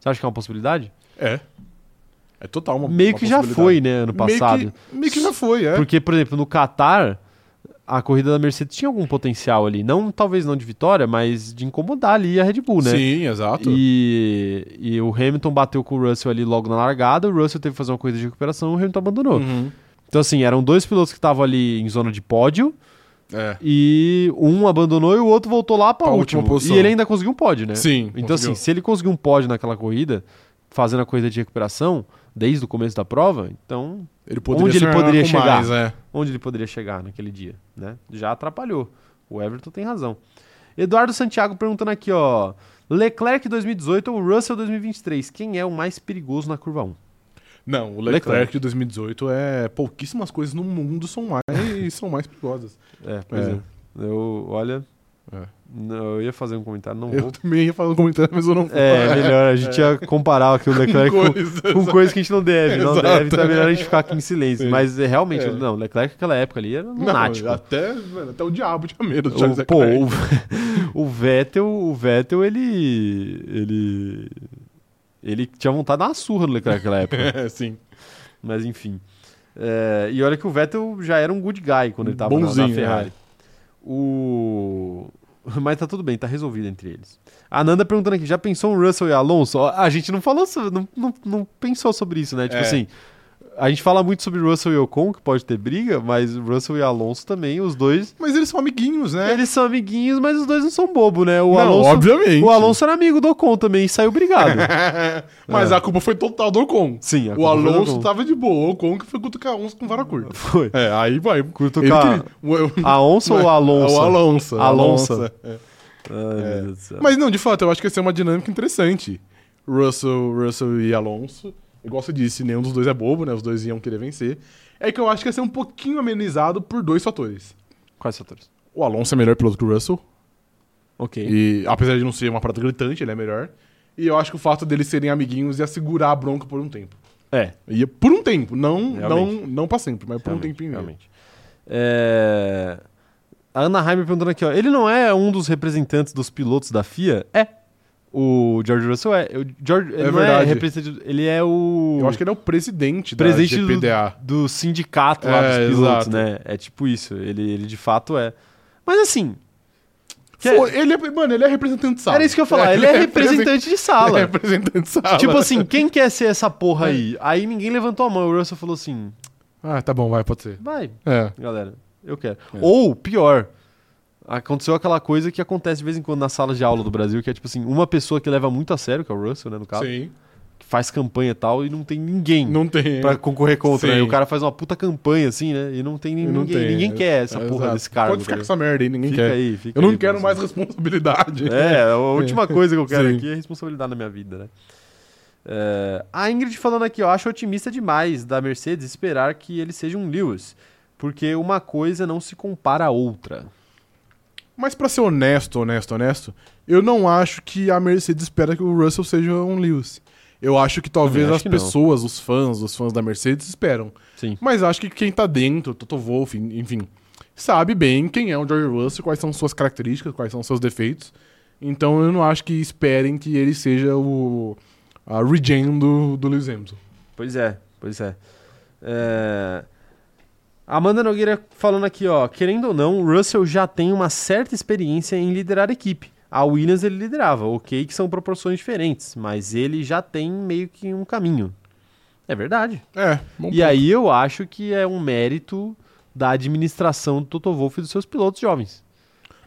Você acha que é uma possibilidade? É. É total uma Meio uma que já possibilidade. foi, né, ano passado. Meio que, meio que já foi, é. Porque, por exemplo, no Qatar, a corrida da Mercedes tinha algum potencial ali. Não, talvez não de vitória, mas de incomodar ali a Red Bull, né? Sim, exato. E, e o Hamilton bateu com o Russell ali logo na largada, o Russell teve que fazer uma corrida de recuperação, o Hamilton abandonou. Uhum. Então, assim, eram dois pilotos que estavam ali em zona de pódio, É. E um abandonou e o outro voltou lá pra, Pra última. última posição. E ele ainda conseguiu um pódio, né? Sim. Então, conseguiu. assim, se ele conseguir um pódio naquela corrida, fazendo a corrida de recuperação, desde o começo da prova, então ele poderia onde ele sonhar poderia com chegar? mais, é. onde ele poderia chegar naquele dia, né? Já atrapalhou. O Everton tem razão. Eduardo Santiago perguntando aqui, ó. Leclerc 2018 ou Russell 2023? Quem é o mais perigoso na curva 1? Não, o Leclerc. Leclerc, de 2018 é pouquíssimas coisas no mundo são mais são mais perigosas. É, Pois é. Eu, olha. É. Não, eu ia fazer um comentário, não Eu vou. também ia falar um comentário, mas eu não vou. É, melhor. A gente ia comparar aqui o Leclerc com, coisas. com coisa que a gente não deve. Não Exato. deve, então é melhor a gente ficar aqui em silêncio. Sim. Mas é, realmente, É. não, o Leclerc naquela época ali era lunático. Não, até, velho, até o diabo tinha medo do Charles O, pô, Leclerc. o, o Vettel, o Vettel, ele. ele. Ele tinha vontade de dar uma surra no Leclerc naquela época. É, sim. Mas enfim. É, e olha que o Vettel já era um good guy quando ele tava na- na Bonzinho, é. Ferrari. O. Mas tá tudo bem, tá resolvido entre eles. A Nanda perguntando aqui: já pensou um Russell e Alonso? Ó, A gente não falou, so- não, não, não pensou sobre isso, né? Tipo É. assim, a gente fala muito sobre Russell e Ocon, que pode ter briga, mas Russell e Alonso também, os dois Mas eles são amiguinhos, né? eles são amiguinhos, mas os dois não são bobo, né? O, não, Alonso, obviamente. o Alonso era amigo do Ocon também e saiu brigado. mas a culpa foi total do Ocon. Sim, a O culpa foi do Alonso Ocon. tava de boa, o Ocon que foi cutucar uns com vara curta. Foi. É, aí vai. Cutucar Ele que- o- o- a onça ou a Alonso? é O Alonso. Alonso. É. Ai, meu Deus do céu. Mas não, de fato, eu acho que essa é uma dinâmica interessante. Russell, Russell e Alonso. Igual você disse, nenhum dos dois é bobo, né? Os dois iam querer vencer. É que eu acho que ia ser um pouquinho amenizado por dois fatores. Quais fatores? O Alonso é melhor piloto que o Russell. Ok. E apesar de não ser uma parada gritante, ele é melhor. E eu acho que o fato deles serem amiguinhos ia segurar a bronca por um tempo. É, Ia por um tempo, não, não, Realmente. não pra sempre, mas por um realmente, tempinho. mesmo. realmente. É, A Ana Heimer perguntando aqui, ó. Ele não é um dos representantes dos pilotos da FIA? É. O George Russell é. O George, ele É não é verdade. representante. Ele é o. Eu acho que ele é o presidente, Presidente da do- GPDA. do sindicato lá É, dos pilotos, exato. né? É tipo isso. Ele, ele de fato é. Mas assim. que- Pô, ele é, mano, ele é representante de sala. Era isso que eu ia falar. ele é representante de Ele é sala. representante de sala. Tipo assim, quem quer ser essa porra aí? Aí ninguém levantou a mão. O Russell falou assim: Ah, tá bom, vai, pode ser. vai, É. galera, eu quero. É. Ou, pior, aconteceu aquela coisa que acontece de vez em quando na sala de aula do Brasil, que é tipo assim: uma pessoa que leva muito a sério, que é o Russell, né, no caso, Sim. que faz campanha e tal, e não tem ninguém. Tá. Não tem. Pra concorrer contra. Sim. Aí o cara faz uma puta campanha, assim, né? E não tem E ninguém. não tem, ninguém é. quer essa É, porra exato. desse cara. Pode ficar com essa merda aí, ninguém Fica quer. aí, fica eu não aí, quero Brasil. mais responsabilidade. É, a última coisa que eu quero Sim. aqui é responsabilidade na minha vida, né? É, a Ingrid falando aqui, ó, acho otimista demais da Mercedes esperar que ele seja um Lewis, porque uma coisa não se compara à outra. Mas pra ser honesto, honesto, honesto, eu não acho que a Mercedes espera que o Russell seja um Lewis. Eu acho que talvez acho as que não. pessoas, os fãs, os fãs da Mercedes esperam. Sim. Mas acho que quem tá dentro, Toto Wolff, enfim, sabe bem quem é o George Russell, quais são suas características, quais são seus defeitos. Então eu não acho que esperem que ele seja o a regen do, do Lewis Hamilton. Pois é, pois é. É, Amanda Nogueira falando aqui, ó, querendo ou não, o Russell já tem uma certa experiência em liderar a equipe. A Williams ele liderava, ok, que são proporções diferentes, mas ele já tem meio que um caminho. É verdade. É, bom E aí eu acho que é um mérito da administração do Toto Wolff e dos seus pilotos jovens.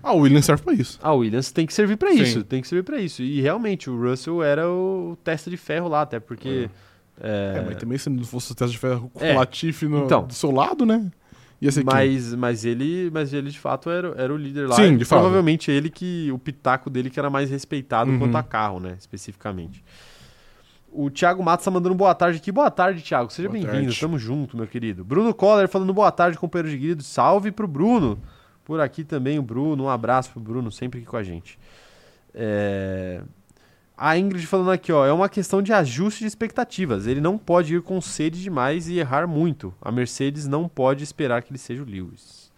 Ah, o Williams serve pra isso. A Williams tem que servir pra Sim. isso, tem que servir pra isso. E realmente o Russell era o testa de ferro lá, até porque É, é, mas também se não fosse o teste de ferro com É. o Latifi no, Então. do seu lado, né? Ia ser quem? mas, mas ele, mas ele de fato era, era o líder lá. Sim, E de fato. Provavelmente ele que o pitaco dele que era mais respeitado Uhum. quanto a carro, né, especificamente. O Thiago Matos tá mandando boa tarde aqui. Boa tarde, Thiago. Seja Boa bem-vindo. tarde. Tamo junto, meu querido. Bruno Coller falando boa tarde, companheiro de grido. Salve pro Bruno. Por aqui também o Bruno. Um abraço pro Bruno, sempre aqui com a gente. É, A Ingrid falando aqui, ó, é uma questão de ajuste de expectativas. Ele não pode ir com sede demais e errar muito. A Mercedes não pode esperar que ele seja o Lewis.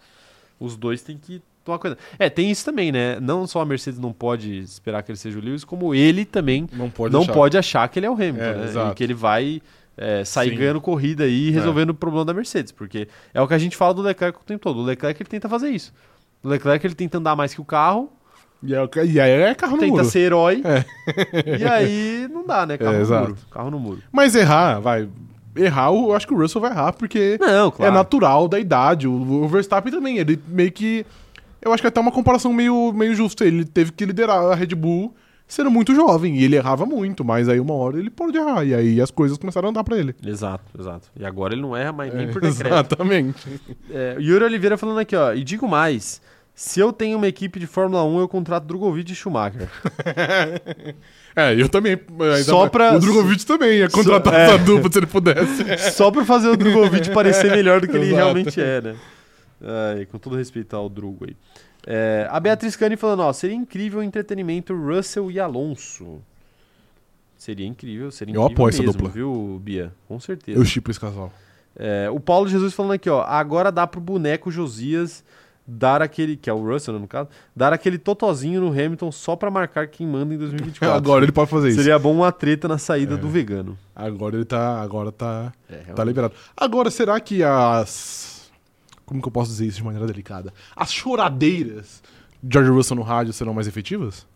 Os dois têm que tomar cuidado. É, tem isso também, né? Não só a Mercedes não pode esperar que ele seja o Lewis, como ele também Não pode não achar. pode achar que ele é o Hamilton, É, né? exato. E que ele vai é, sair Sim. É. ganhando corrida aí e resolvendo o problema da Mercedes, porque é o que a gente fala do Leclerc o tempo todo. O Leclerc ele tenta fazer isso. O Leclerc ele tenta andar mais que o carro, E aí, e aí é carro no tenta muro. É. ser herói, e aí não dá, né? Carro no exato. muro. Carro no muro. Mas errar, vai. errar, eu acho que o Russell vai errar, porque Não, é claro. natural da idade. O, o Verstappen também, ele meio que. Eu acho que até uma comparação meio, meio justa. Ele teve que liderar a Red Bull sendo muito jovem, e ele errava muito, mas aí uma hora ele parou de errar, e aí as coisas começaram a andar pra ele. Exato, exato. E agora ele não erra mais nem É, por decreto. Exatamente. É, o Yuri Oliveira falando aqui, ó. E digo mais: se eu tenho uma equipe de Fórmula 1, eu contrato Drogovic e Schumacher. É, eu também. ainda Só mais- pra- O Drogovic também ia Só- contratar é. essa dupla se ele pudesse. Só pra fazer o Drogovic parecer melhor do que ele Exato. realmente é, né? Ai, com todo respeito ao Drogo aí. É, a Beatriz Cani falando, ó, seria incrível o entretenimento Russell e Alonso. Seria incrível, seria Eu incrível apoio essa mesmo, dupla. viu, Bia? Com certeza. Eu chipo esse casal. É, o Paulo Jesus falando aqui, ó. Agora dá pro boneco Josias dar aquele. Que é o Russell, né, no caso. Dar aquele totozinho no Hamilton só pra marcar quem manda em 2024. Agora ele pode fazer isso. Seria bom uma treta na saída É. do vegano. Agora ele tá. Agora tá. É, Tá liberado. Agora, será que as. Como que eu posso dizer isso de maneira delicada? As choradeiras de George Russell no rádio serão mais efetivas?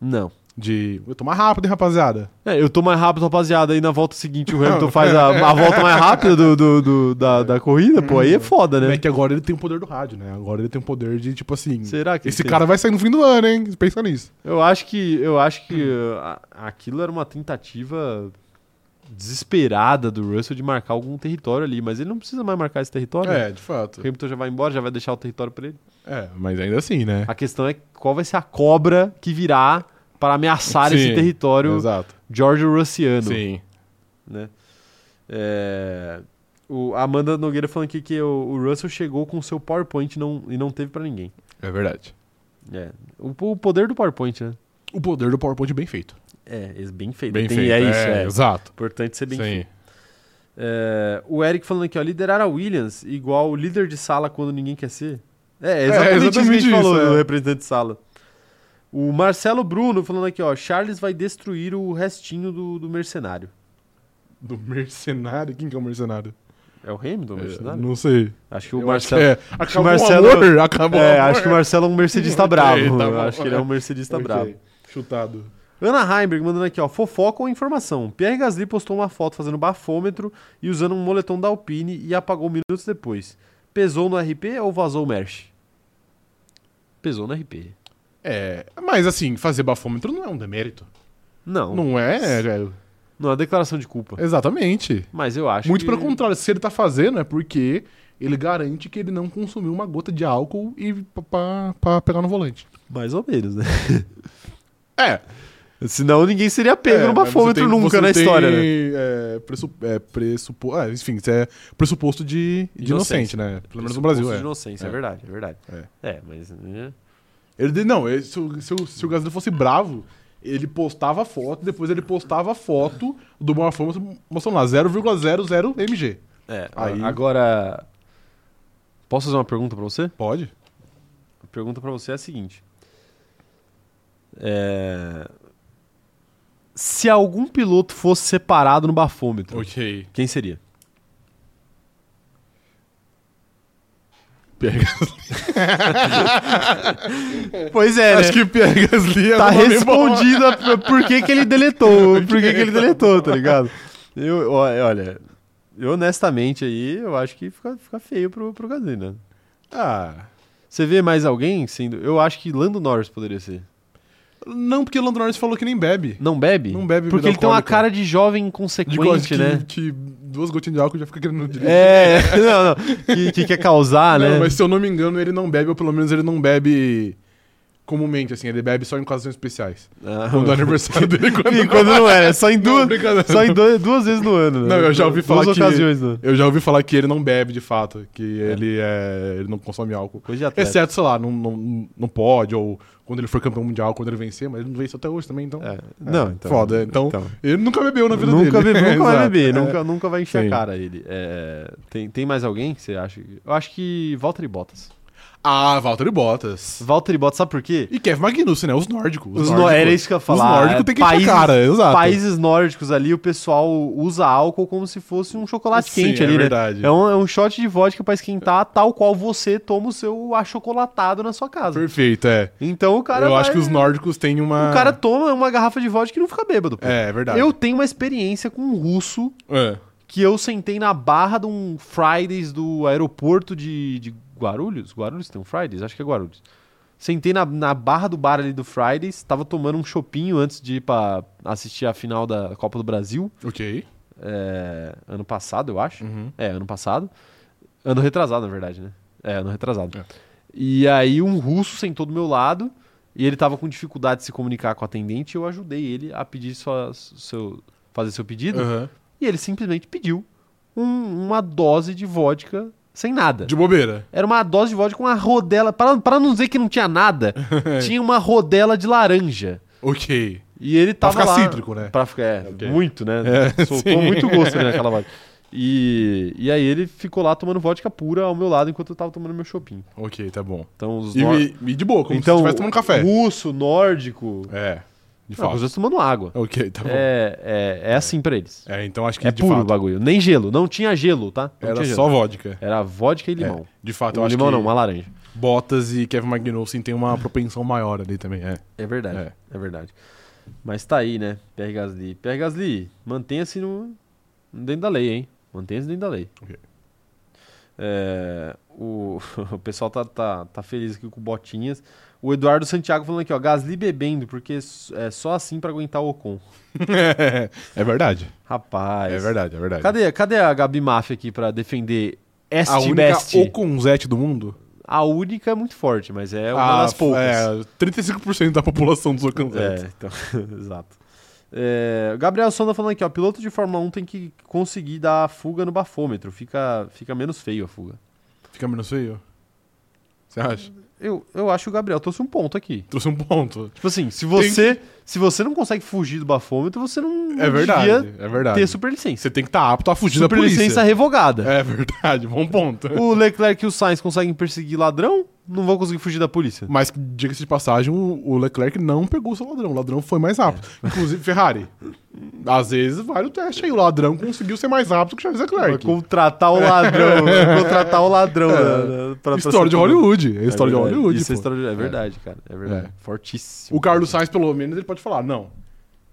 Não. De. Eu tô mais rápido, hein, rapaziada? É, eu tô mais rápido, rapaziada. Aí na volta seguinte o Hamilton faz a, a volta mais rápida do, do- do- da, da corrida, pô. Aí é foda, É né? que agora ele tem o poder do rádio, né? Agora ele tem o poder de, tipo assim. Será que Esse tem? cara vai sair no fim do ano, hein? Pensa nisso. Eu acho que, eu acho que uh, a- aquilo era uma tentativa desesperada do Russell de marcar algum território ali, mas ele não precisa mais marcar esse território. né? É, de fato. O Hamilton já vai embora, já vai deixar o território pra ele. É, mas ainda assim, né? A questão é qual vai ser a cobra que virá para ameaçar esse Sim, território Exato. George Russiano. Sim. né? É, o a Amanda Nogueira falando aqui que o, o Russell chegou com seu PowerPoint e não, e não teve pra ninguém. É verdade. É. O, o poder do PowerPoint, né? O poder do PowerPoint bem feito. É, é bem feito. Bem Tem- feito. É isso, é. Exato. Importante ser bem feito. Sim. É, o Eric falando aqui, ó, liderar a Williams igual o líder de sala quando ninguém quer ser. É, é exatamente, isso que a exatamente gente falou, isso, é. o representante de sala. O Marcelo Bruno falando aqui, ó, Charles vai destruir o restinho do, do mercenário. Do mercenário? Quem que é o mercenário? É o Hamilton, o É, mercenário? Não sei. Acho que o Eu acho Marcelo... que é. Acabou Marcelo- o amor, acabou É, o tá amor. acho que o Marcelo é um mercedista Ok, bravo. tá bom. acho que ele é um mercedista Ok, bravo. Chutado. Ana Heimberg mandando aqui, ó, fofoca ou informação. Pierre Gasly postou uma foto fazendo bafômetro e usando um moletom da Alpine e apagou minutos depois. Pesou no RP ou vazou o merch? Pesou no RP. É, mas assim, fazer bafômetro não é um demérito. Não, não, Não é, é, é declaração de culpa. exatamente. Mas eu acho Muito que... pelo contrário, se ele tá fazendo é porque ele garante que ele não consumiu uma gota de álcool e pra- pra pra pegar no volante. Mais ou menos, né? É. Senão ninguém seria pego é, no mas um bafômetro você tem- nunca você na tem, história, né? É, pressu, é, pressupo, ah, enfim, isso é pressuposto de, de inocente, Inocência. né? Pelo menos no Brasil, Pressuposto de é. inocência, é. É. verdade, é verdade. É. É, mas... né? Ele, não, ele- se, o- se o- se o Gasly fosse bravo, ele postava foto, depois ele postava foto do uma forma mostrando lá 0,00 mg. É, Aí- agora... Posso fazer uma pergunta pra você? Pode? A pergunta pra você é a seguinte: É, se algum piloto fosse separado no bafômetro, Ok. quem seria? É, Pega. Pois é, Acho que pega Gasly é tá um nome respondida por- por que, que ele deletou, por que, que ele deletou, tá ligado? Eu, ó, olha, eu honestamente aí, eu acho que fica, fica feio pro, pro Gasly, né? bom. Ah. Você vê mais alguém sendo. Eu acho que Lando Norris poderia ser. Não, porque o Lando Norris falou que nem bebe. Não bebe? Não bebe Porque bebida ele tem uma alcoólica. cara de jovem De coisa inconsequente, que, né? que duas gotinhas de álcool já fica querendo dirigir. É, não, não. Que, que quer causar, não, né? mas se eu não me engano, ele não bebe, ou pelo menos ele não bebe comumente, assim, ele bebe só em ocasiões especiais. Ah, Quando é aniversário dele, quando e quando não era, só em Não, duas, brincadeira. só em dois- duas vezes no ano. né? Não, eu já ouvi falar duas que- ocasiões, né? Eu já ouvi falar que ele não bebe de fato, que ele, é, ele não consome álcool. Coisa de atleta. Exceto, sei lá, não, não, não pode, ou quando ele for campeão mundial, quando ele vencer, mas ele não venceu até hoje também, então. É, Não, então. Foda, então, então. Ele nunca bebeu na vida Nunca, dele. bebe- nunca vai Exato. beber, É. nunca, nunca vai encher a Sim. cara ele. É, tem, tem mais alguém que você acha? que- Eu acho que Valtteri Bottas. Ah, Valtteri Bottas. Valtteri Bottas, sabe por quê? E Kevin Magnussen, né? Os nórdicos. Os nó- era isso que eu ia falar. Os nórdicos é, tem que encher a países- cara, exato. Países nórdicos ali, o pessoal usa álcool como se fosse um chocolate Sim, quente é ali, né? verdade. É um, é um shot de vodka pra esquentar, tal qual você toma o seu achocolatado na sua casa. Perfeito, é. Então o cara. eu vai- acho que os nórdicos têm uma. O cara toma uma garrafa de vodka e não fica bêbado. pô. É, é verdade. Eu tenho uma experiência com um russo É. que eu sentei na barra de um Fridays do aeroporto de, de Guarulhos. Guarulhos tem um Fridays? Acho que é Guarulhos. Sentei na, na barra do bar ali do Fridays, tava tomando um chopinho antes de ir pra assistir a final da Copa do Brasil, Ok. é, ano passado, eu acho. Uhum. É, ano passado. Ano retrasado, na verdade, né? É, ano retrasado. É. E aí um russo sentou do meu lado e ele tava com dificuldade de se comunicar com a atendente e eu ajudei ele a pedir sua, seu, fazer seu pedido. Aham. E ele simplesmente pediu um- uma dose de vodka sem nada. De um- bobeira. Era uma dose de vodka com uma rodela. Para, para não dizer que não tinha nada, tinha uma rodela de laranja. Ok. E ele Pra tava ficar lá- cítrico, né? Pra ficar, é, Ok. muito, né? É, Soltou sim. muito gosto ali naquela vodka. E, e aí ele ficou lá tomando vodka pura ao meu lado enquanto eu tava tomando meu shopping. Ok, tá bom. Então os E, nor- e- e de boa, como então, se estivesse tomando café. russo, nórdico, É. De não, fato. os outros tomando água. Ok, tá bom. É, É, é, é assim pra eles. então acho que É de puro o fato. bagulho. Nem gelo, não tinha gelo, tá? Não Era tinha gelo. só vodka. Era vodka e limão. De fato, eu Ou acho limão que não, uma laranja. Bottas e Kevin Magnussen têm uma propensão maior ali também, é. É verdade, é, É. verdade. Mas tá aí, né, Pierre Gasly. Pierre Gasly, mantenha-se no... dentro da lei, hein? Mantenha-se dentro da lei. Ok. É, o... o pessoal tá, tá, tá feliz aqui com o Botinhas. O Eduardo Santiago falando aqui, ó, Gasly bebendo, porque s- é só assim pra aguentar o Ocon. é verdade. Rapaz. É verdade, é verdade. Cadê, cadê a Gabi Máfia aqui pra defender este a única best? Oconzete do mundo? A única é muito forte, mas é uma Ah, das poucas. É, 35% da população dos Oconzetes. É, então, exato. É, o Gabriel Sonda falando aqui, ó, piloto de Fórmula 1 tem que conseguir dar a fuga no bafômetro, fica, fica menos feio a fuga. Fica menos feio? Você acha? Eu, eu acho que o Gabriel trouxe um ponto aqui. Trouxe um ponto. Tipo assim, se você, se você não consegue fugir do bafômetro, você não, não É verdade, devia é verdade. ter super licença. Você tem que estar apto a fugir Super da polícia. licença revogada. É verdade, bom ponto. O Leclerc e o Sainz conseguem perseguir ladrão, não vão conseguir fugir da polícia. Mas, diga-se de passagem, o o Leclerc não pegou o seu ladrão. O ladrão foi mais rápido. É. Inclusive, Ferrari. Às vezes vale o teste aí. O ladrão conseguiu ser mais rápido que o Charles Vai Leclerc. contratar o ladrão, vai contratar o ladrão. né, né, pra- pra É. História ser de tudo. Hollywood. É É história de verdade. Hollywood. Isso é pô. história de... É verdade, cara. É verdade. É. Fortíssimo. O Carlos Sainz, pelo menos, ele pode falar: não,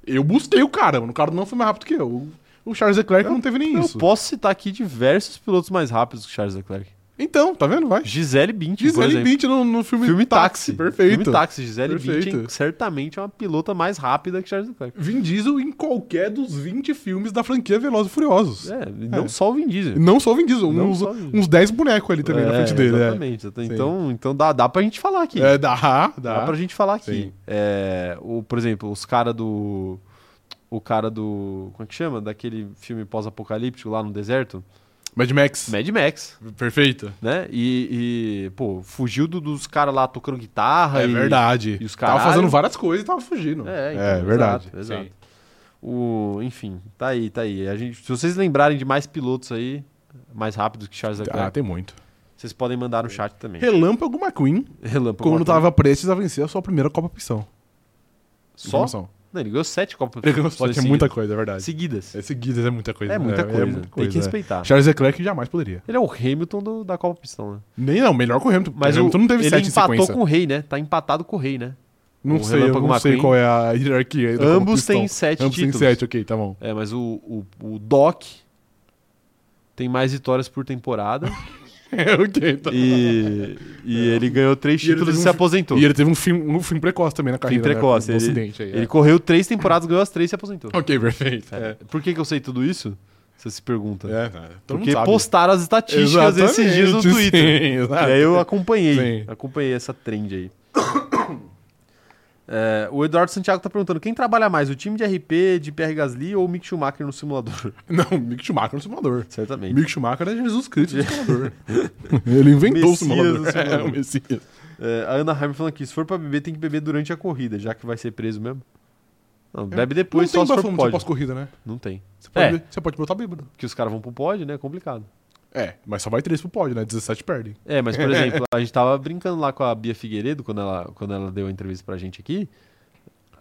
eu bustei o cara, mano. O cara não foi mais rápido que eu. O- O Charles Leclerc não teve nem Eu é isso. posso citar aqui diversos pilotos mais rápidos que Charles Leclerc. Então, tá vendo? Vai. Gisele Bündchen, por Gisele exemplo. Bündchen no, no filme, Filme Táxi. Perfeito. Filme Táxi. Gisele Perfeito. Bündchen certamente é uma pilota mais rápida que Charles Leclerc. Vin Diesel em qualquer dos 20 filmes da franquia Velozes e Furiosos. É, e não só o Vin Diesel. Não só o Vin Diesel, Não uns, só o Vin Diesel. uns 10 bonecos ali também na É, frente dele. é. Exatamente. Então, então dá, dá pra gente falar aqui. É, dá, dá. Dá pra gente falar aqui. Sim. É, o, por exemplo, os caras do. O cara do. Como é que chama? Daquele filme pós-apocalíptico lá no deserto? Mad Max. Mad Max. Perfeito. né? E, e, pô, fugiu do- dos caras lá tocando guitarra. É e- verdade. e os tava caralho. fazendo várias coisas e tava fugindo. É, então, é exato, verdade. exato. Sim. O, enfim, tá aí, tá aí. A gente, se vocês lembrarem de mais pilotos aí, mais rápidos que Charles Ah, Leclerc, tem muito. vocês podem mandar no chat também. Relâmpago McQueen, Relâmpago. quando Martins. tava prestes a vencer a sua primeira Copa Pistão. Só? Não, ele ganhou sete Copas Ele ganhou só, que é seguidas. muita coisa, é verdade. seguidas. É seguidas, é muita coisa. É muita, coisa. Tem que é. respeitar. Charles Leclerc jamais poderia. Ele é o Hamilton do- da Copa Pistão, né? Nem não, melhor que o Hamilton. Mas o o, Hamilton não teve ele sete em empatou sequência. com o Rei, né? Tá empatado com o Rei, né? Não o sei, eu Relâmpago não sei McQueen. qual é a hierarquia. aí da Copa Ambos Pistão. têm sete Ambos títulos. têm sete, ok, tá bom. É, mas o, o, o Doc tem mais vitórias por temporada É, ok, tá e, e ele ganhou três É. E ele títulos e, teve se um- aposentou. E ele teve um fim, um fim precoce também na carreira. né, precoce, do ele- Ocidente aí, é. Ele correu três temporadas, ganhou as três e se aposentou. Ok, perfeito. É. É. Por que, que eu sei tudo isso? Você se pergunta. É, tá. Todo mundo Porque sabe. postaram as estatísticas esses dias no Exatamente, Twitter. sim, exato. E aí eu acompanhei. Sim. Acompanhei essa trend aí. É, o Eduardo Santiago tá perguntando: quem trabalha mais, o time de RP de Pierre Gasly ou o Mick Schumacher no simulador? Não, Mick Schumacher no simulador. Certamente. Mick Schumacher é Jesus Cristo no simulador. ele inventou o Messias do simulador. simulador. É, o Messias. É, a Ana Heimer falando aqui, se for pra beber, tem que beber durante a corrida, já que vai ser preso mesmo. É, Não, bebe depois, não só tem se for pro bafômetro pódio. pós-corrida, né? Não tem. Você pode, É. be- você pode botar bêbado. Porque os caras vão pro pódio, né? É complicado. É, mas só vai três pro pódio, né? 17 perdem. É, mas, por exemplo, a gente tava brincando lá com a Bia Figueiredo quando ela, quando ela deu a entrevista pra gente aqui.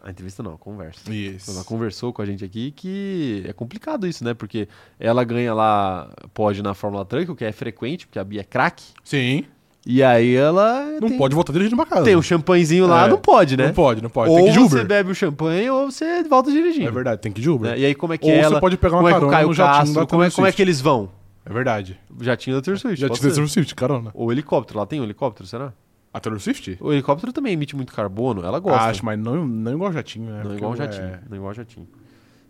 A entrevista não, a conversa. Isso. Ela conversou com a gente aqui que é complicado isso, né? Porque ela ganha lá pódio na Fórmula Truck, o que é frequente, porque a Bia é craque. Sim. E aí ela. Não tem, pode voltar dirigindo pra casa. Tem um champanhezinho lá, É. não pode, né? Não pode, não pode. Ou tem que de você Uber. bebe o champanhe ou você volta dirigindo. É verdade, tem que de Uber. né? E aí, como é que Ou ela. você pode pegar uma como é que o carona Caio no jatinho Castro, da como, é, Taylor como é Swift. que eles vão? É verdade. Jatinho da Taylor Swift. Já pode tive ser. Taylor Swift, carona. Ou helicóptero, lá tem um helicóptero, será? A Taylor Swift? O helicóptero também emite muito carbono, ela gosta. Ah, Acho, mas não, não igual jatinho, né? Não Porque igual um é- jatinho, não igual jatinho.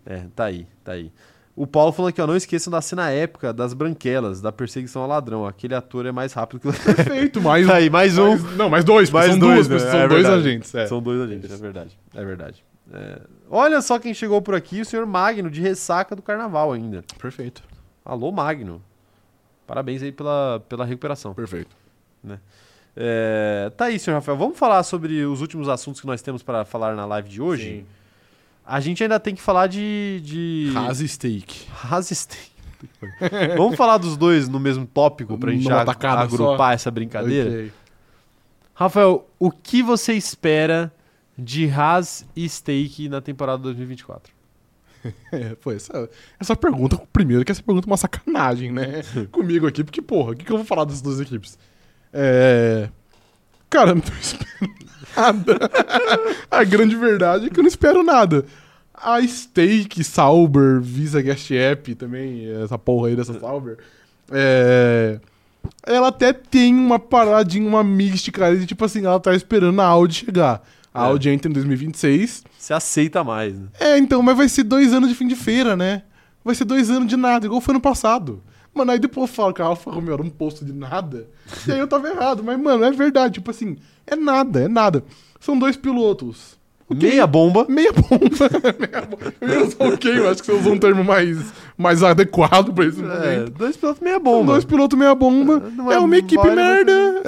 É, tá aí, tá aí. O Paulo falando aqui, ó, não esqueçam da cena épica das branquelas, da perseguição ao ladrão. Aquele ator é mais rápido que o Perfeito, mais, Tá aí, mais um. mais- Não, mais dois, porque Mais são dois, duas, né? pessoas, são É dois verdade. agentes. É. São dois agentes, é verdade. É verdade. É, Olha só quem chegou por aqui, o senhor Magno, de ressaca do carnaval ainda. Perfeito. Alô, Magno. Parabéns aí pela, pela recuperação. Perfeito. É, tá aí, senhor Rafael. Vamos falar sobre os últimos assuntos que nós temos para falar na live de hoje? A gente ainda tem que falar de. de... Rasa Steak. Rasistei. Vamos falar dos dois no mesmo tópico pra gente Numa ag- tacada agrupar essa brincadeira? Rafael, o que você espera de Haas e Steak na temporada 2024? É, pô, essa, essa pergunta, primeiro que essa pergunta é uma sacanagem, né? Comigo aqui, porque, porra, o que, que eu vou falar dessas duas equipes? É. Cara, eu não tô esperando nada. A grande verdade é que eu não espero nada. A Steak, Sauber, Visa Guest App também, essa porra aí dessa Sauber. É. Ela até tem uma paradinha, uma mística ali, tipo assim, ela tá esperando a Audi chegar. A É. Audi entra em 2026. Você aceita mais, né? É, então, mas vai ser dois anos de fim de feira, né? Vai ser dois anos de nada, igual foi ano passado. Mano, aí depois eu falo que a Alfa Romeo era um posto de nada. E aí eu tava errado, mas, mano, é verdade. Tipo assim, é nada, é nada. São dois pilotos. Meia bomba. Meia bomba. Meia bomba. Eu ia usar ok, eu acho que você usou um termo mais, mais adequado pra esse É, momento. dois pilotos meia São bomba. dois pilotos meia bomba. Não É uma equipe vale muito. merda.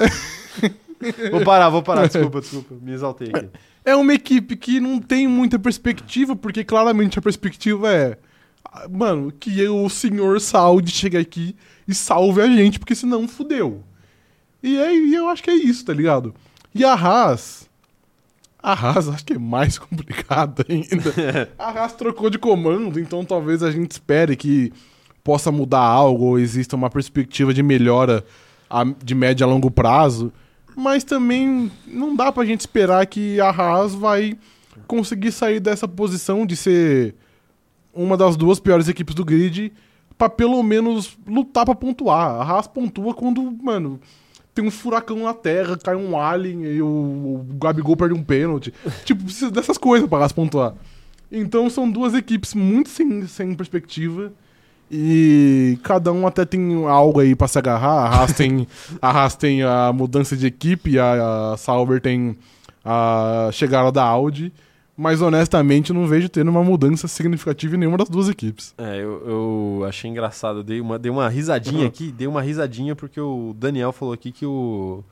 Vou parar, vou parar. Desculpa, desculpa. Me exaltei aqui. É uma equipe que não tem muita perspectiva, porque claramente a perspectiva é. ah, Mano, que eu, o senhor Saúde chegue aqui e salve a gente, porque senão fudeu. E aí eu acho que é isso, tá ligado? E a Haas. A Haas acho que é mais complicada ainda. a Haas trocou de comando, então talvez a gente espere que possa mudar algo ou exista uma perspectiva de melhora a- de médio a longo prazo. Mas também não dá pra gente esperar que a Haas vai conseguir sair dessa posição de ser uma das duas piores equipes do grid pra pelo menos lutar pra pontuar. A Haas pontua quando, mano, tem um furacão na terra, cai um alien e o, o Gabigol perde um pênalti. tipo, precisa dessas coisas pra Haas pontuar. Então são duas equipes muito sem, sem perspectiva. E cada um até tem algo aí pra se agarrar. A Haas tem a, Haas tem a mudança de equipe, a, a Sauber tem a chegada da Audi. Mas honestamente não vejo tendo uma mudança significativa em nenhuma das duas equipes. É, eu, eu achei engraçado. Eu dei uma, dei uma risadinha aqui, dei uma risadinha porque o Daniel falou aqui que o-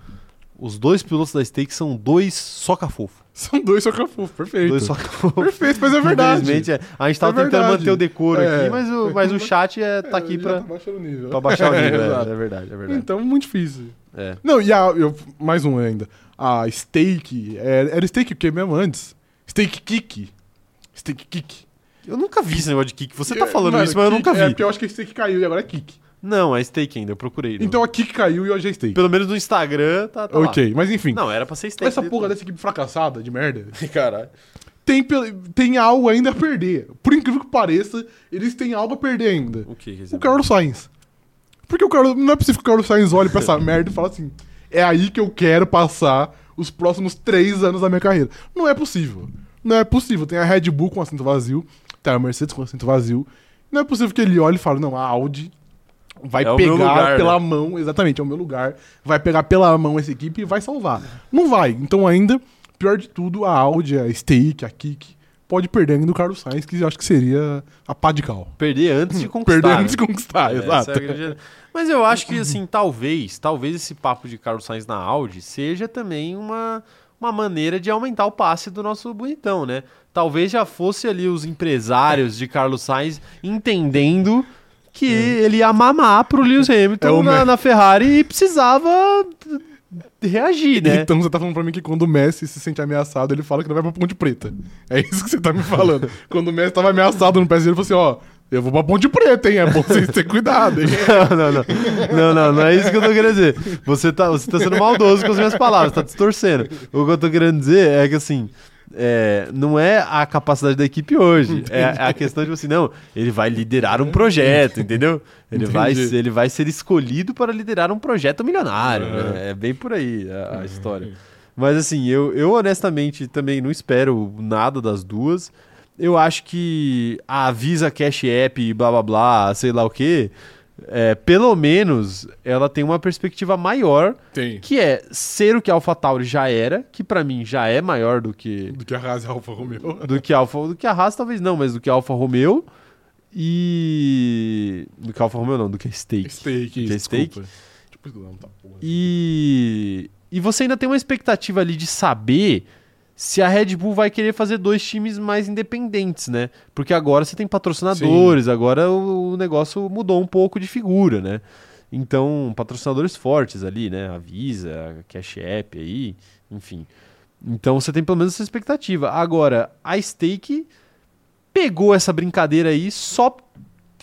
os dois pilotos da Steak são dois soca-fofo. São dois socafufos, perfeito. Dois soca-fofo. Perfeito, mas é verdade. Infelizmente, é. a gente tava É tentando verdade. manter o decoro É. aqui, mas o, mas o chat é, tá aqui já pra, tá baixando o nível. pra baixar o nível. É, é, exato. é verdade, é verdade. Então, muito difícil. É. Não, e a, eu, mais um ainda. A Steak, é- era Steak o que mesmo antes? Steak Kick. Steak Kick. Eu nunca vi esse negócio de kick. Você tá É, falando mano, isso, mas eu kick- nunca vi. É, porque eu acho que a Steak caiu e agora é Kick. Não, é steak ainda, eu procurei. não. Então a Kick caiu e hoje é Steak. Pelo menos no Instagram tá, tá lá. ok, mas enfim. Não, era pra ser steak. essa porra dessa equipe fracassada de merda Caralho. tem, pel- tem algo ainda a perder. Por incrível que pareça, eles têm algo a perder ainda. O que? O Carlos Sainz. Porque o Carlos, não é possível que o Carlos Sainz olhe pra essa merda e fale assim: é aí que eu quero passar os próximos três anos da minha carreira. Não é possível. Não é possível. Tem a Red Bull com assento vazio, tem a Mercedes com assento vazio. Não é possível que ele olhe e fale: não, a Audi vai É o meu pegar lugar, pela né? mão, exatamente, é o meu lugar, vai pegar pela mão essa equipe e vai salvar. Não vai. Então, ainda, pior de tudo, a Audi, a Steak, a Kik, pode perder ainda o Carlos Sainz, que eu acho que seria a pá de cal. Perder antes de conquistar. Perder né? antes de conquistar, É, exato. essa é a grande- Mas eu acho que, assim, talvez, talvez esse papo de Carlos Sainz na Audi seja também uma, uma maneira de aumentar o passe do nosso bonitão, né? Talvez já fosse ali os empresários de Carlos Sainz entendendo que ele ia mamar pro Lewis Hamilton Hum. É o na, me- na Ferrari e precisava reagir, né? Então você tá falando pra mim que quando o Messi se sente ameaçado, ele fala que não vai pra Ponte Preta. É isso que você tá me falando. quando o Messi tava ameaçado no PSG, ele falou assim, ó, Eu vou pra Ponte Preta, hein? É bom vocês terem cuidado, hein? Não, não, não. Não, não, não é isso que eu tô querendo dizer. Você tá, você tá sendo maldoso com as minhas palavras, tá distorcendo. O que eu tô querendo dizer é que assim. é, não é a capacidade da equipe hoje. É, é a questão de assim, não, ele vai liderar um projeto, entendeu? Ele vai, Entendi. ser- ele vai ser escolhido para liderar um projeto milionário. né? É bem por aí a, a história. Mas assim, eu, eu honestamente também não espero nada das duas. Eu acho que a Visa Cash App, blá blá blá, sei lá o quê, é, pelo menos ela tem uma perspectiva maior, Tem. que é ser o que a AlphaTauri já era, que pra mim já é maior do que Do que arrasa Alfa Romeo. do que a Alfa, do que a Haas talvez não, mas do que a Alfa Romeo e do que a Alfa Romeo não, do que a Stake. Steak, Que é desculpa. Tipo, não, tá porra. E e você ainda tem uma expectativa ali de saber se a Red Bull vai querer fazer dois times mais independentes, né? Porque agora você tem patrocinadores, agora o o negócio mudou um pouco de figura, né? Então, patrocinadores fortes ali, né? A Visa, a Cash App aí, enfim. Então você tem pelo menos essa expectativa. Agora, a Stake pegou essa brincadeira aí só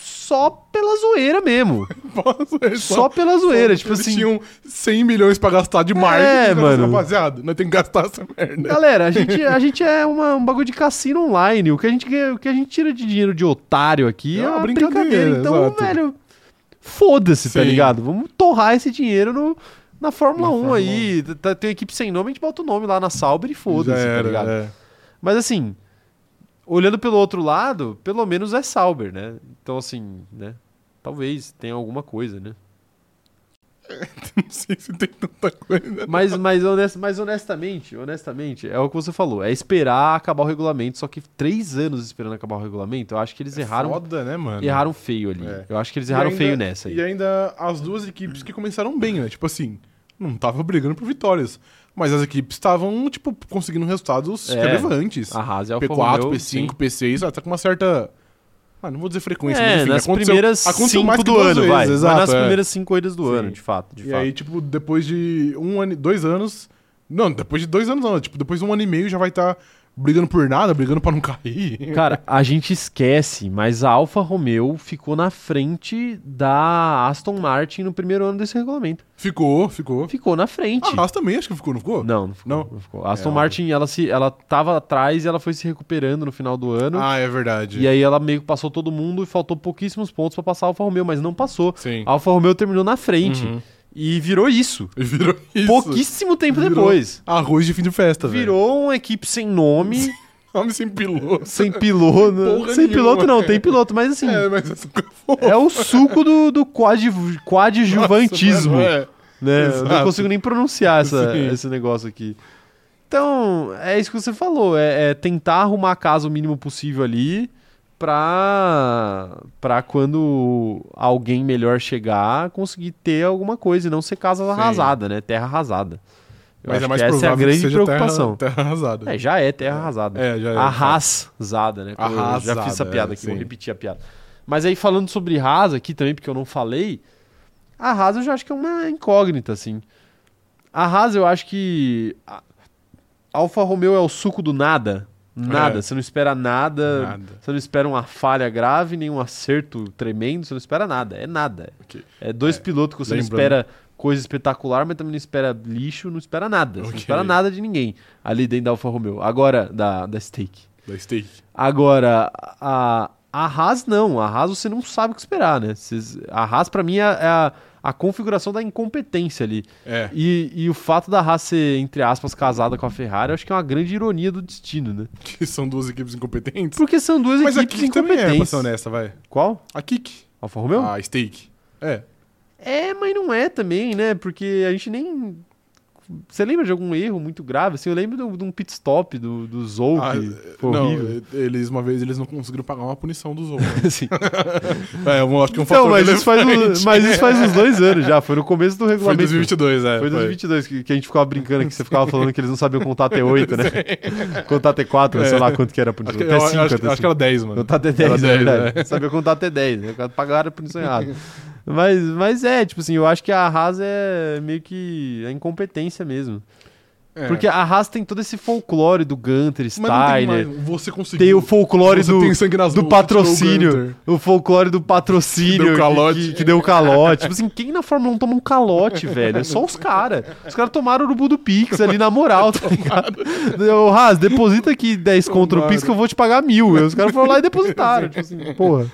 só pela zoeira mesmo. Posso, é Só pela zoeira, tipo Eles assim. tinham 100 milhões pra gastar de marketing. É, e falaram, mano. Tá, Rapaziada, nós temos que gastar essa merda. Galera, a gente, a gente é uma- um bagulho de cassino online. O que a gente, ganha- o que a gente tira de dinheiro de otário aqui é, uma brincadeira. Então, exato. velho, foda-se, tá Sim. ligado? Vamos torrar esse dinheiro no, na Fórmula 1 aí. Tá- Tem equipe sem nome, a gente bota o nome lá na Sauber e foda-se, Já tá era, ligado? é. Mas assim, olhando pelo outro lado, pelo menos é Sauber, né? Então, assim, né? Talvez tenha alguma coisa, né? Não sei se tem tanta coisa. Mas, mas, honest- mas honestamente, honestamente, é o que você falou. É esperar acabar o regulamento, só que três anos esperando acabar o regulamento, eu acho que eles erraram. Foda, né, mano? Erraram feio ali. É. Eu acho que eles E erraram ainda- feio nessa aí. E é ainda as duas equipes que começaram bem, né? Tipo assim, não tava brigando por vitórias. Mas as equipes estavam, tipo, conseguindo resultados É. relevantes. A Haas e a Alfa P4, Romeo, P5, sim. P6, até tá com uma certa. Ah, não vou dizer frequência, É, mas enfim, nas aconteceu- primeiras aconteceu mais cinco que do duas ano, vezes, vai. Mas Exato, nas é. primeiras cinco corridas do Sim. ano, de fato. De e fato. aí, tipo, depois de um ano, dois anos. Não, depois de dois anos não. Tipo, depois de um ano e meio já vai estar brigando por nada, brigando pra não cair. Cara, a gente esquece, mas a Alfa Romeo ficou na frente da Aston Martin no primeiro ano desse regulamento. Ficou, ficou. Ficou na frente. A Haas também acho que ficou, não ficou? Não, não ficou. Não? não ficou. A Aston É, Martin, ela, se, ela tava atrás e ela foi se recuperando no final do ano. Ah, é verdade. E aí ela meio que passou todo mundo e faltou pouquíssimos pontos pra passar a Alfa Romeo, mas não passou. Sim. A Alfa Romeo terminou na frente Uhum. e virou isso. E Virou isso. Pouquíssimo tempo Virou depois. Arroz de fim de festa, velho. Virou uma equipe sem nome, Homem sem piloto. sem piloto. Porra sem piloto nenhuma. não, tem piloto, mas assim, É, é, mas essa nunca foi. o suco do, do quadju- quadjuvantismo. Nossa, mano, é. né? Eu não Exato. consigo nem pronunciar essa- Sim. esse negócio aqui. Então, é isso que você falou. É, é tentar arrumar a casa o mínimo possível ali pra, pra quando alguém melhor chegar, conseguir ter alguma coisa e não ser casa Sim. arrasada, né? Terra arrasada. Eu Mas acho é mais que essa é provável a grande que seja preocupação. Terra, terra arrasada. É, já é terra arrasada. É, já é. Arrasada, né? Como eu Já Arrasada, fiz essa piada é, aqui, vou sim. repetir a piada. Mas aí falando sobre Haas aqui também, porque eu não falei, a Haas eu já acho que é uma incógnita, assim. A Haas eu acho que a Alfa Romeo é o suco do nada. Nada, É. você não espera nada, Nada. você não espera uma falha grave, nenhum acerto tremendo, você não espera nada, é nada. Ok. É dois pilotos que você não Lembrando- espera coisa espetacular, mas também não espera lixo, não espera nada, você não Ok. espera nada de ninguém ali dentro da Alfa Romeo. Agora, da, da Steak. Da steak. Agora, a, a Haas não. A Haas você não sabe o que esperar, né? Vocês- a Haas, pra mim, é, é a, a configuração da incompetência ali. É. E, e o fato da Haas ser, entre aspas, casada com a Ferrari, eu acho que é uma grande ironia do destino, né? Que são duas equipes incompetentes. Porque são duas Mas a equipes Kik também é, Ah. pra incompetentes. ser honesta, vai. Qual? A Kik. Alfa Romeo? A steak. É. É, mas não é também, né? Porque a gente nem. Você lembra de algum erro muito grave? Assim, eu lembro do- de um pit stop do, do Zou, Ah, que foi não, horrível. eles uma vez eles não conseguiram pagar uma punição dos outros. Assim. é, eu acho que é um Então, fator mas isso, faz, relevante. um- mas isso faz uns dois anos já. Foi no começo do Foi em regulamento. 2022, é. Foi em 2022 que, que a gente ficava brincando que você ficava falando que eles não sabiam contar até 8, né? contar até 4, sei lá quanto que era a É. Acho punição. que, Até eu- 5, acho, até acho que era 10, mano. Contar até 10, Era é 10, verdade. né? Sabia contar até 10, né? Pagaram a punição errada. Mas, mas é, tipo assim, eu acho que a Haas é meio que a incompetência é mesmo. É. Porque a Haas tem todo esse folclore do Gunter, Mas não tem mais. Steiner. Você Tem, conseguiu. o folclore Você do, tem sangue nas do mãos, tirou o Gunter. patrocínio. O folclore do patrocínio. Que deu calote. Que, que deu calote. tipo assim, quem na Fórmula 1 toma um calote, velho? É só os caras. Os caras tomaram o urubu do Pix ali na moral, tá ligado? Ô, Haas, deposita aqui 10 contra o Pix Tomaram. que eu vou te pagar mil. E os caras foram lá e depositaram. tipo assim, porra.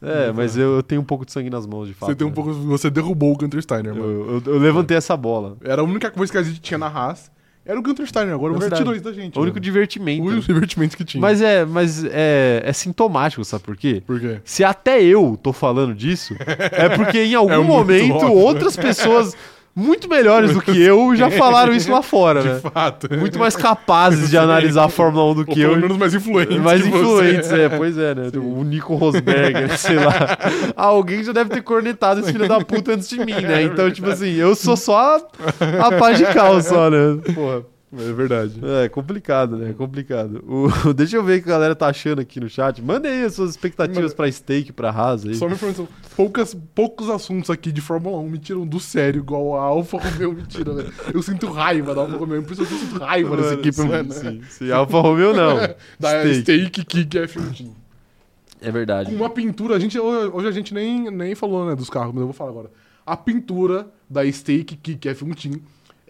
É, mas eu, eu tenho um pouco de sangue nas mãos, de fato. Você, tem um né? pouco, você derrubou o Gunter Steiner, mano. Eu, eu- eu levantei essa bola. Era a única coisa que a gente tinha na Haas. Era o Gunter Steiner. Agora É você verdade. tirou isso da gente. O único mano. divertimento. O único divertimento que tinha. Mas é, mas é, é sintomático, sabe por quê? Por quê? Se até eu tô falando disso, é porque em algum É muito momento óbvio. outras pessoas muito melhores do que eu já falaram isso lá fora, De né? fato. Muito mais capazes de analisar a Fórmula 1 do Ou que pelo eu. menos mais influentes. Mais que você. influentes, é, pois é, né? O Nico Rosberg, né? sei lá. Alguém já deve ter cornetado esse filho da puta antes de mim, É né? Então, tipo assim, eu sou só a, a pá de cal, só, né? Porra. É verdade. É complicado, né? É complicado. O- deixa eu ver o que a galera tá achando aqui no chat. Mandem aí as suas expectativas Manda. pra steak, pra rasa aí. Só uma informação. Poucas, poucos assuntos aqui de Fórmula 1 me tiram do sério, igual a Alfa Romeo me tira, velho. Eu sinto raiva da Alfa Romeo, por isso eu sinto raiva dessa Mano, equipe, sim, mano. Sim, sim. Alfa Romeo não. Da Steak. Steak Kick F1 Team. É Com verdade. uma pintura, a gente, hoje a gente nem, nem falou né, dos carros, mas eu vou falar agora. A pintura da Steak Kick F1 Team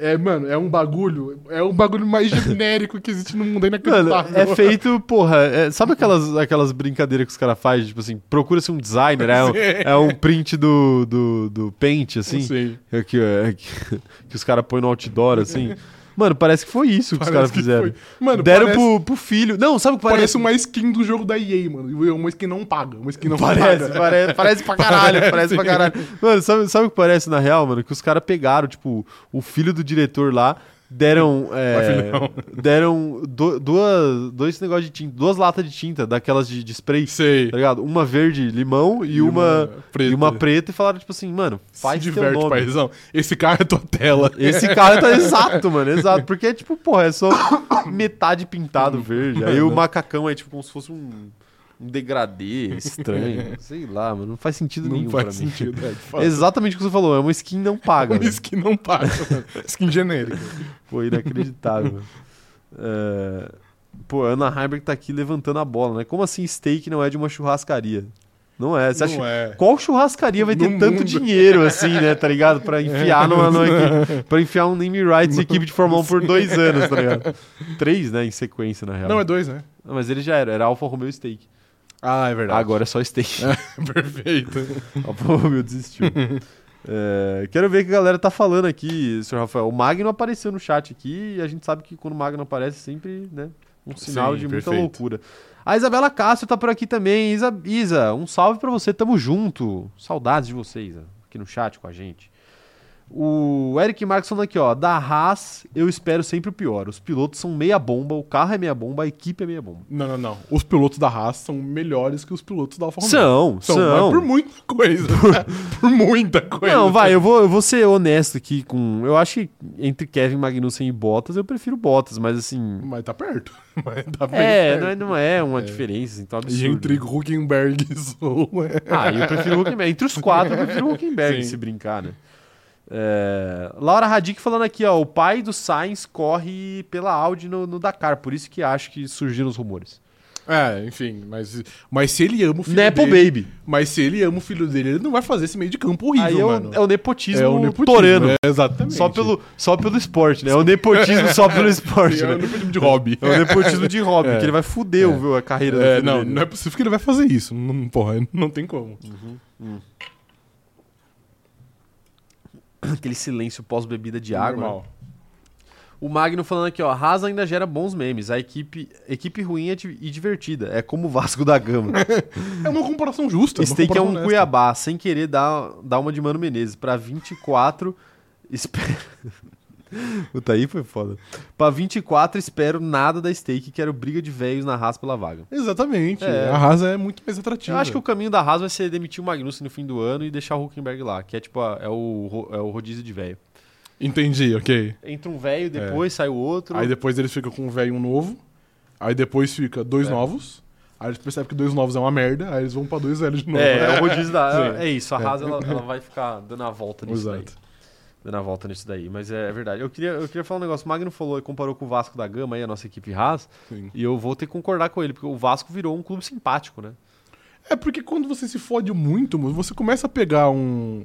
é, mano, é um bagulho, é um bagulho mais genérico que existe no mundo, é Mano, inacreditável. é feito, porra, é- sabe aquelas, aquelas brincadeiras que os caras fazem, tipo assim, procura-se um designer, é um, é um print do, do, do Paint, Não assim, sei. é que, é que, que os caras põem no outdoor, assim. Mano, parece que foi isso que os caras Parece que fizeram. foi. Mano, Deram parece- pro, pro filho. Não, sabe o que Parece parece? uma skin do jogo da EA, mano. E é Uma skin não paga. Uma skin não Parece, paga. parece, parece pra caralho, parece pra caralho. Mano, sabe, sabe o que parece na real, mano? Que os caras pegaram, tipo, o filho do diretor lá, deram. é, deram do- duas, dois negócios de tinta, duas latas de tinta, daquelas de, de spray, Sei. tá ligado? Uma verde limão e, uma, preta. e uma preta, e falaram, tipo assim, mano, faz Se teu diverte, nome. paizão. Esse cara é tua tela. Esse cara tá exato, mano, exato. Porque é tipo, porra, é só metade pintado verde. Aí o macacão é tipo como se fosse um, um degradê estranho. Sei lá, mano. Não faz sentido nenhum Não pra faz mim. sentido. É, de fato. É Exatamente o que você falou, é uma skin não paga. Uma né? skin não paga. mano. Skin genérica. Pô, inacreditável. mano. É, Pô, a Ana Heimberg tá aqui levantando a bola, né? Como assim steak não é de uma churrascaria? Não é. Você acha... Não é. Qual churrascaria vai ter No tanto mundo. dinheiro assim, né? Tá ligado? Pra enfiar numa, numa equipe. Pra enfiar um name rights em equipe de Fórmula 1 por dois anos, tá ligado? Três, né? Em sequência, na real. Não, é dois, né? Não, Mas ele já era, era Alfa Romeo Steak. Ah, é verdade. Agora é só Steak. Perfeito. Alfa Romeo desistiu. É, quero ver o que a galera tá falando aqui, senhor Rafael. O Magno apareceu no chat aqui e a gente sabe que quando o Magno aparece sempre, né? Um sinal Sim, de muita perfeito. loucura. A Isabela Cássio tá por aqui também. Isa, Isa, um salve pra você, tamo junto. Saudades de vocês Isa, aqui no chat com a gente. O Eric Marques falando aqui, ó. Da Haas, eu espero sempre o pior. Os pilotos são meia bomba, o carro é meia bomba, a equipe é meia bomba. Não, não, não. Os pilotos da Haas são melhores que os pilotos da Alfa Romeo. São, são. mas por muita coisa. Por, muita coisa. Não, vai, eu vou, eu vou ser honesto aqui com. Eu acho que entre Kevin Magnussen e Bottas, eu prefiro Bottas, mas assim. Mas tá perto. Mas tá bem É, perto. não é, não é uma diferença, então é um E absurdo. entre Huckenberg e Zou. é. Ah, eu prefiro o Huckenberg. Entre os quatro, eu prefiro o Huckenberg, Sim. se brincar, né? É, Laura Radic falando aqui, ó. O pai do Sainz corre pela Audi no, no Dakar, por isso que acho que surgiram os rumores. É, enfim, mas, mas se ele ama o filho Nepo dele. Baby. Mas se ele ama o filho dele, ele não vai fazer esse meio de campo horrível, Aí é mano. o, é o nepotismo, um toreno. é, exatamente. Só, pelo, só pelo esporte, né? É o nepotismo só pelo esporte. É né? o nepotismo de hobby. É o nepotismo de hobby, É. que ele vai fuder o- viu, a carreira do É, filho não, dele. não é possível que ele vai fazer isso. Não, porra, não tem como. Aquele silêncio pós-bebida de água. né? O Magno falando aqui, ó. Haas ainda gera bons memes. A equipe, equipe ruim é di- e divertida. É como o Vasco da Gama. É uma comparação justa. uma Steak é um comparação honesta. Cuiabá, sem querer dar, dar uma de Mano Menezes. Pra 24, espero. Puta, aí foi foda. Pra 24, espero nada da Steak. Quero briga de velhos na Haas pela vaga. Exatamente. É. A Rasa é muito mais Eu atrativa. acho que o caminho da Haas vai ser demitir o Magnussen no fim do ano e deixar o Huckenberg lá, que é tipo a- é o, ro- é o rodízio de velho. Entendi, ok. Entra um velho, depois sai o outro. É. Aí depois eles ficam com um velho e um novo. Aí depois fica dois É. novos. Aí eles percebem que dois novos é uma merda. Aí eles vão pra dois velhos de novo. É, é o rodízio da. né? Sim. É isso, a Haas ela, ela vai ficar dando a volta nisso daí. Exato. dando a volta nisso daí, mas é, é verdade. Eu queria, eu queria falar um negócio, o Magno falou e comparou com o Vasco da Gama aí, a nossa equipe Haas, Sim. e eu vou ter que concordar com ele, porque o Vasco virou um clube simpático, né? É porque quando você se fode muito, mano, você começa a pegar um,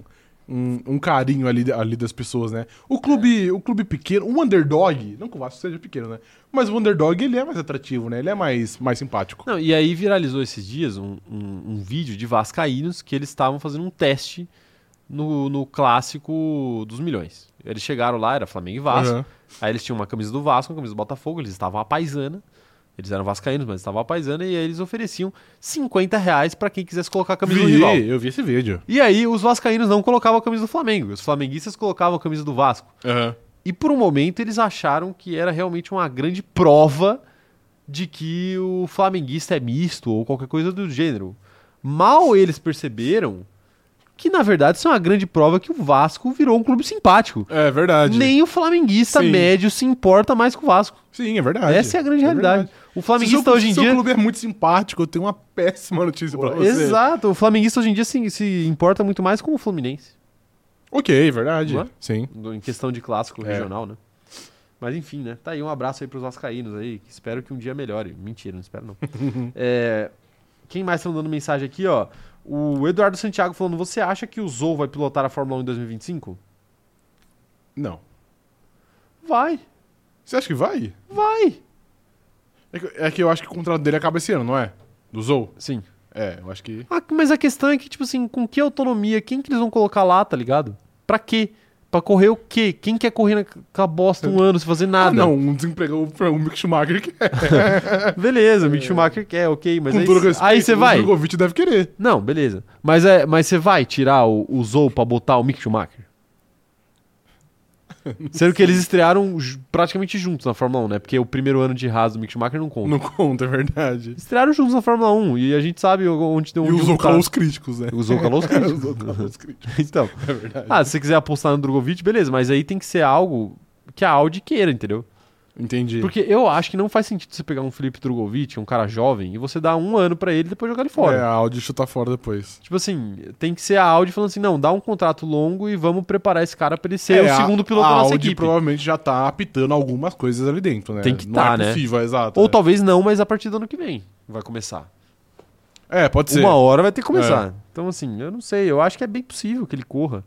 um, um carinho ali, ali das pessoas, né? O clube, o clube pequeno, o underdog, não que o Vasco seja pequeno, né? Mas o underdog, ele é mais atrativo, né? Ele é mais, mais simpático. Não, e aí viralizou esses dias um, um- um vídeo de Vascaínos que eles estavam fazendo um teste no, no clássico dos milhões. Eles chegaram lá, era Flamengo e Vasco. Aham. Aí eles tinham uma camisa do Vasco, uma camisa do Botafogo, eles estavam à paisana. Eles eram vascaínos, mas estavam à paisana. E aí eles ofereciam 50 reais pra quem quisesse colocar a camisa do rival. Vi, eu vi esse vídeo. E aí os vascaínos não colocavam a camisa do Flamengo. Os flamenguistas colocavam a camisa do Vasco. Aham. E por um momento eles acharam que era realmente uma grande prova de que o flamenguista é misto ou qualquer coisa do gênero. Mal eles perceberam que, na verdade, isso é uma grande prova que o Vasco virou um clube simpático. É verdade. Nem o flamenguista Sim. médio se importa mais com o Vasco. Sim, é verdade. Essa é a grande realidade. verdade. O flamenguista Se o seu- hoje em seu dia. clube é muito simpático, eu tenho uma péssima notícia pra você. Exato, o flamenguista hoje em dia se, se importa muito mais com o Fluminense. Ok, verdade. Não é? Sim. do- em questão de clássico É. regional, né? Mas enfim, né? Tá aí um abraço aí pros vascaínos aí, que espero que um dia melhore. Mentira, não espero não. É, quem mais tá mandando mensagem aqui, ó? O Eduardo Santiago falando, você acha que o Zou vai pilotar a Fórmula 1 em 2025? Não. Vai, Você acha que vai? vai! É que, é que eu acho que o contrato dele acaba esse ano, não é? Do Zou? Sim. É, eu acho que. Ah, mas a questão é que, tipo assim, com que autonomia? Quem que eles vão colocar lá, tá ligado? Pra quê? Pra correr o quê? Quem quer correr na, com a bosta um ano sem fazer nada? Ah, não, um desempregado pra um Mick Schumacher que é. Beleza, o Mick Schumacher quer, ok, mas Com aí, todo respeito, é aí você vai. O Drogovic deve querer. Não, beleza. Mas é, mas você vai tirar o, o Zou pra botar o Mick Schumacher? Sendo que eles estrearam ju- praticamente juntos na Fórmula 1, né? Porque o primeiro ano de Haas do Mick Schumacher não conta. Não conta, é verdade. Estrearam juntos na Fórmula 1 e a gente sabe o- Uhum. onde deu E um o Zou calou os críticos, né? O Zou calou os O críticos. Zou calou os críticos, Então, é verdade. ah, se você quiser apostar no Drogovic, beleza, mas aí tem que ser algo que a Audi queira, entendeu? Entendi. Porque eu acho que não faz sentido você pegar um Felipe Drogovic, um cara jovem, e você dar um ano pra ele e depois jogar ele fora. É, a Audi chuta fora depois. Tipo assim, tem que ser a Audi falando assim, não, dá um contrato longo e vamos preparar esse cara pra ele ser É, o a- segundo piloto a da nossa Audi equipe. provavelmente já tá apitando algumas coisas ali dentro, né? Tem que não tá, é né? possível, exato. Ou é. talvez não, mas a partir do ano que vem vai começar. É, pode ser. É. Uma hora vai ter que começar. Então assim, eu não sei, eu acho que é bem possível que ele corra.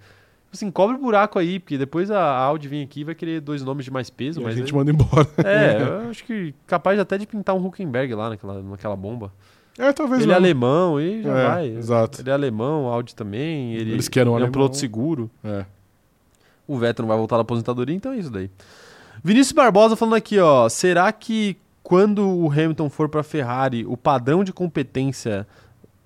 Tipo Assim, cobre o buraco aí, porque depois a Audi vem aqui e vai querer dois nomes de mais peso, E mas... a gente aí- manda embora. É, eu acho que capaz até de pintar um Huckenberg lá naquela, naquela bomba. É, talvez Ele é não. alemão e já É, vai. exato. Ele é alemão, Audi também, ele, Eles querem um ele é um alemão. piloto seguro. É. O Veto não vai voltar da aposentadoria, então é isso daí. Vinícius Barbosa falando aqui, ó. Será que quando o Hamilton for pra Ferrari, o padrão de competência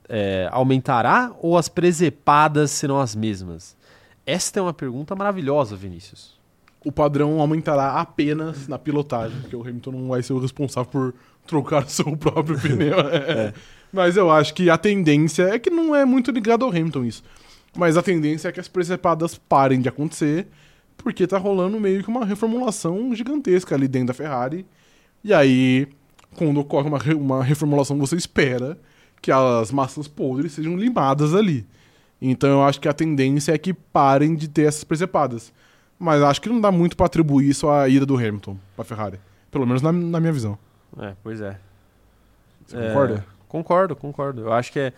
é, aumentará ou as presepadas serão as mesmas? Esta é uma pergunta maravilhosa, Vinícius. O padrão aumentará apenas na pilotagem, porque o Hamilton não vai ser o responsável por trocar o seu próprio pneu. né? Mas eu acho que a tendência é que não é muito ligado ao Hamilton isso. Mas a tendência é que as precepadas parem de acontecer, porque tá rolando meio que uma reformulação gigantesca ali dentro da Ferrari. E aí, quando ocorre uma, re- uma reformulação, você espera que as massas podres sejam limadas ali. Então eu acho que a tendência é que parem de ter essas precepadas. Mas acho que não dá muito pra atribuir isso à ida do Hamilton pra Ferrari. Pelo menos na, na minha visão. É, pois é. Você concorda? Concordo, concordo. Eu acho que é.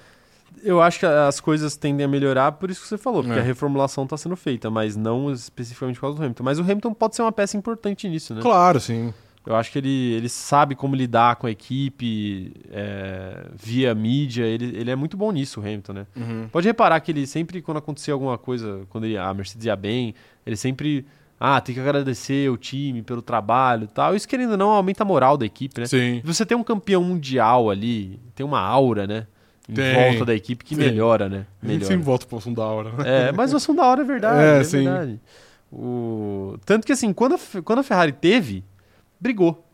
Eu acho que as coisas tendem a melhorar, por isso que você falou, porque É. a reformulação está sendo feita, mas não especificamente por causa do Hamilton. Mas o Hamilton pode ser uma peça importante nisso, né? Claro, sim. Eu acho que ele, ele sabe como lidar com a equipe é, via mídia. Ele, ele é muito bom nisso, o Hamilton, né? Pode reparar que ele sempre, quando acontecia alguma coisa, quando ele- a Mercedes ia bem, ele sempre. Ah, tem que agradecer o time pelo trabalho e tal. Isso, querendo ou não, aumenta a moral da equipe, né? Sim. Você tem um campeão mundial ali, tem uma aura, né? Em Tem. volta da equipe que Sim. melhora, né? A gente Melhora. sempre volta pro assunto da hora, né? É, mas o assunto da hora é verdade. É, É, sim. verdade. O... Tanto que assim, quando a, Fe- quando a Ferrari teve, brigou.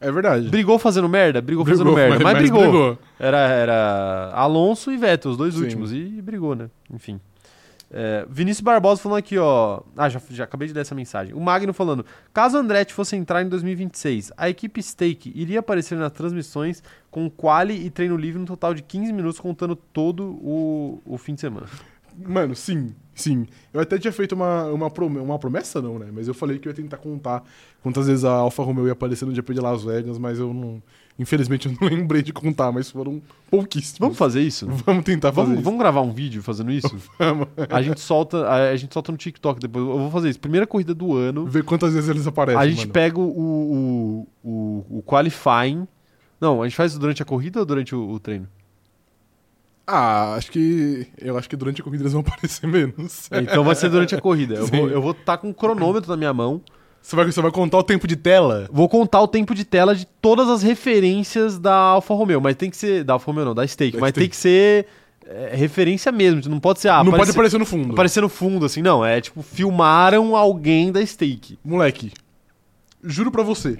É verdade. Brigou fazendo merda, brigou, fazendo Brigou, merda, mas, brigou. brigou. Era, era Alonso e Vettel, os dois Sim. últimos, e, brigou, né? Enfim. É, Vinícius Barbosa falando aqui, ó. Ah, já, já acabei de ler essa mensagem. O Magno falando: caso Andretti fosse entrar em 2026, a equipe Stake iria aparecer nas transmissões com quali e treino livre no total de 15 minutos, contando todo o, o fim de semana. Mano, sim. Sim, eu até tinha feito uma, uma, prom- uma promessa, não, né? Mas eu falei que eu ia tentar contar quantas vezes a Alfa Romeo ia aparecer no GP de Las Vegas, mas eu não. Infelizmente eu não lembrei de contar, mas foram pouquíssimas. Vamos fazer isso? Vamos tentar fazer. Vamos, isso. vamos gravar um vídeo fazendo isso? Vamos. A gente solta, a, a gente solta no TikTok depois. Eu vou fazer isso. Primeira corrida do ano. Ver quantas vezes eles aparecem. a gente mano. pega o, o, o, o qualifying. Não, a gente faz durante a corrida ou durante o, o treino? Ah, acho que. Eu acho que durante a corrida eles vão aparecer menos. Então vai ser durante a corrida. Eu Sim. vou, eu vou tá com um cronômetro na minha mão. Você vai, você vai contar o tempo de tela? Vou contar o tempo de tela de todas as referências da Alfa Romeo, mas tem que ser. Da Alfa Romeo não, da Steak, Da mas tem Steak. que ser é, referência mesmo. Não pode ser. Ah, não pode apareceu- aparecer no fundo. aparecer no fundo, assim, não. É tipo, filmaram alguém da Steak. Moleque, juro pra você.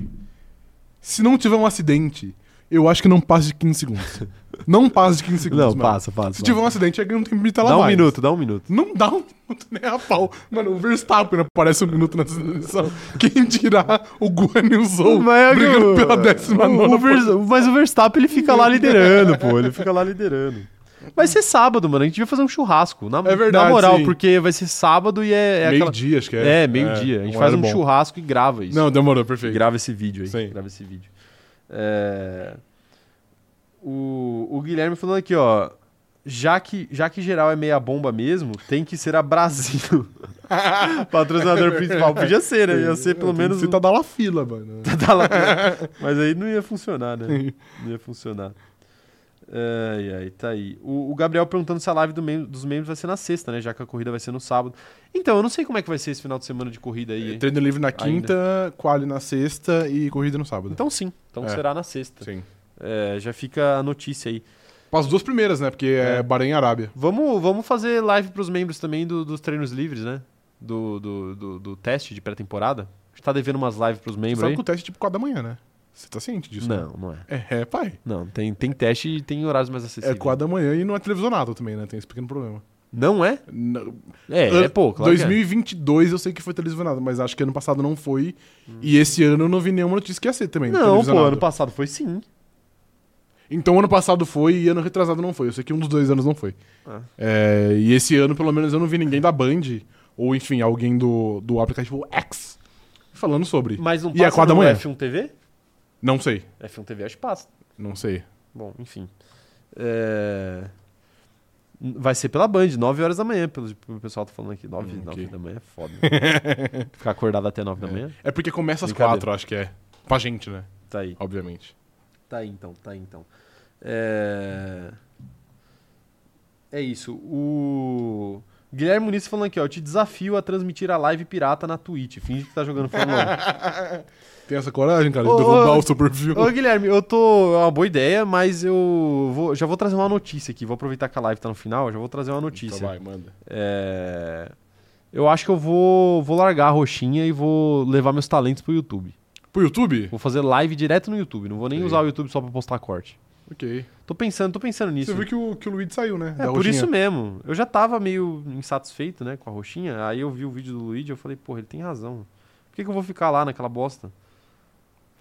Se não tiver um acidente, eu acho que não passa de 15 segundos. não passa de 15 segundos. Não, mano. passa, passa. Se passa. tiver um acidente, é que não tem tempo de tela Dá um mais. minuto, dá um minuto. Não dá um minuto nem a pau. Mano, o Verstappen aparece um minuto nessa edição. Quem dirá o Guan e o Zou brigando pela décima o nona é Vers- Mas o Verstappen ele fica lá liderando, pô. Ele fica lá liderando. Vai ser sábado, mano. A gente devia fazer um churrasco. Na, É verdade, na moral, sim. porque vai ser sábado e é, é aquela- Meio-dia, acho que é. É, meio-dia. a gente um faz um horário bom. churrasco e grava isso. Não, demorou, perfeito. Grava esse vídeo aí. Sim. Grava esse vídeo. É, O, o Guilherme falando aqui, ó. Já que, já que geral é meia bomba mesmo, tem que ser a Brasil. Patrocinador principal. Podia ser, né? Ia ser pelo menos. Você um- tá da la fila, mano. Tá lá. Mas aí não ia funcionar, né? Não ia funcionar. Ai, ai, tá aí. O, o Gabriel perguntando se a live do mem- dos membros vai ser na sexta, né? Já que a corrida vai ser no sábado. Então, eu não sei como é que vai ser esse final de semana de corrida aí. hein? Treino livre na quinta, quali na sexta e corrida no sábado. Então sim, então É. será na sexta. Sim. É, já fica a notícia aí. As duas primeiras, né? Porque é, É. Bahrein e Arábia. Vamos, vamos fazer live pros membros também do- dos treinos livres, né? Do, do, do, do teste de pré-temporada. A gente tá devendo umas lives pros membros Sabe aí? que o teste é tipo 4 da manhã, né? Você tá ciente disso? né? Não, não é. É, é, pai. Não, tem, tem teste e tem horários mais É acessíveis. 4 da manhã e não é televisionado também, né? Tem esse pequeno problema. Não é? Não- É, Ano- é pô, claro. que é. 2022 eu sei que foi televisionado, mas acho que ano passado não foi. Hum. E esse ano eu não vi nenhuma notícia que ia ser também. Não, pô, televisionado. ano passado foi sim. Então ano passado foi e ano retrasado não foi. Eu sei que um dos dois anos não foi. Ah. É, e esse ano, pelo menos, eu não vi ninguém da Band, ou enfim, alguém do, do aplicativo X falando sobre. Mas não E é passa quatro da no manhã. F1 TV? Não sei. F1 TV acho que passa. Não sei. é Bom, enfim. É, Vai ser pela Band, 9 horas da manhã, pelo o pessoal tá falando aqui. 9, Hum, ok. da manhã é foda. né? Ficar acordado até 9 da manhã. É porque começa às Brincadeira. quatro, acho que é. Pra gente, né? Tá aí. Obviamente. Tá aí então, tá aí então. É, É isso. O. Guilherme Muniz falando aqui, ó. Eu te desafio a transmitir a live pirata na Twitch. Finge que tá jogando Fórmula Tem essa coragem, cara, de Ô, derrubar ô, o Então Super View. 1. Ô, Guilherme, eu tô. É uma boa ideia, mas eu vou- já vou trazer uma notícia aqui. Vou aproveitar que a live tá no final, já vou trazer uma Então notícia. vai, manda. É, Eu acho que eu vou, vou largar a roxinha e vou levar meus talentos pro YouTube. Pro YouTube? Vou fazer live direto no YouTube. Não vou nem Ok. usar o YouTube só pra postar corte. Ok. Tô pensando, tô pensando nisso. Você viu que o, que o Luigi saiu, né? É, por isso mesmo. Eu já tava meio insatisfeito, né, com a roxinha. Aí eu vi o vídeo do Luigi e eu falei, porra, ele tem razão. Por que, que eu vou ficar lá naquela bosta?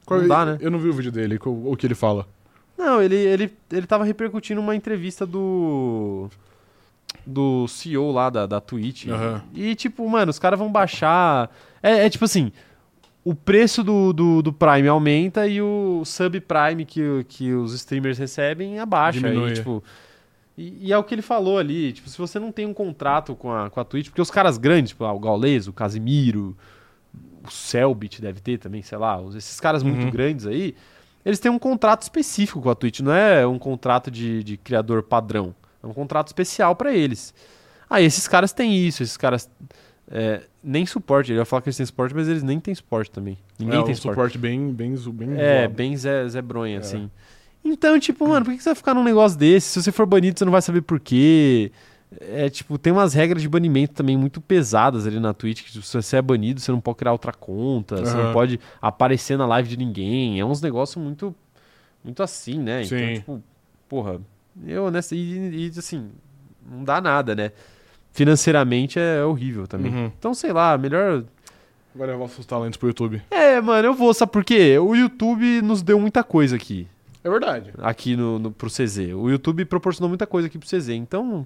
não dá, né? Eu não vi o vídeo dele, co- o que ele fala. Não, ele, ele, ele tava repercutindo uma entrevista do. Do CEO lá da, da Twitch. Aham. E, tipo, mano, os caras vão baixar. É, é tipo assim: o preço do, do, do Prime aumenta e o subprime que, o- que os streamers recebem abaixa. Diminui, E, é. tipo, e, e é o que ele falou ali: tipo, se você não tem um contrato com a, com a Twitch, porque os caras grandes, tipo, ah, o Gaules, o Casimiro, o Selbit deve ter também, sei lá, os- esses caras muito Uhum. grandes aí, eles têm um contrato específico com a Twitch, não é um contrato de, de criador padrão. É um contrato especial pra eles. Aí esses caras têm isso, esses caras. é, nem suporte, ele ia falar que eles têm suporte, mas eles nem têm suporte também. Ninguém é, tem um suporte. suporte bem, bem, zo- bem É, zoado. bem Zé, Zé Bronha, É. assim. Então, tipo, mano, por que que você vai ficar num negócio desse? Se você for banido, você não vai saber por quê. É, tipo, tem umas regras de banimento também muito pesadas ali na Twitch, que tipo, se você é banido, você não pode criar outra conta, você não Aham. pode aparecer na live de ninguém. É uns negócios muito, muito assim, né? Então, Sim. tipo, porra, eu nessa... E, e, assim, não dá nada, né? Financeiramente é horrível também. Uhum. Então, sei lá, melhor Vai levar seus talentos pro YouTube. é, mano, eu vou, sabe por quê? O YouTube nos deu muita coisa aqui, É verdade. aqui no, no, pro CZ. O YouTube proporcionou muita coisa aqui pro CZ. Então,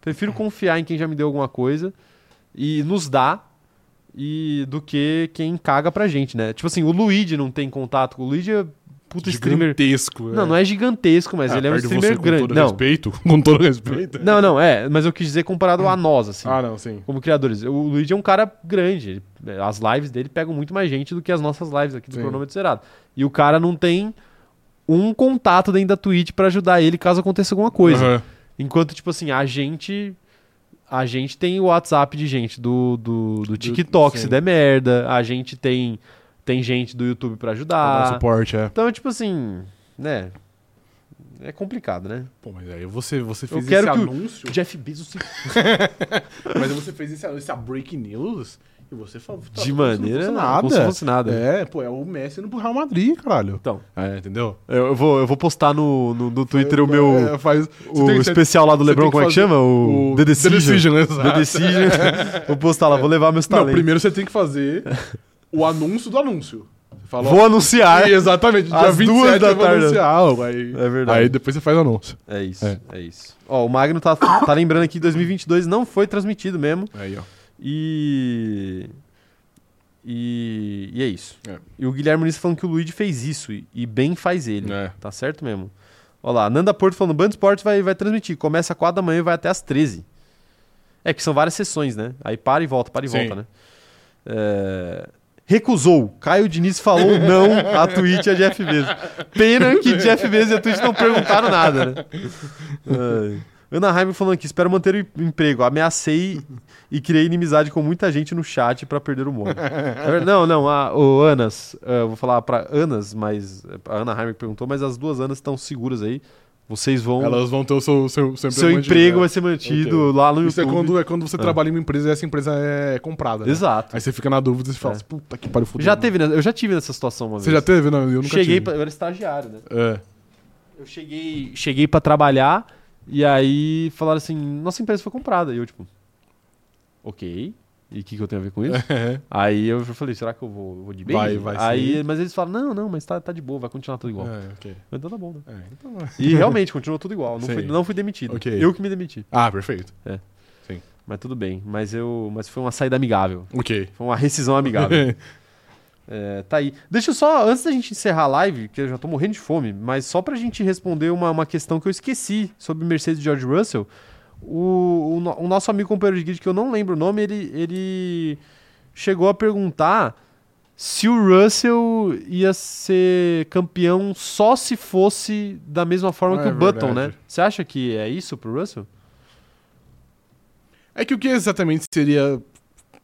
Prefiro confiar em quem já me deu alguma coisa e nos dá e do que quem caga pra gente, né? Tipo assim, o Luigi não tem contato. O Luigi é puta streamer. Gigantesco. Não, não é gigantesco, mas ele é um streamer Ah, com grande. Todo Não. respeito, com todo respeito. não, não, é, mas eu quis dizer comparado a nós, assim. Ah, não, sim. Como criadores. O Luigi é um cara grande. ele- as lives dele pegam muito mais gente do que as nossas lives aqui do Sim. cronômetro zerado. E o cara não tem um contato dentro da Twitch pra ajudar ele caso aconteça alguma coisa. Aham. Enquanto, tipo assim, a gente. A gente tem o WhatsApp de gente do, do, do TikTok, sim. se der merda. A gente tem, tem gente do YouTube pra Pra dar ajudar. suporte, é. Então, tipo assim, né? É complicado, né? Pô, mas aí você, você fez quero esse que o- anúncio. Jeff Bezos se Mas você fez esse anúncio, essa break news. E você falou. De tá, como se não maneira- fosse como se fosse nada. É, pô, é o Messi indo pro Real Madrid, caralho. Então, É, entendeu? eu, eu vou, eu vou postar no, no, no Twitter o meu. É, faz, O você tem- você- especial lá do você LeBron, tem como é que fazer chama? O, The Decision. exato. The Decision. vou postar lá, vou levar meus Não, talentos. Ah. primeiro você tem que fazer o anúncio do anúncio. Você fala, Vou ó, anunciar. é, Exatamente, dia às 27 duas da eu vou tarde. anunciar. ó, é Aí, É verdade. Aí depois você faz o anúncio. É isso, É. é, isso. Ó, o Magno tá, tá lembrando aqui que 2022 não foi transmitido mesmo. Aí, ó. E. E, e é isso. É. E o Guilherme Nunes falando que o Luigi fez isso. E, e bem faz ele. É. Tá certo mesmo. Ó lá, Nanda Porto falando: Band Esportes vai, vai transmitir. Começa às 4 da manhã e vai até às 13. É que são várias sessões, né? Aí para e volta, para e Sim. volta, né? É, Recusou. Caio Diniz falou não a Twitch e a Jeff Bezos. Pena que Jeff Bezos e a Twitch não perguntaram nada, né? Ai. Ana Heim falando aqui, espero manter o em- emprego. Ameacei e criei inimizade com muita gente no chat pra perder o humor. É ver- não, não, a, o Anas, eh, eu vou falar pra Anas, mas a Ana Heimer perguntou, mas as duas Anas estão seguras aí. Vocês vão. Elas vão ter o seu, seu, seu mantido, emprego né? vai ser mantido lá no Isso é YouTube. quando, é quando você trabalha em uma empresa e essa empresa é comprada. né? Exato. Aí você fica na dúvida e você fala, assim, É. puta que pariu, fudeu. Já teve, né? eu já tive nessa situação uma Você já vez. teve? Não, eu nunca cheguei, tive. pra- eu era estagiário, né? É. Eu cheguei, cheguei para trabalhar e aí falaram assim, nossa empresa foi comprada. E eu tipo, ok. E o que, que eu tenho a ver com isso? Aí eu falei, será que eu vou, vou de bem? É. Vai, vai Aí, ser. mas eles falaram, não, não, mas tá, tá de boa, vai continuar tudo igual. É, ok. Mas Então tá bom, né? É, então é. E realmente, continuou tudo igual. Não, fui, Sim. não fui demitido. Ok. Eu que me demiti. Ah, perfeito. Mas tudo bem. Mas eu. Mas foi uma saída amigável. Ok. Foi uma rescisão amigável. É, tá aí. Deixa eu só, antes da gente encerrar a live, que eu já tô morrendo de fome, mas só pra gente responder uma, uma questão que eu esqueci sobre Mercedes e George Russell. O, o no- o nosso amigo companheiro de grid, que eu não lembro o nome, ele, ele chegou a perguntar se o Russell ia ser campeão só se fosse da mesma forma Ah, que é o Button, verdade. né? Você acha que é isso pro Russell? É que o que exatamente seria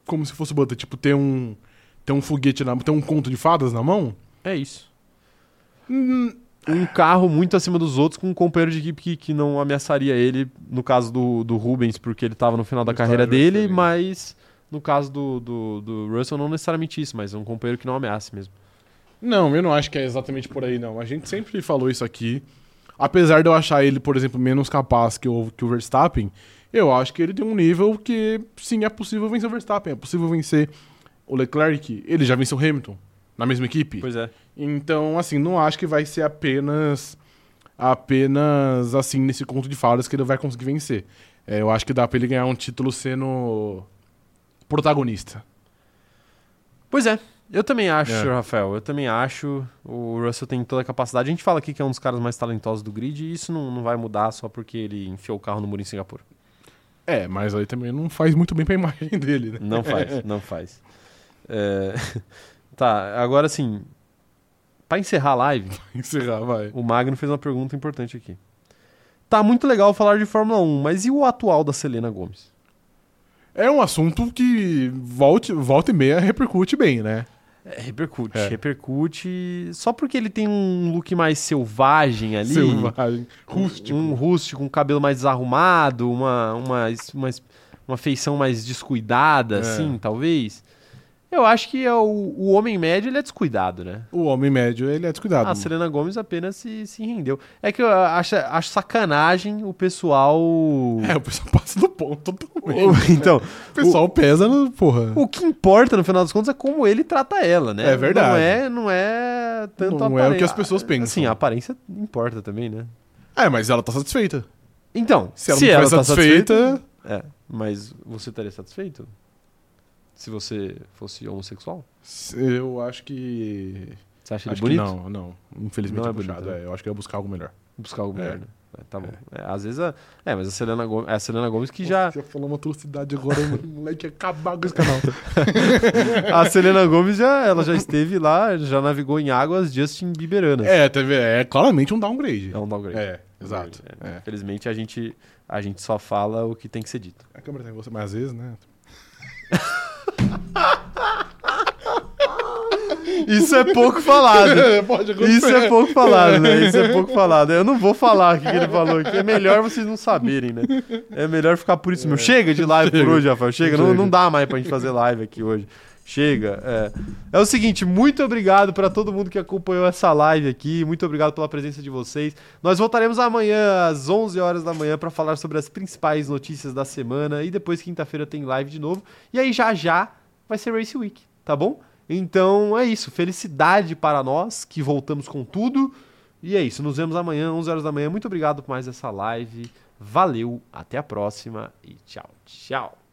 como se fosse o Butter? Tipo, ter um. Ter um foguete na ter um conto de fadas na mão? É isso. Hum, um carro muito acima dos outros com um companheiro de equipe que, que não ameaçaria ele, no caso do, do Rubens, porque ele estava no final da No carreira estágio, dele, sim. mas no caso do, do, do Russell, não necessariamente isso, mas um companheiro que não ameace mesmo. Não, eu não acho que é exatamente por aí, não. A gente sempre falou isso aqui. Apesar de eu achar ele, por exemplo, menos capaz que o, que o Verstappen, eu acho que ele tem um nível que, sim, é possível vencer o Verstappen. É possível vencer o Leclerc. Ele já venceu o Hamilton na mesma equipe. Pois é. Então, assim, não acho que vai ser apenas apenas assim nesse conto de fadas que ele vai conseguir vencer. É, eu acho que dá pra ele ganhar um título sendo protagonista. Pois é. Eu também acho, É. Rafael. Eu também acho. O Russell tem toda a capacidade. A gente fala aqui que é um dos caras mais talentosos do grid e isso não, não vai mudar só porque ele enfiou o carro no muro em Singapura. É, mas aí também não faz muito bem pra imagem dele, né? Não faz, não faz. É, Tá, agora assim. Pra encerrar a live, Encerrar, vai. O Magno fez uma pergunta importante aqui. Tá muito legal falar de Fórmula 1, mas e o atual da Selena Gomes? É um assunto que volte, volta e meia repercute bem, né? É, repercute, É. repercute. Só porque ele tem um look mais selvagem ali. Selvagem, rústico. Um rústico, um cabelo mais desarrumado, uma, uma, uma, uma feição mais descuidada, É. assim, talvez. Eu acho que é o, o homem médio ele é descuidado, né? O homem médio, ele é descuidado. A Selena Gomes apenas se, se rendeu. É que eu acho, acho sacanagem o pessoal. É, o pessoal passa do ponto totalmente. então, O pessoal pesa no. Porra. O que importa, no final das contas, é como ele trata ela, né? É verdade. Não é, não é tanto Não é o apare- que as pessoas pensam. Assim, a aparência importa também, né? É, mas ela tá satisfeita. Então, Se ela não estiver tá satisfeita, É, mas você estaria satisfeito? Se você fosse homossexual? eu acho que. Você acha ele Acho que bonito? não, não. Infelizmente Não é, é bonito, puxado. né? é, eu acho que eu ia buscar algo melhor. Buscar algum É. lugar, né? É, tá bom. É, às vezes a. É, mas a Selena Gomes, a Selena Gomes que já. Você falou uma atrocidade agora, o moleque ia acabar com esse canal. A Selena Gomes já, ela já esteve lá, já navegou em águas Justin Bieberanas. é, teve, é claramente um downgrade. É um downgrade. É, exato. É. Infelizmente a gente, a gente só fala o que tem que ser dito. A câmera tá em você, mas às vezes, né? Isso é pouco falado. Pode acontecer. Isso é pouco falado, né? Isso é pouco falado. Eu não vou falar o que que ele falou aqui. É melhor vocês não saberem, né? É melhor ficar por isso mesmo. Chega de live por hoje, Rafael. Chega. Não, Chega. não dá mais pra gente fazer live aqui hoje. Chega. É, é o seguinte, muito obrigado pra todo mundo que acompanhou essa live aqui. Muito obrigado pela presença de vocês. Nós voltaremos amanhã às 11 horas da manhã pra falar sobre as principais notícias da semana. E depois, quinta-feira, tem live de novo. E aí, já já, vai ser Race Week, tá bom? Então é isso. Felicidade para nós que voltamos com tudo. E é isso. Nos vemos amanhã, 11 horas da manhã. Muito obrigado por mais essa live. Valeu, até a próxima e tchau, tchau.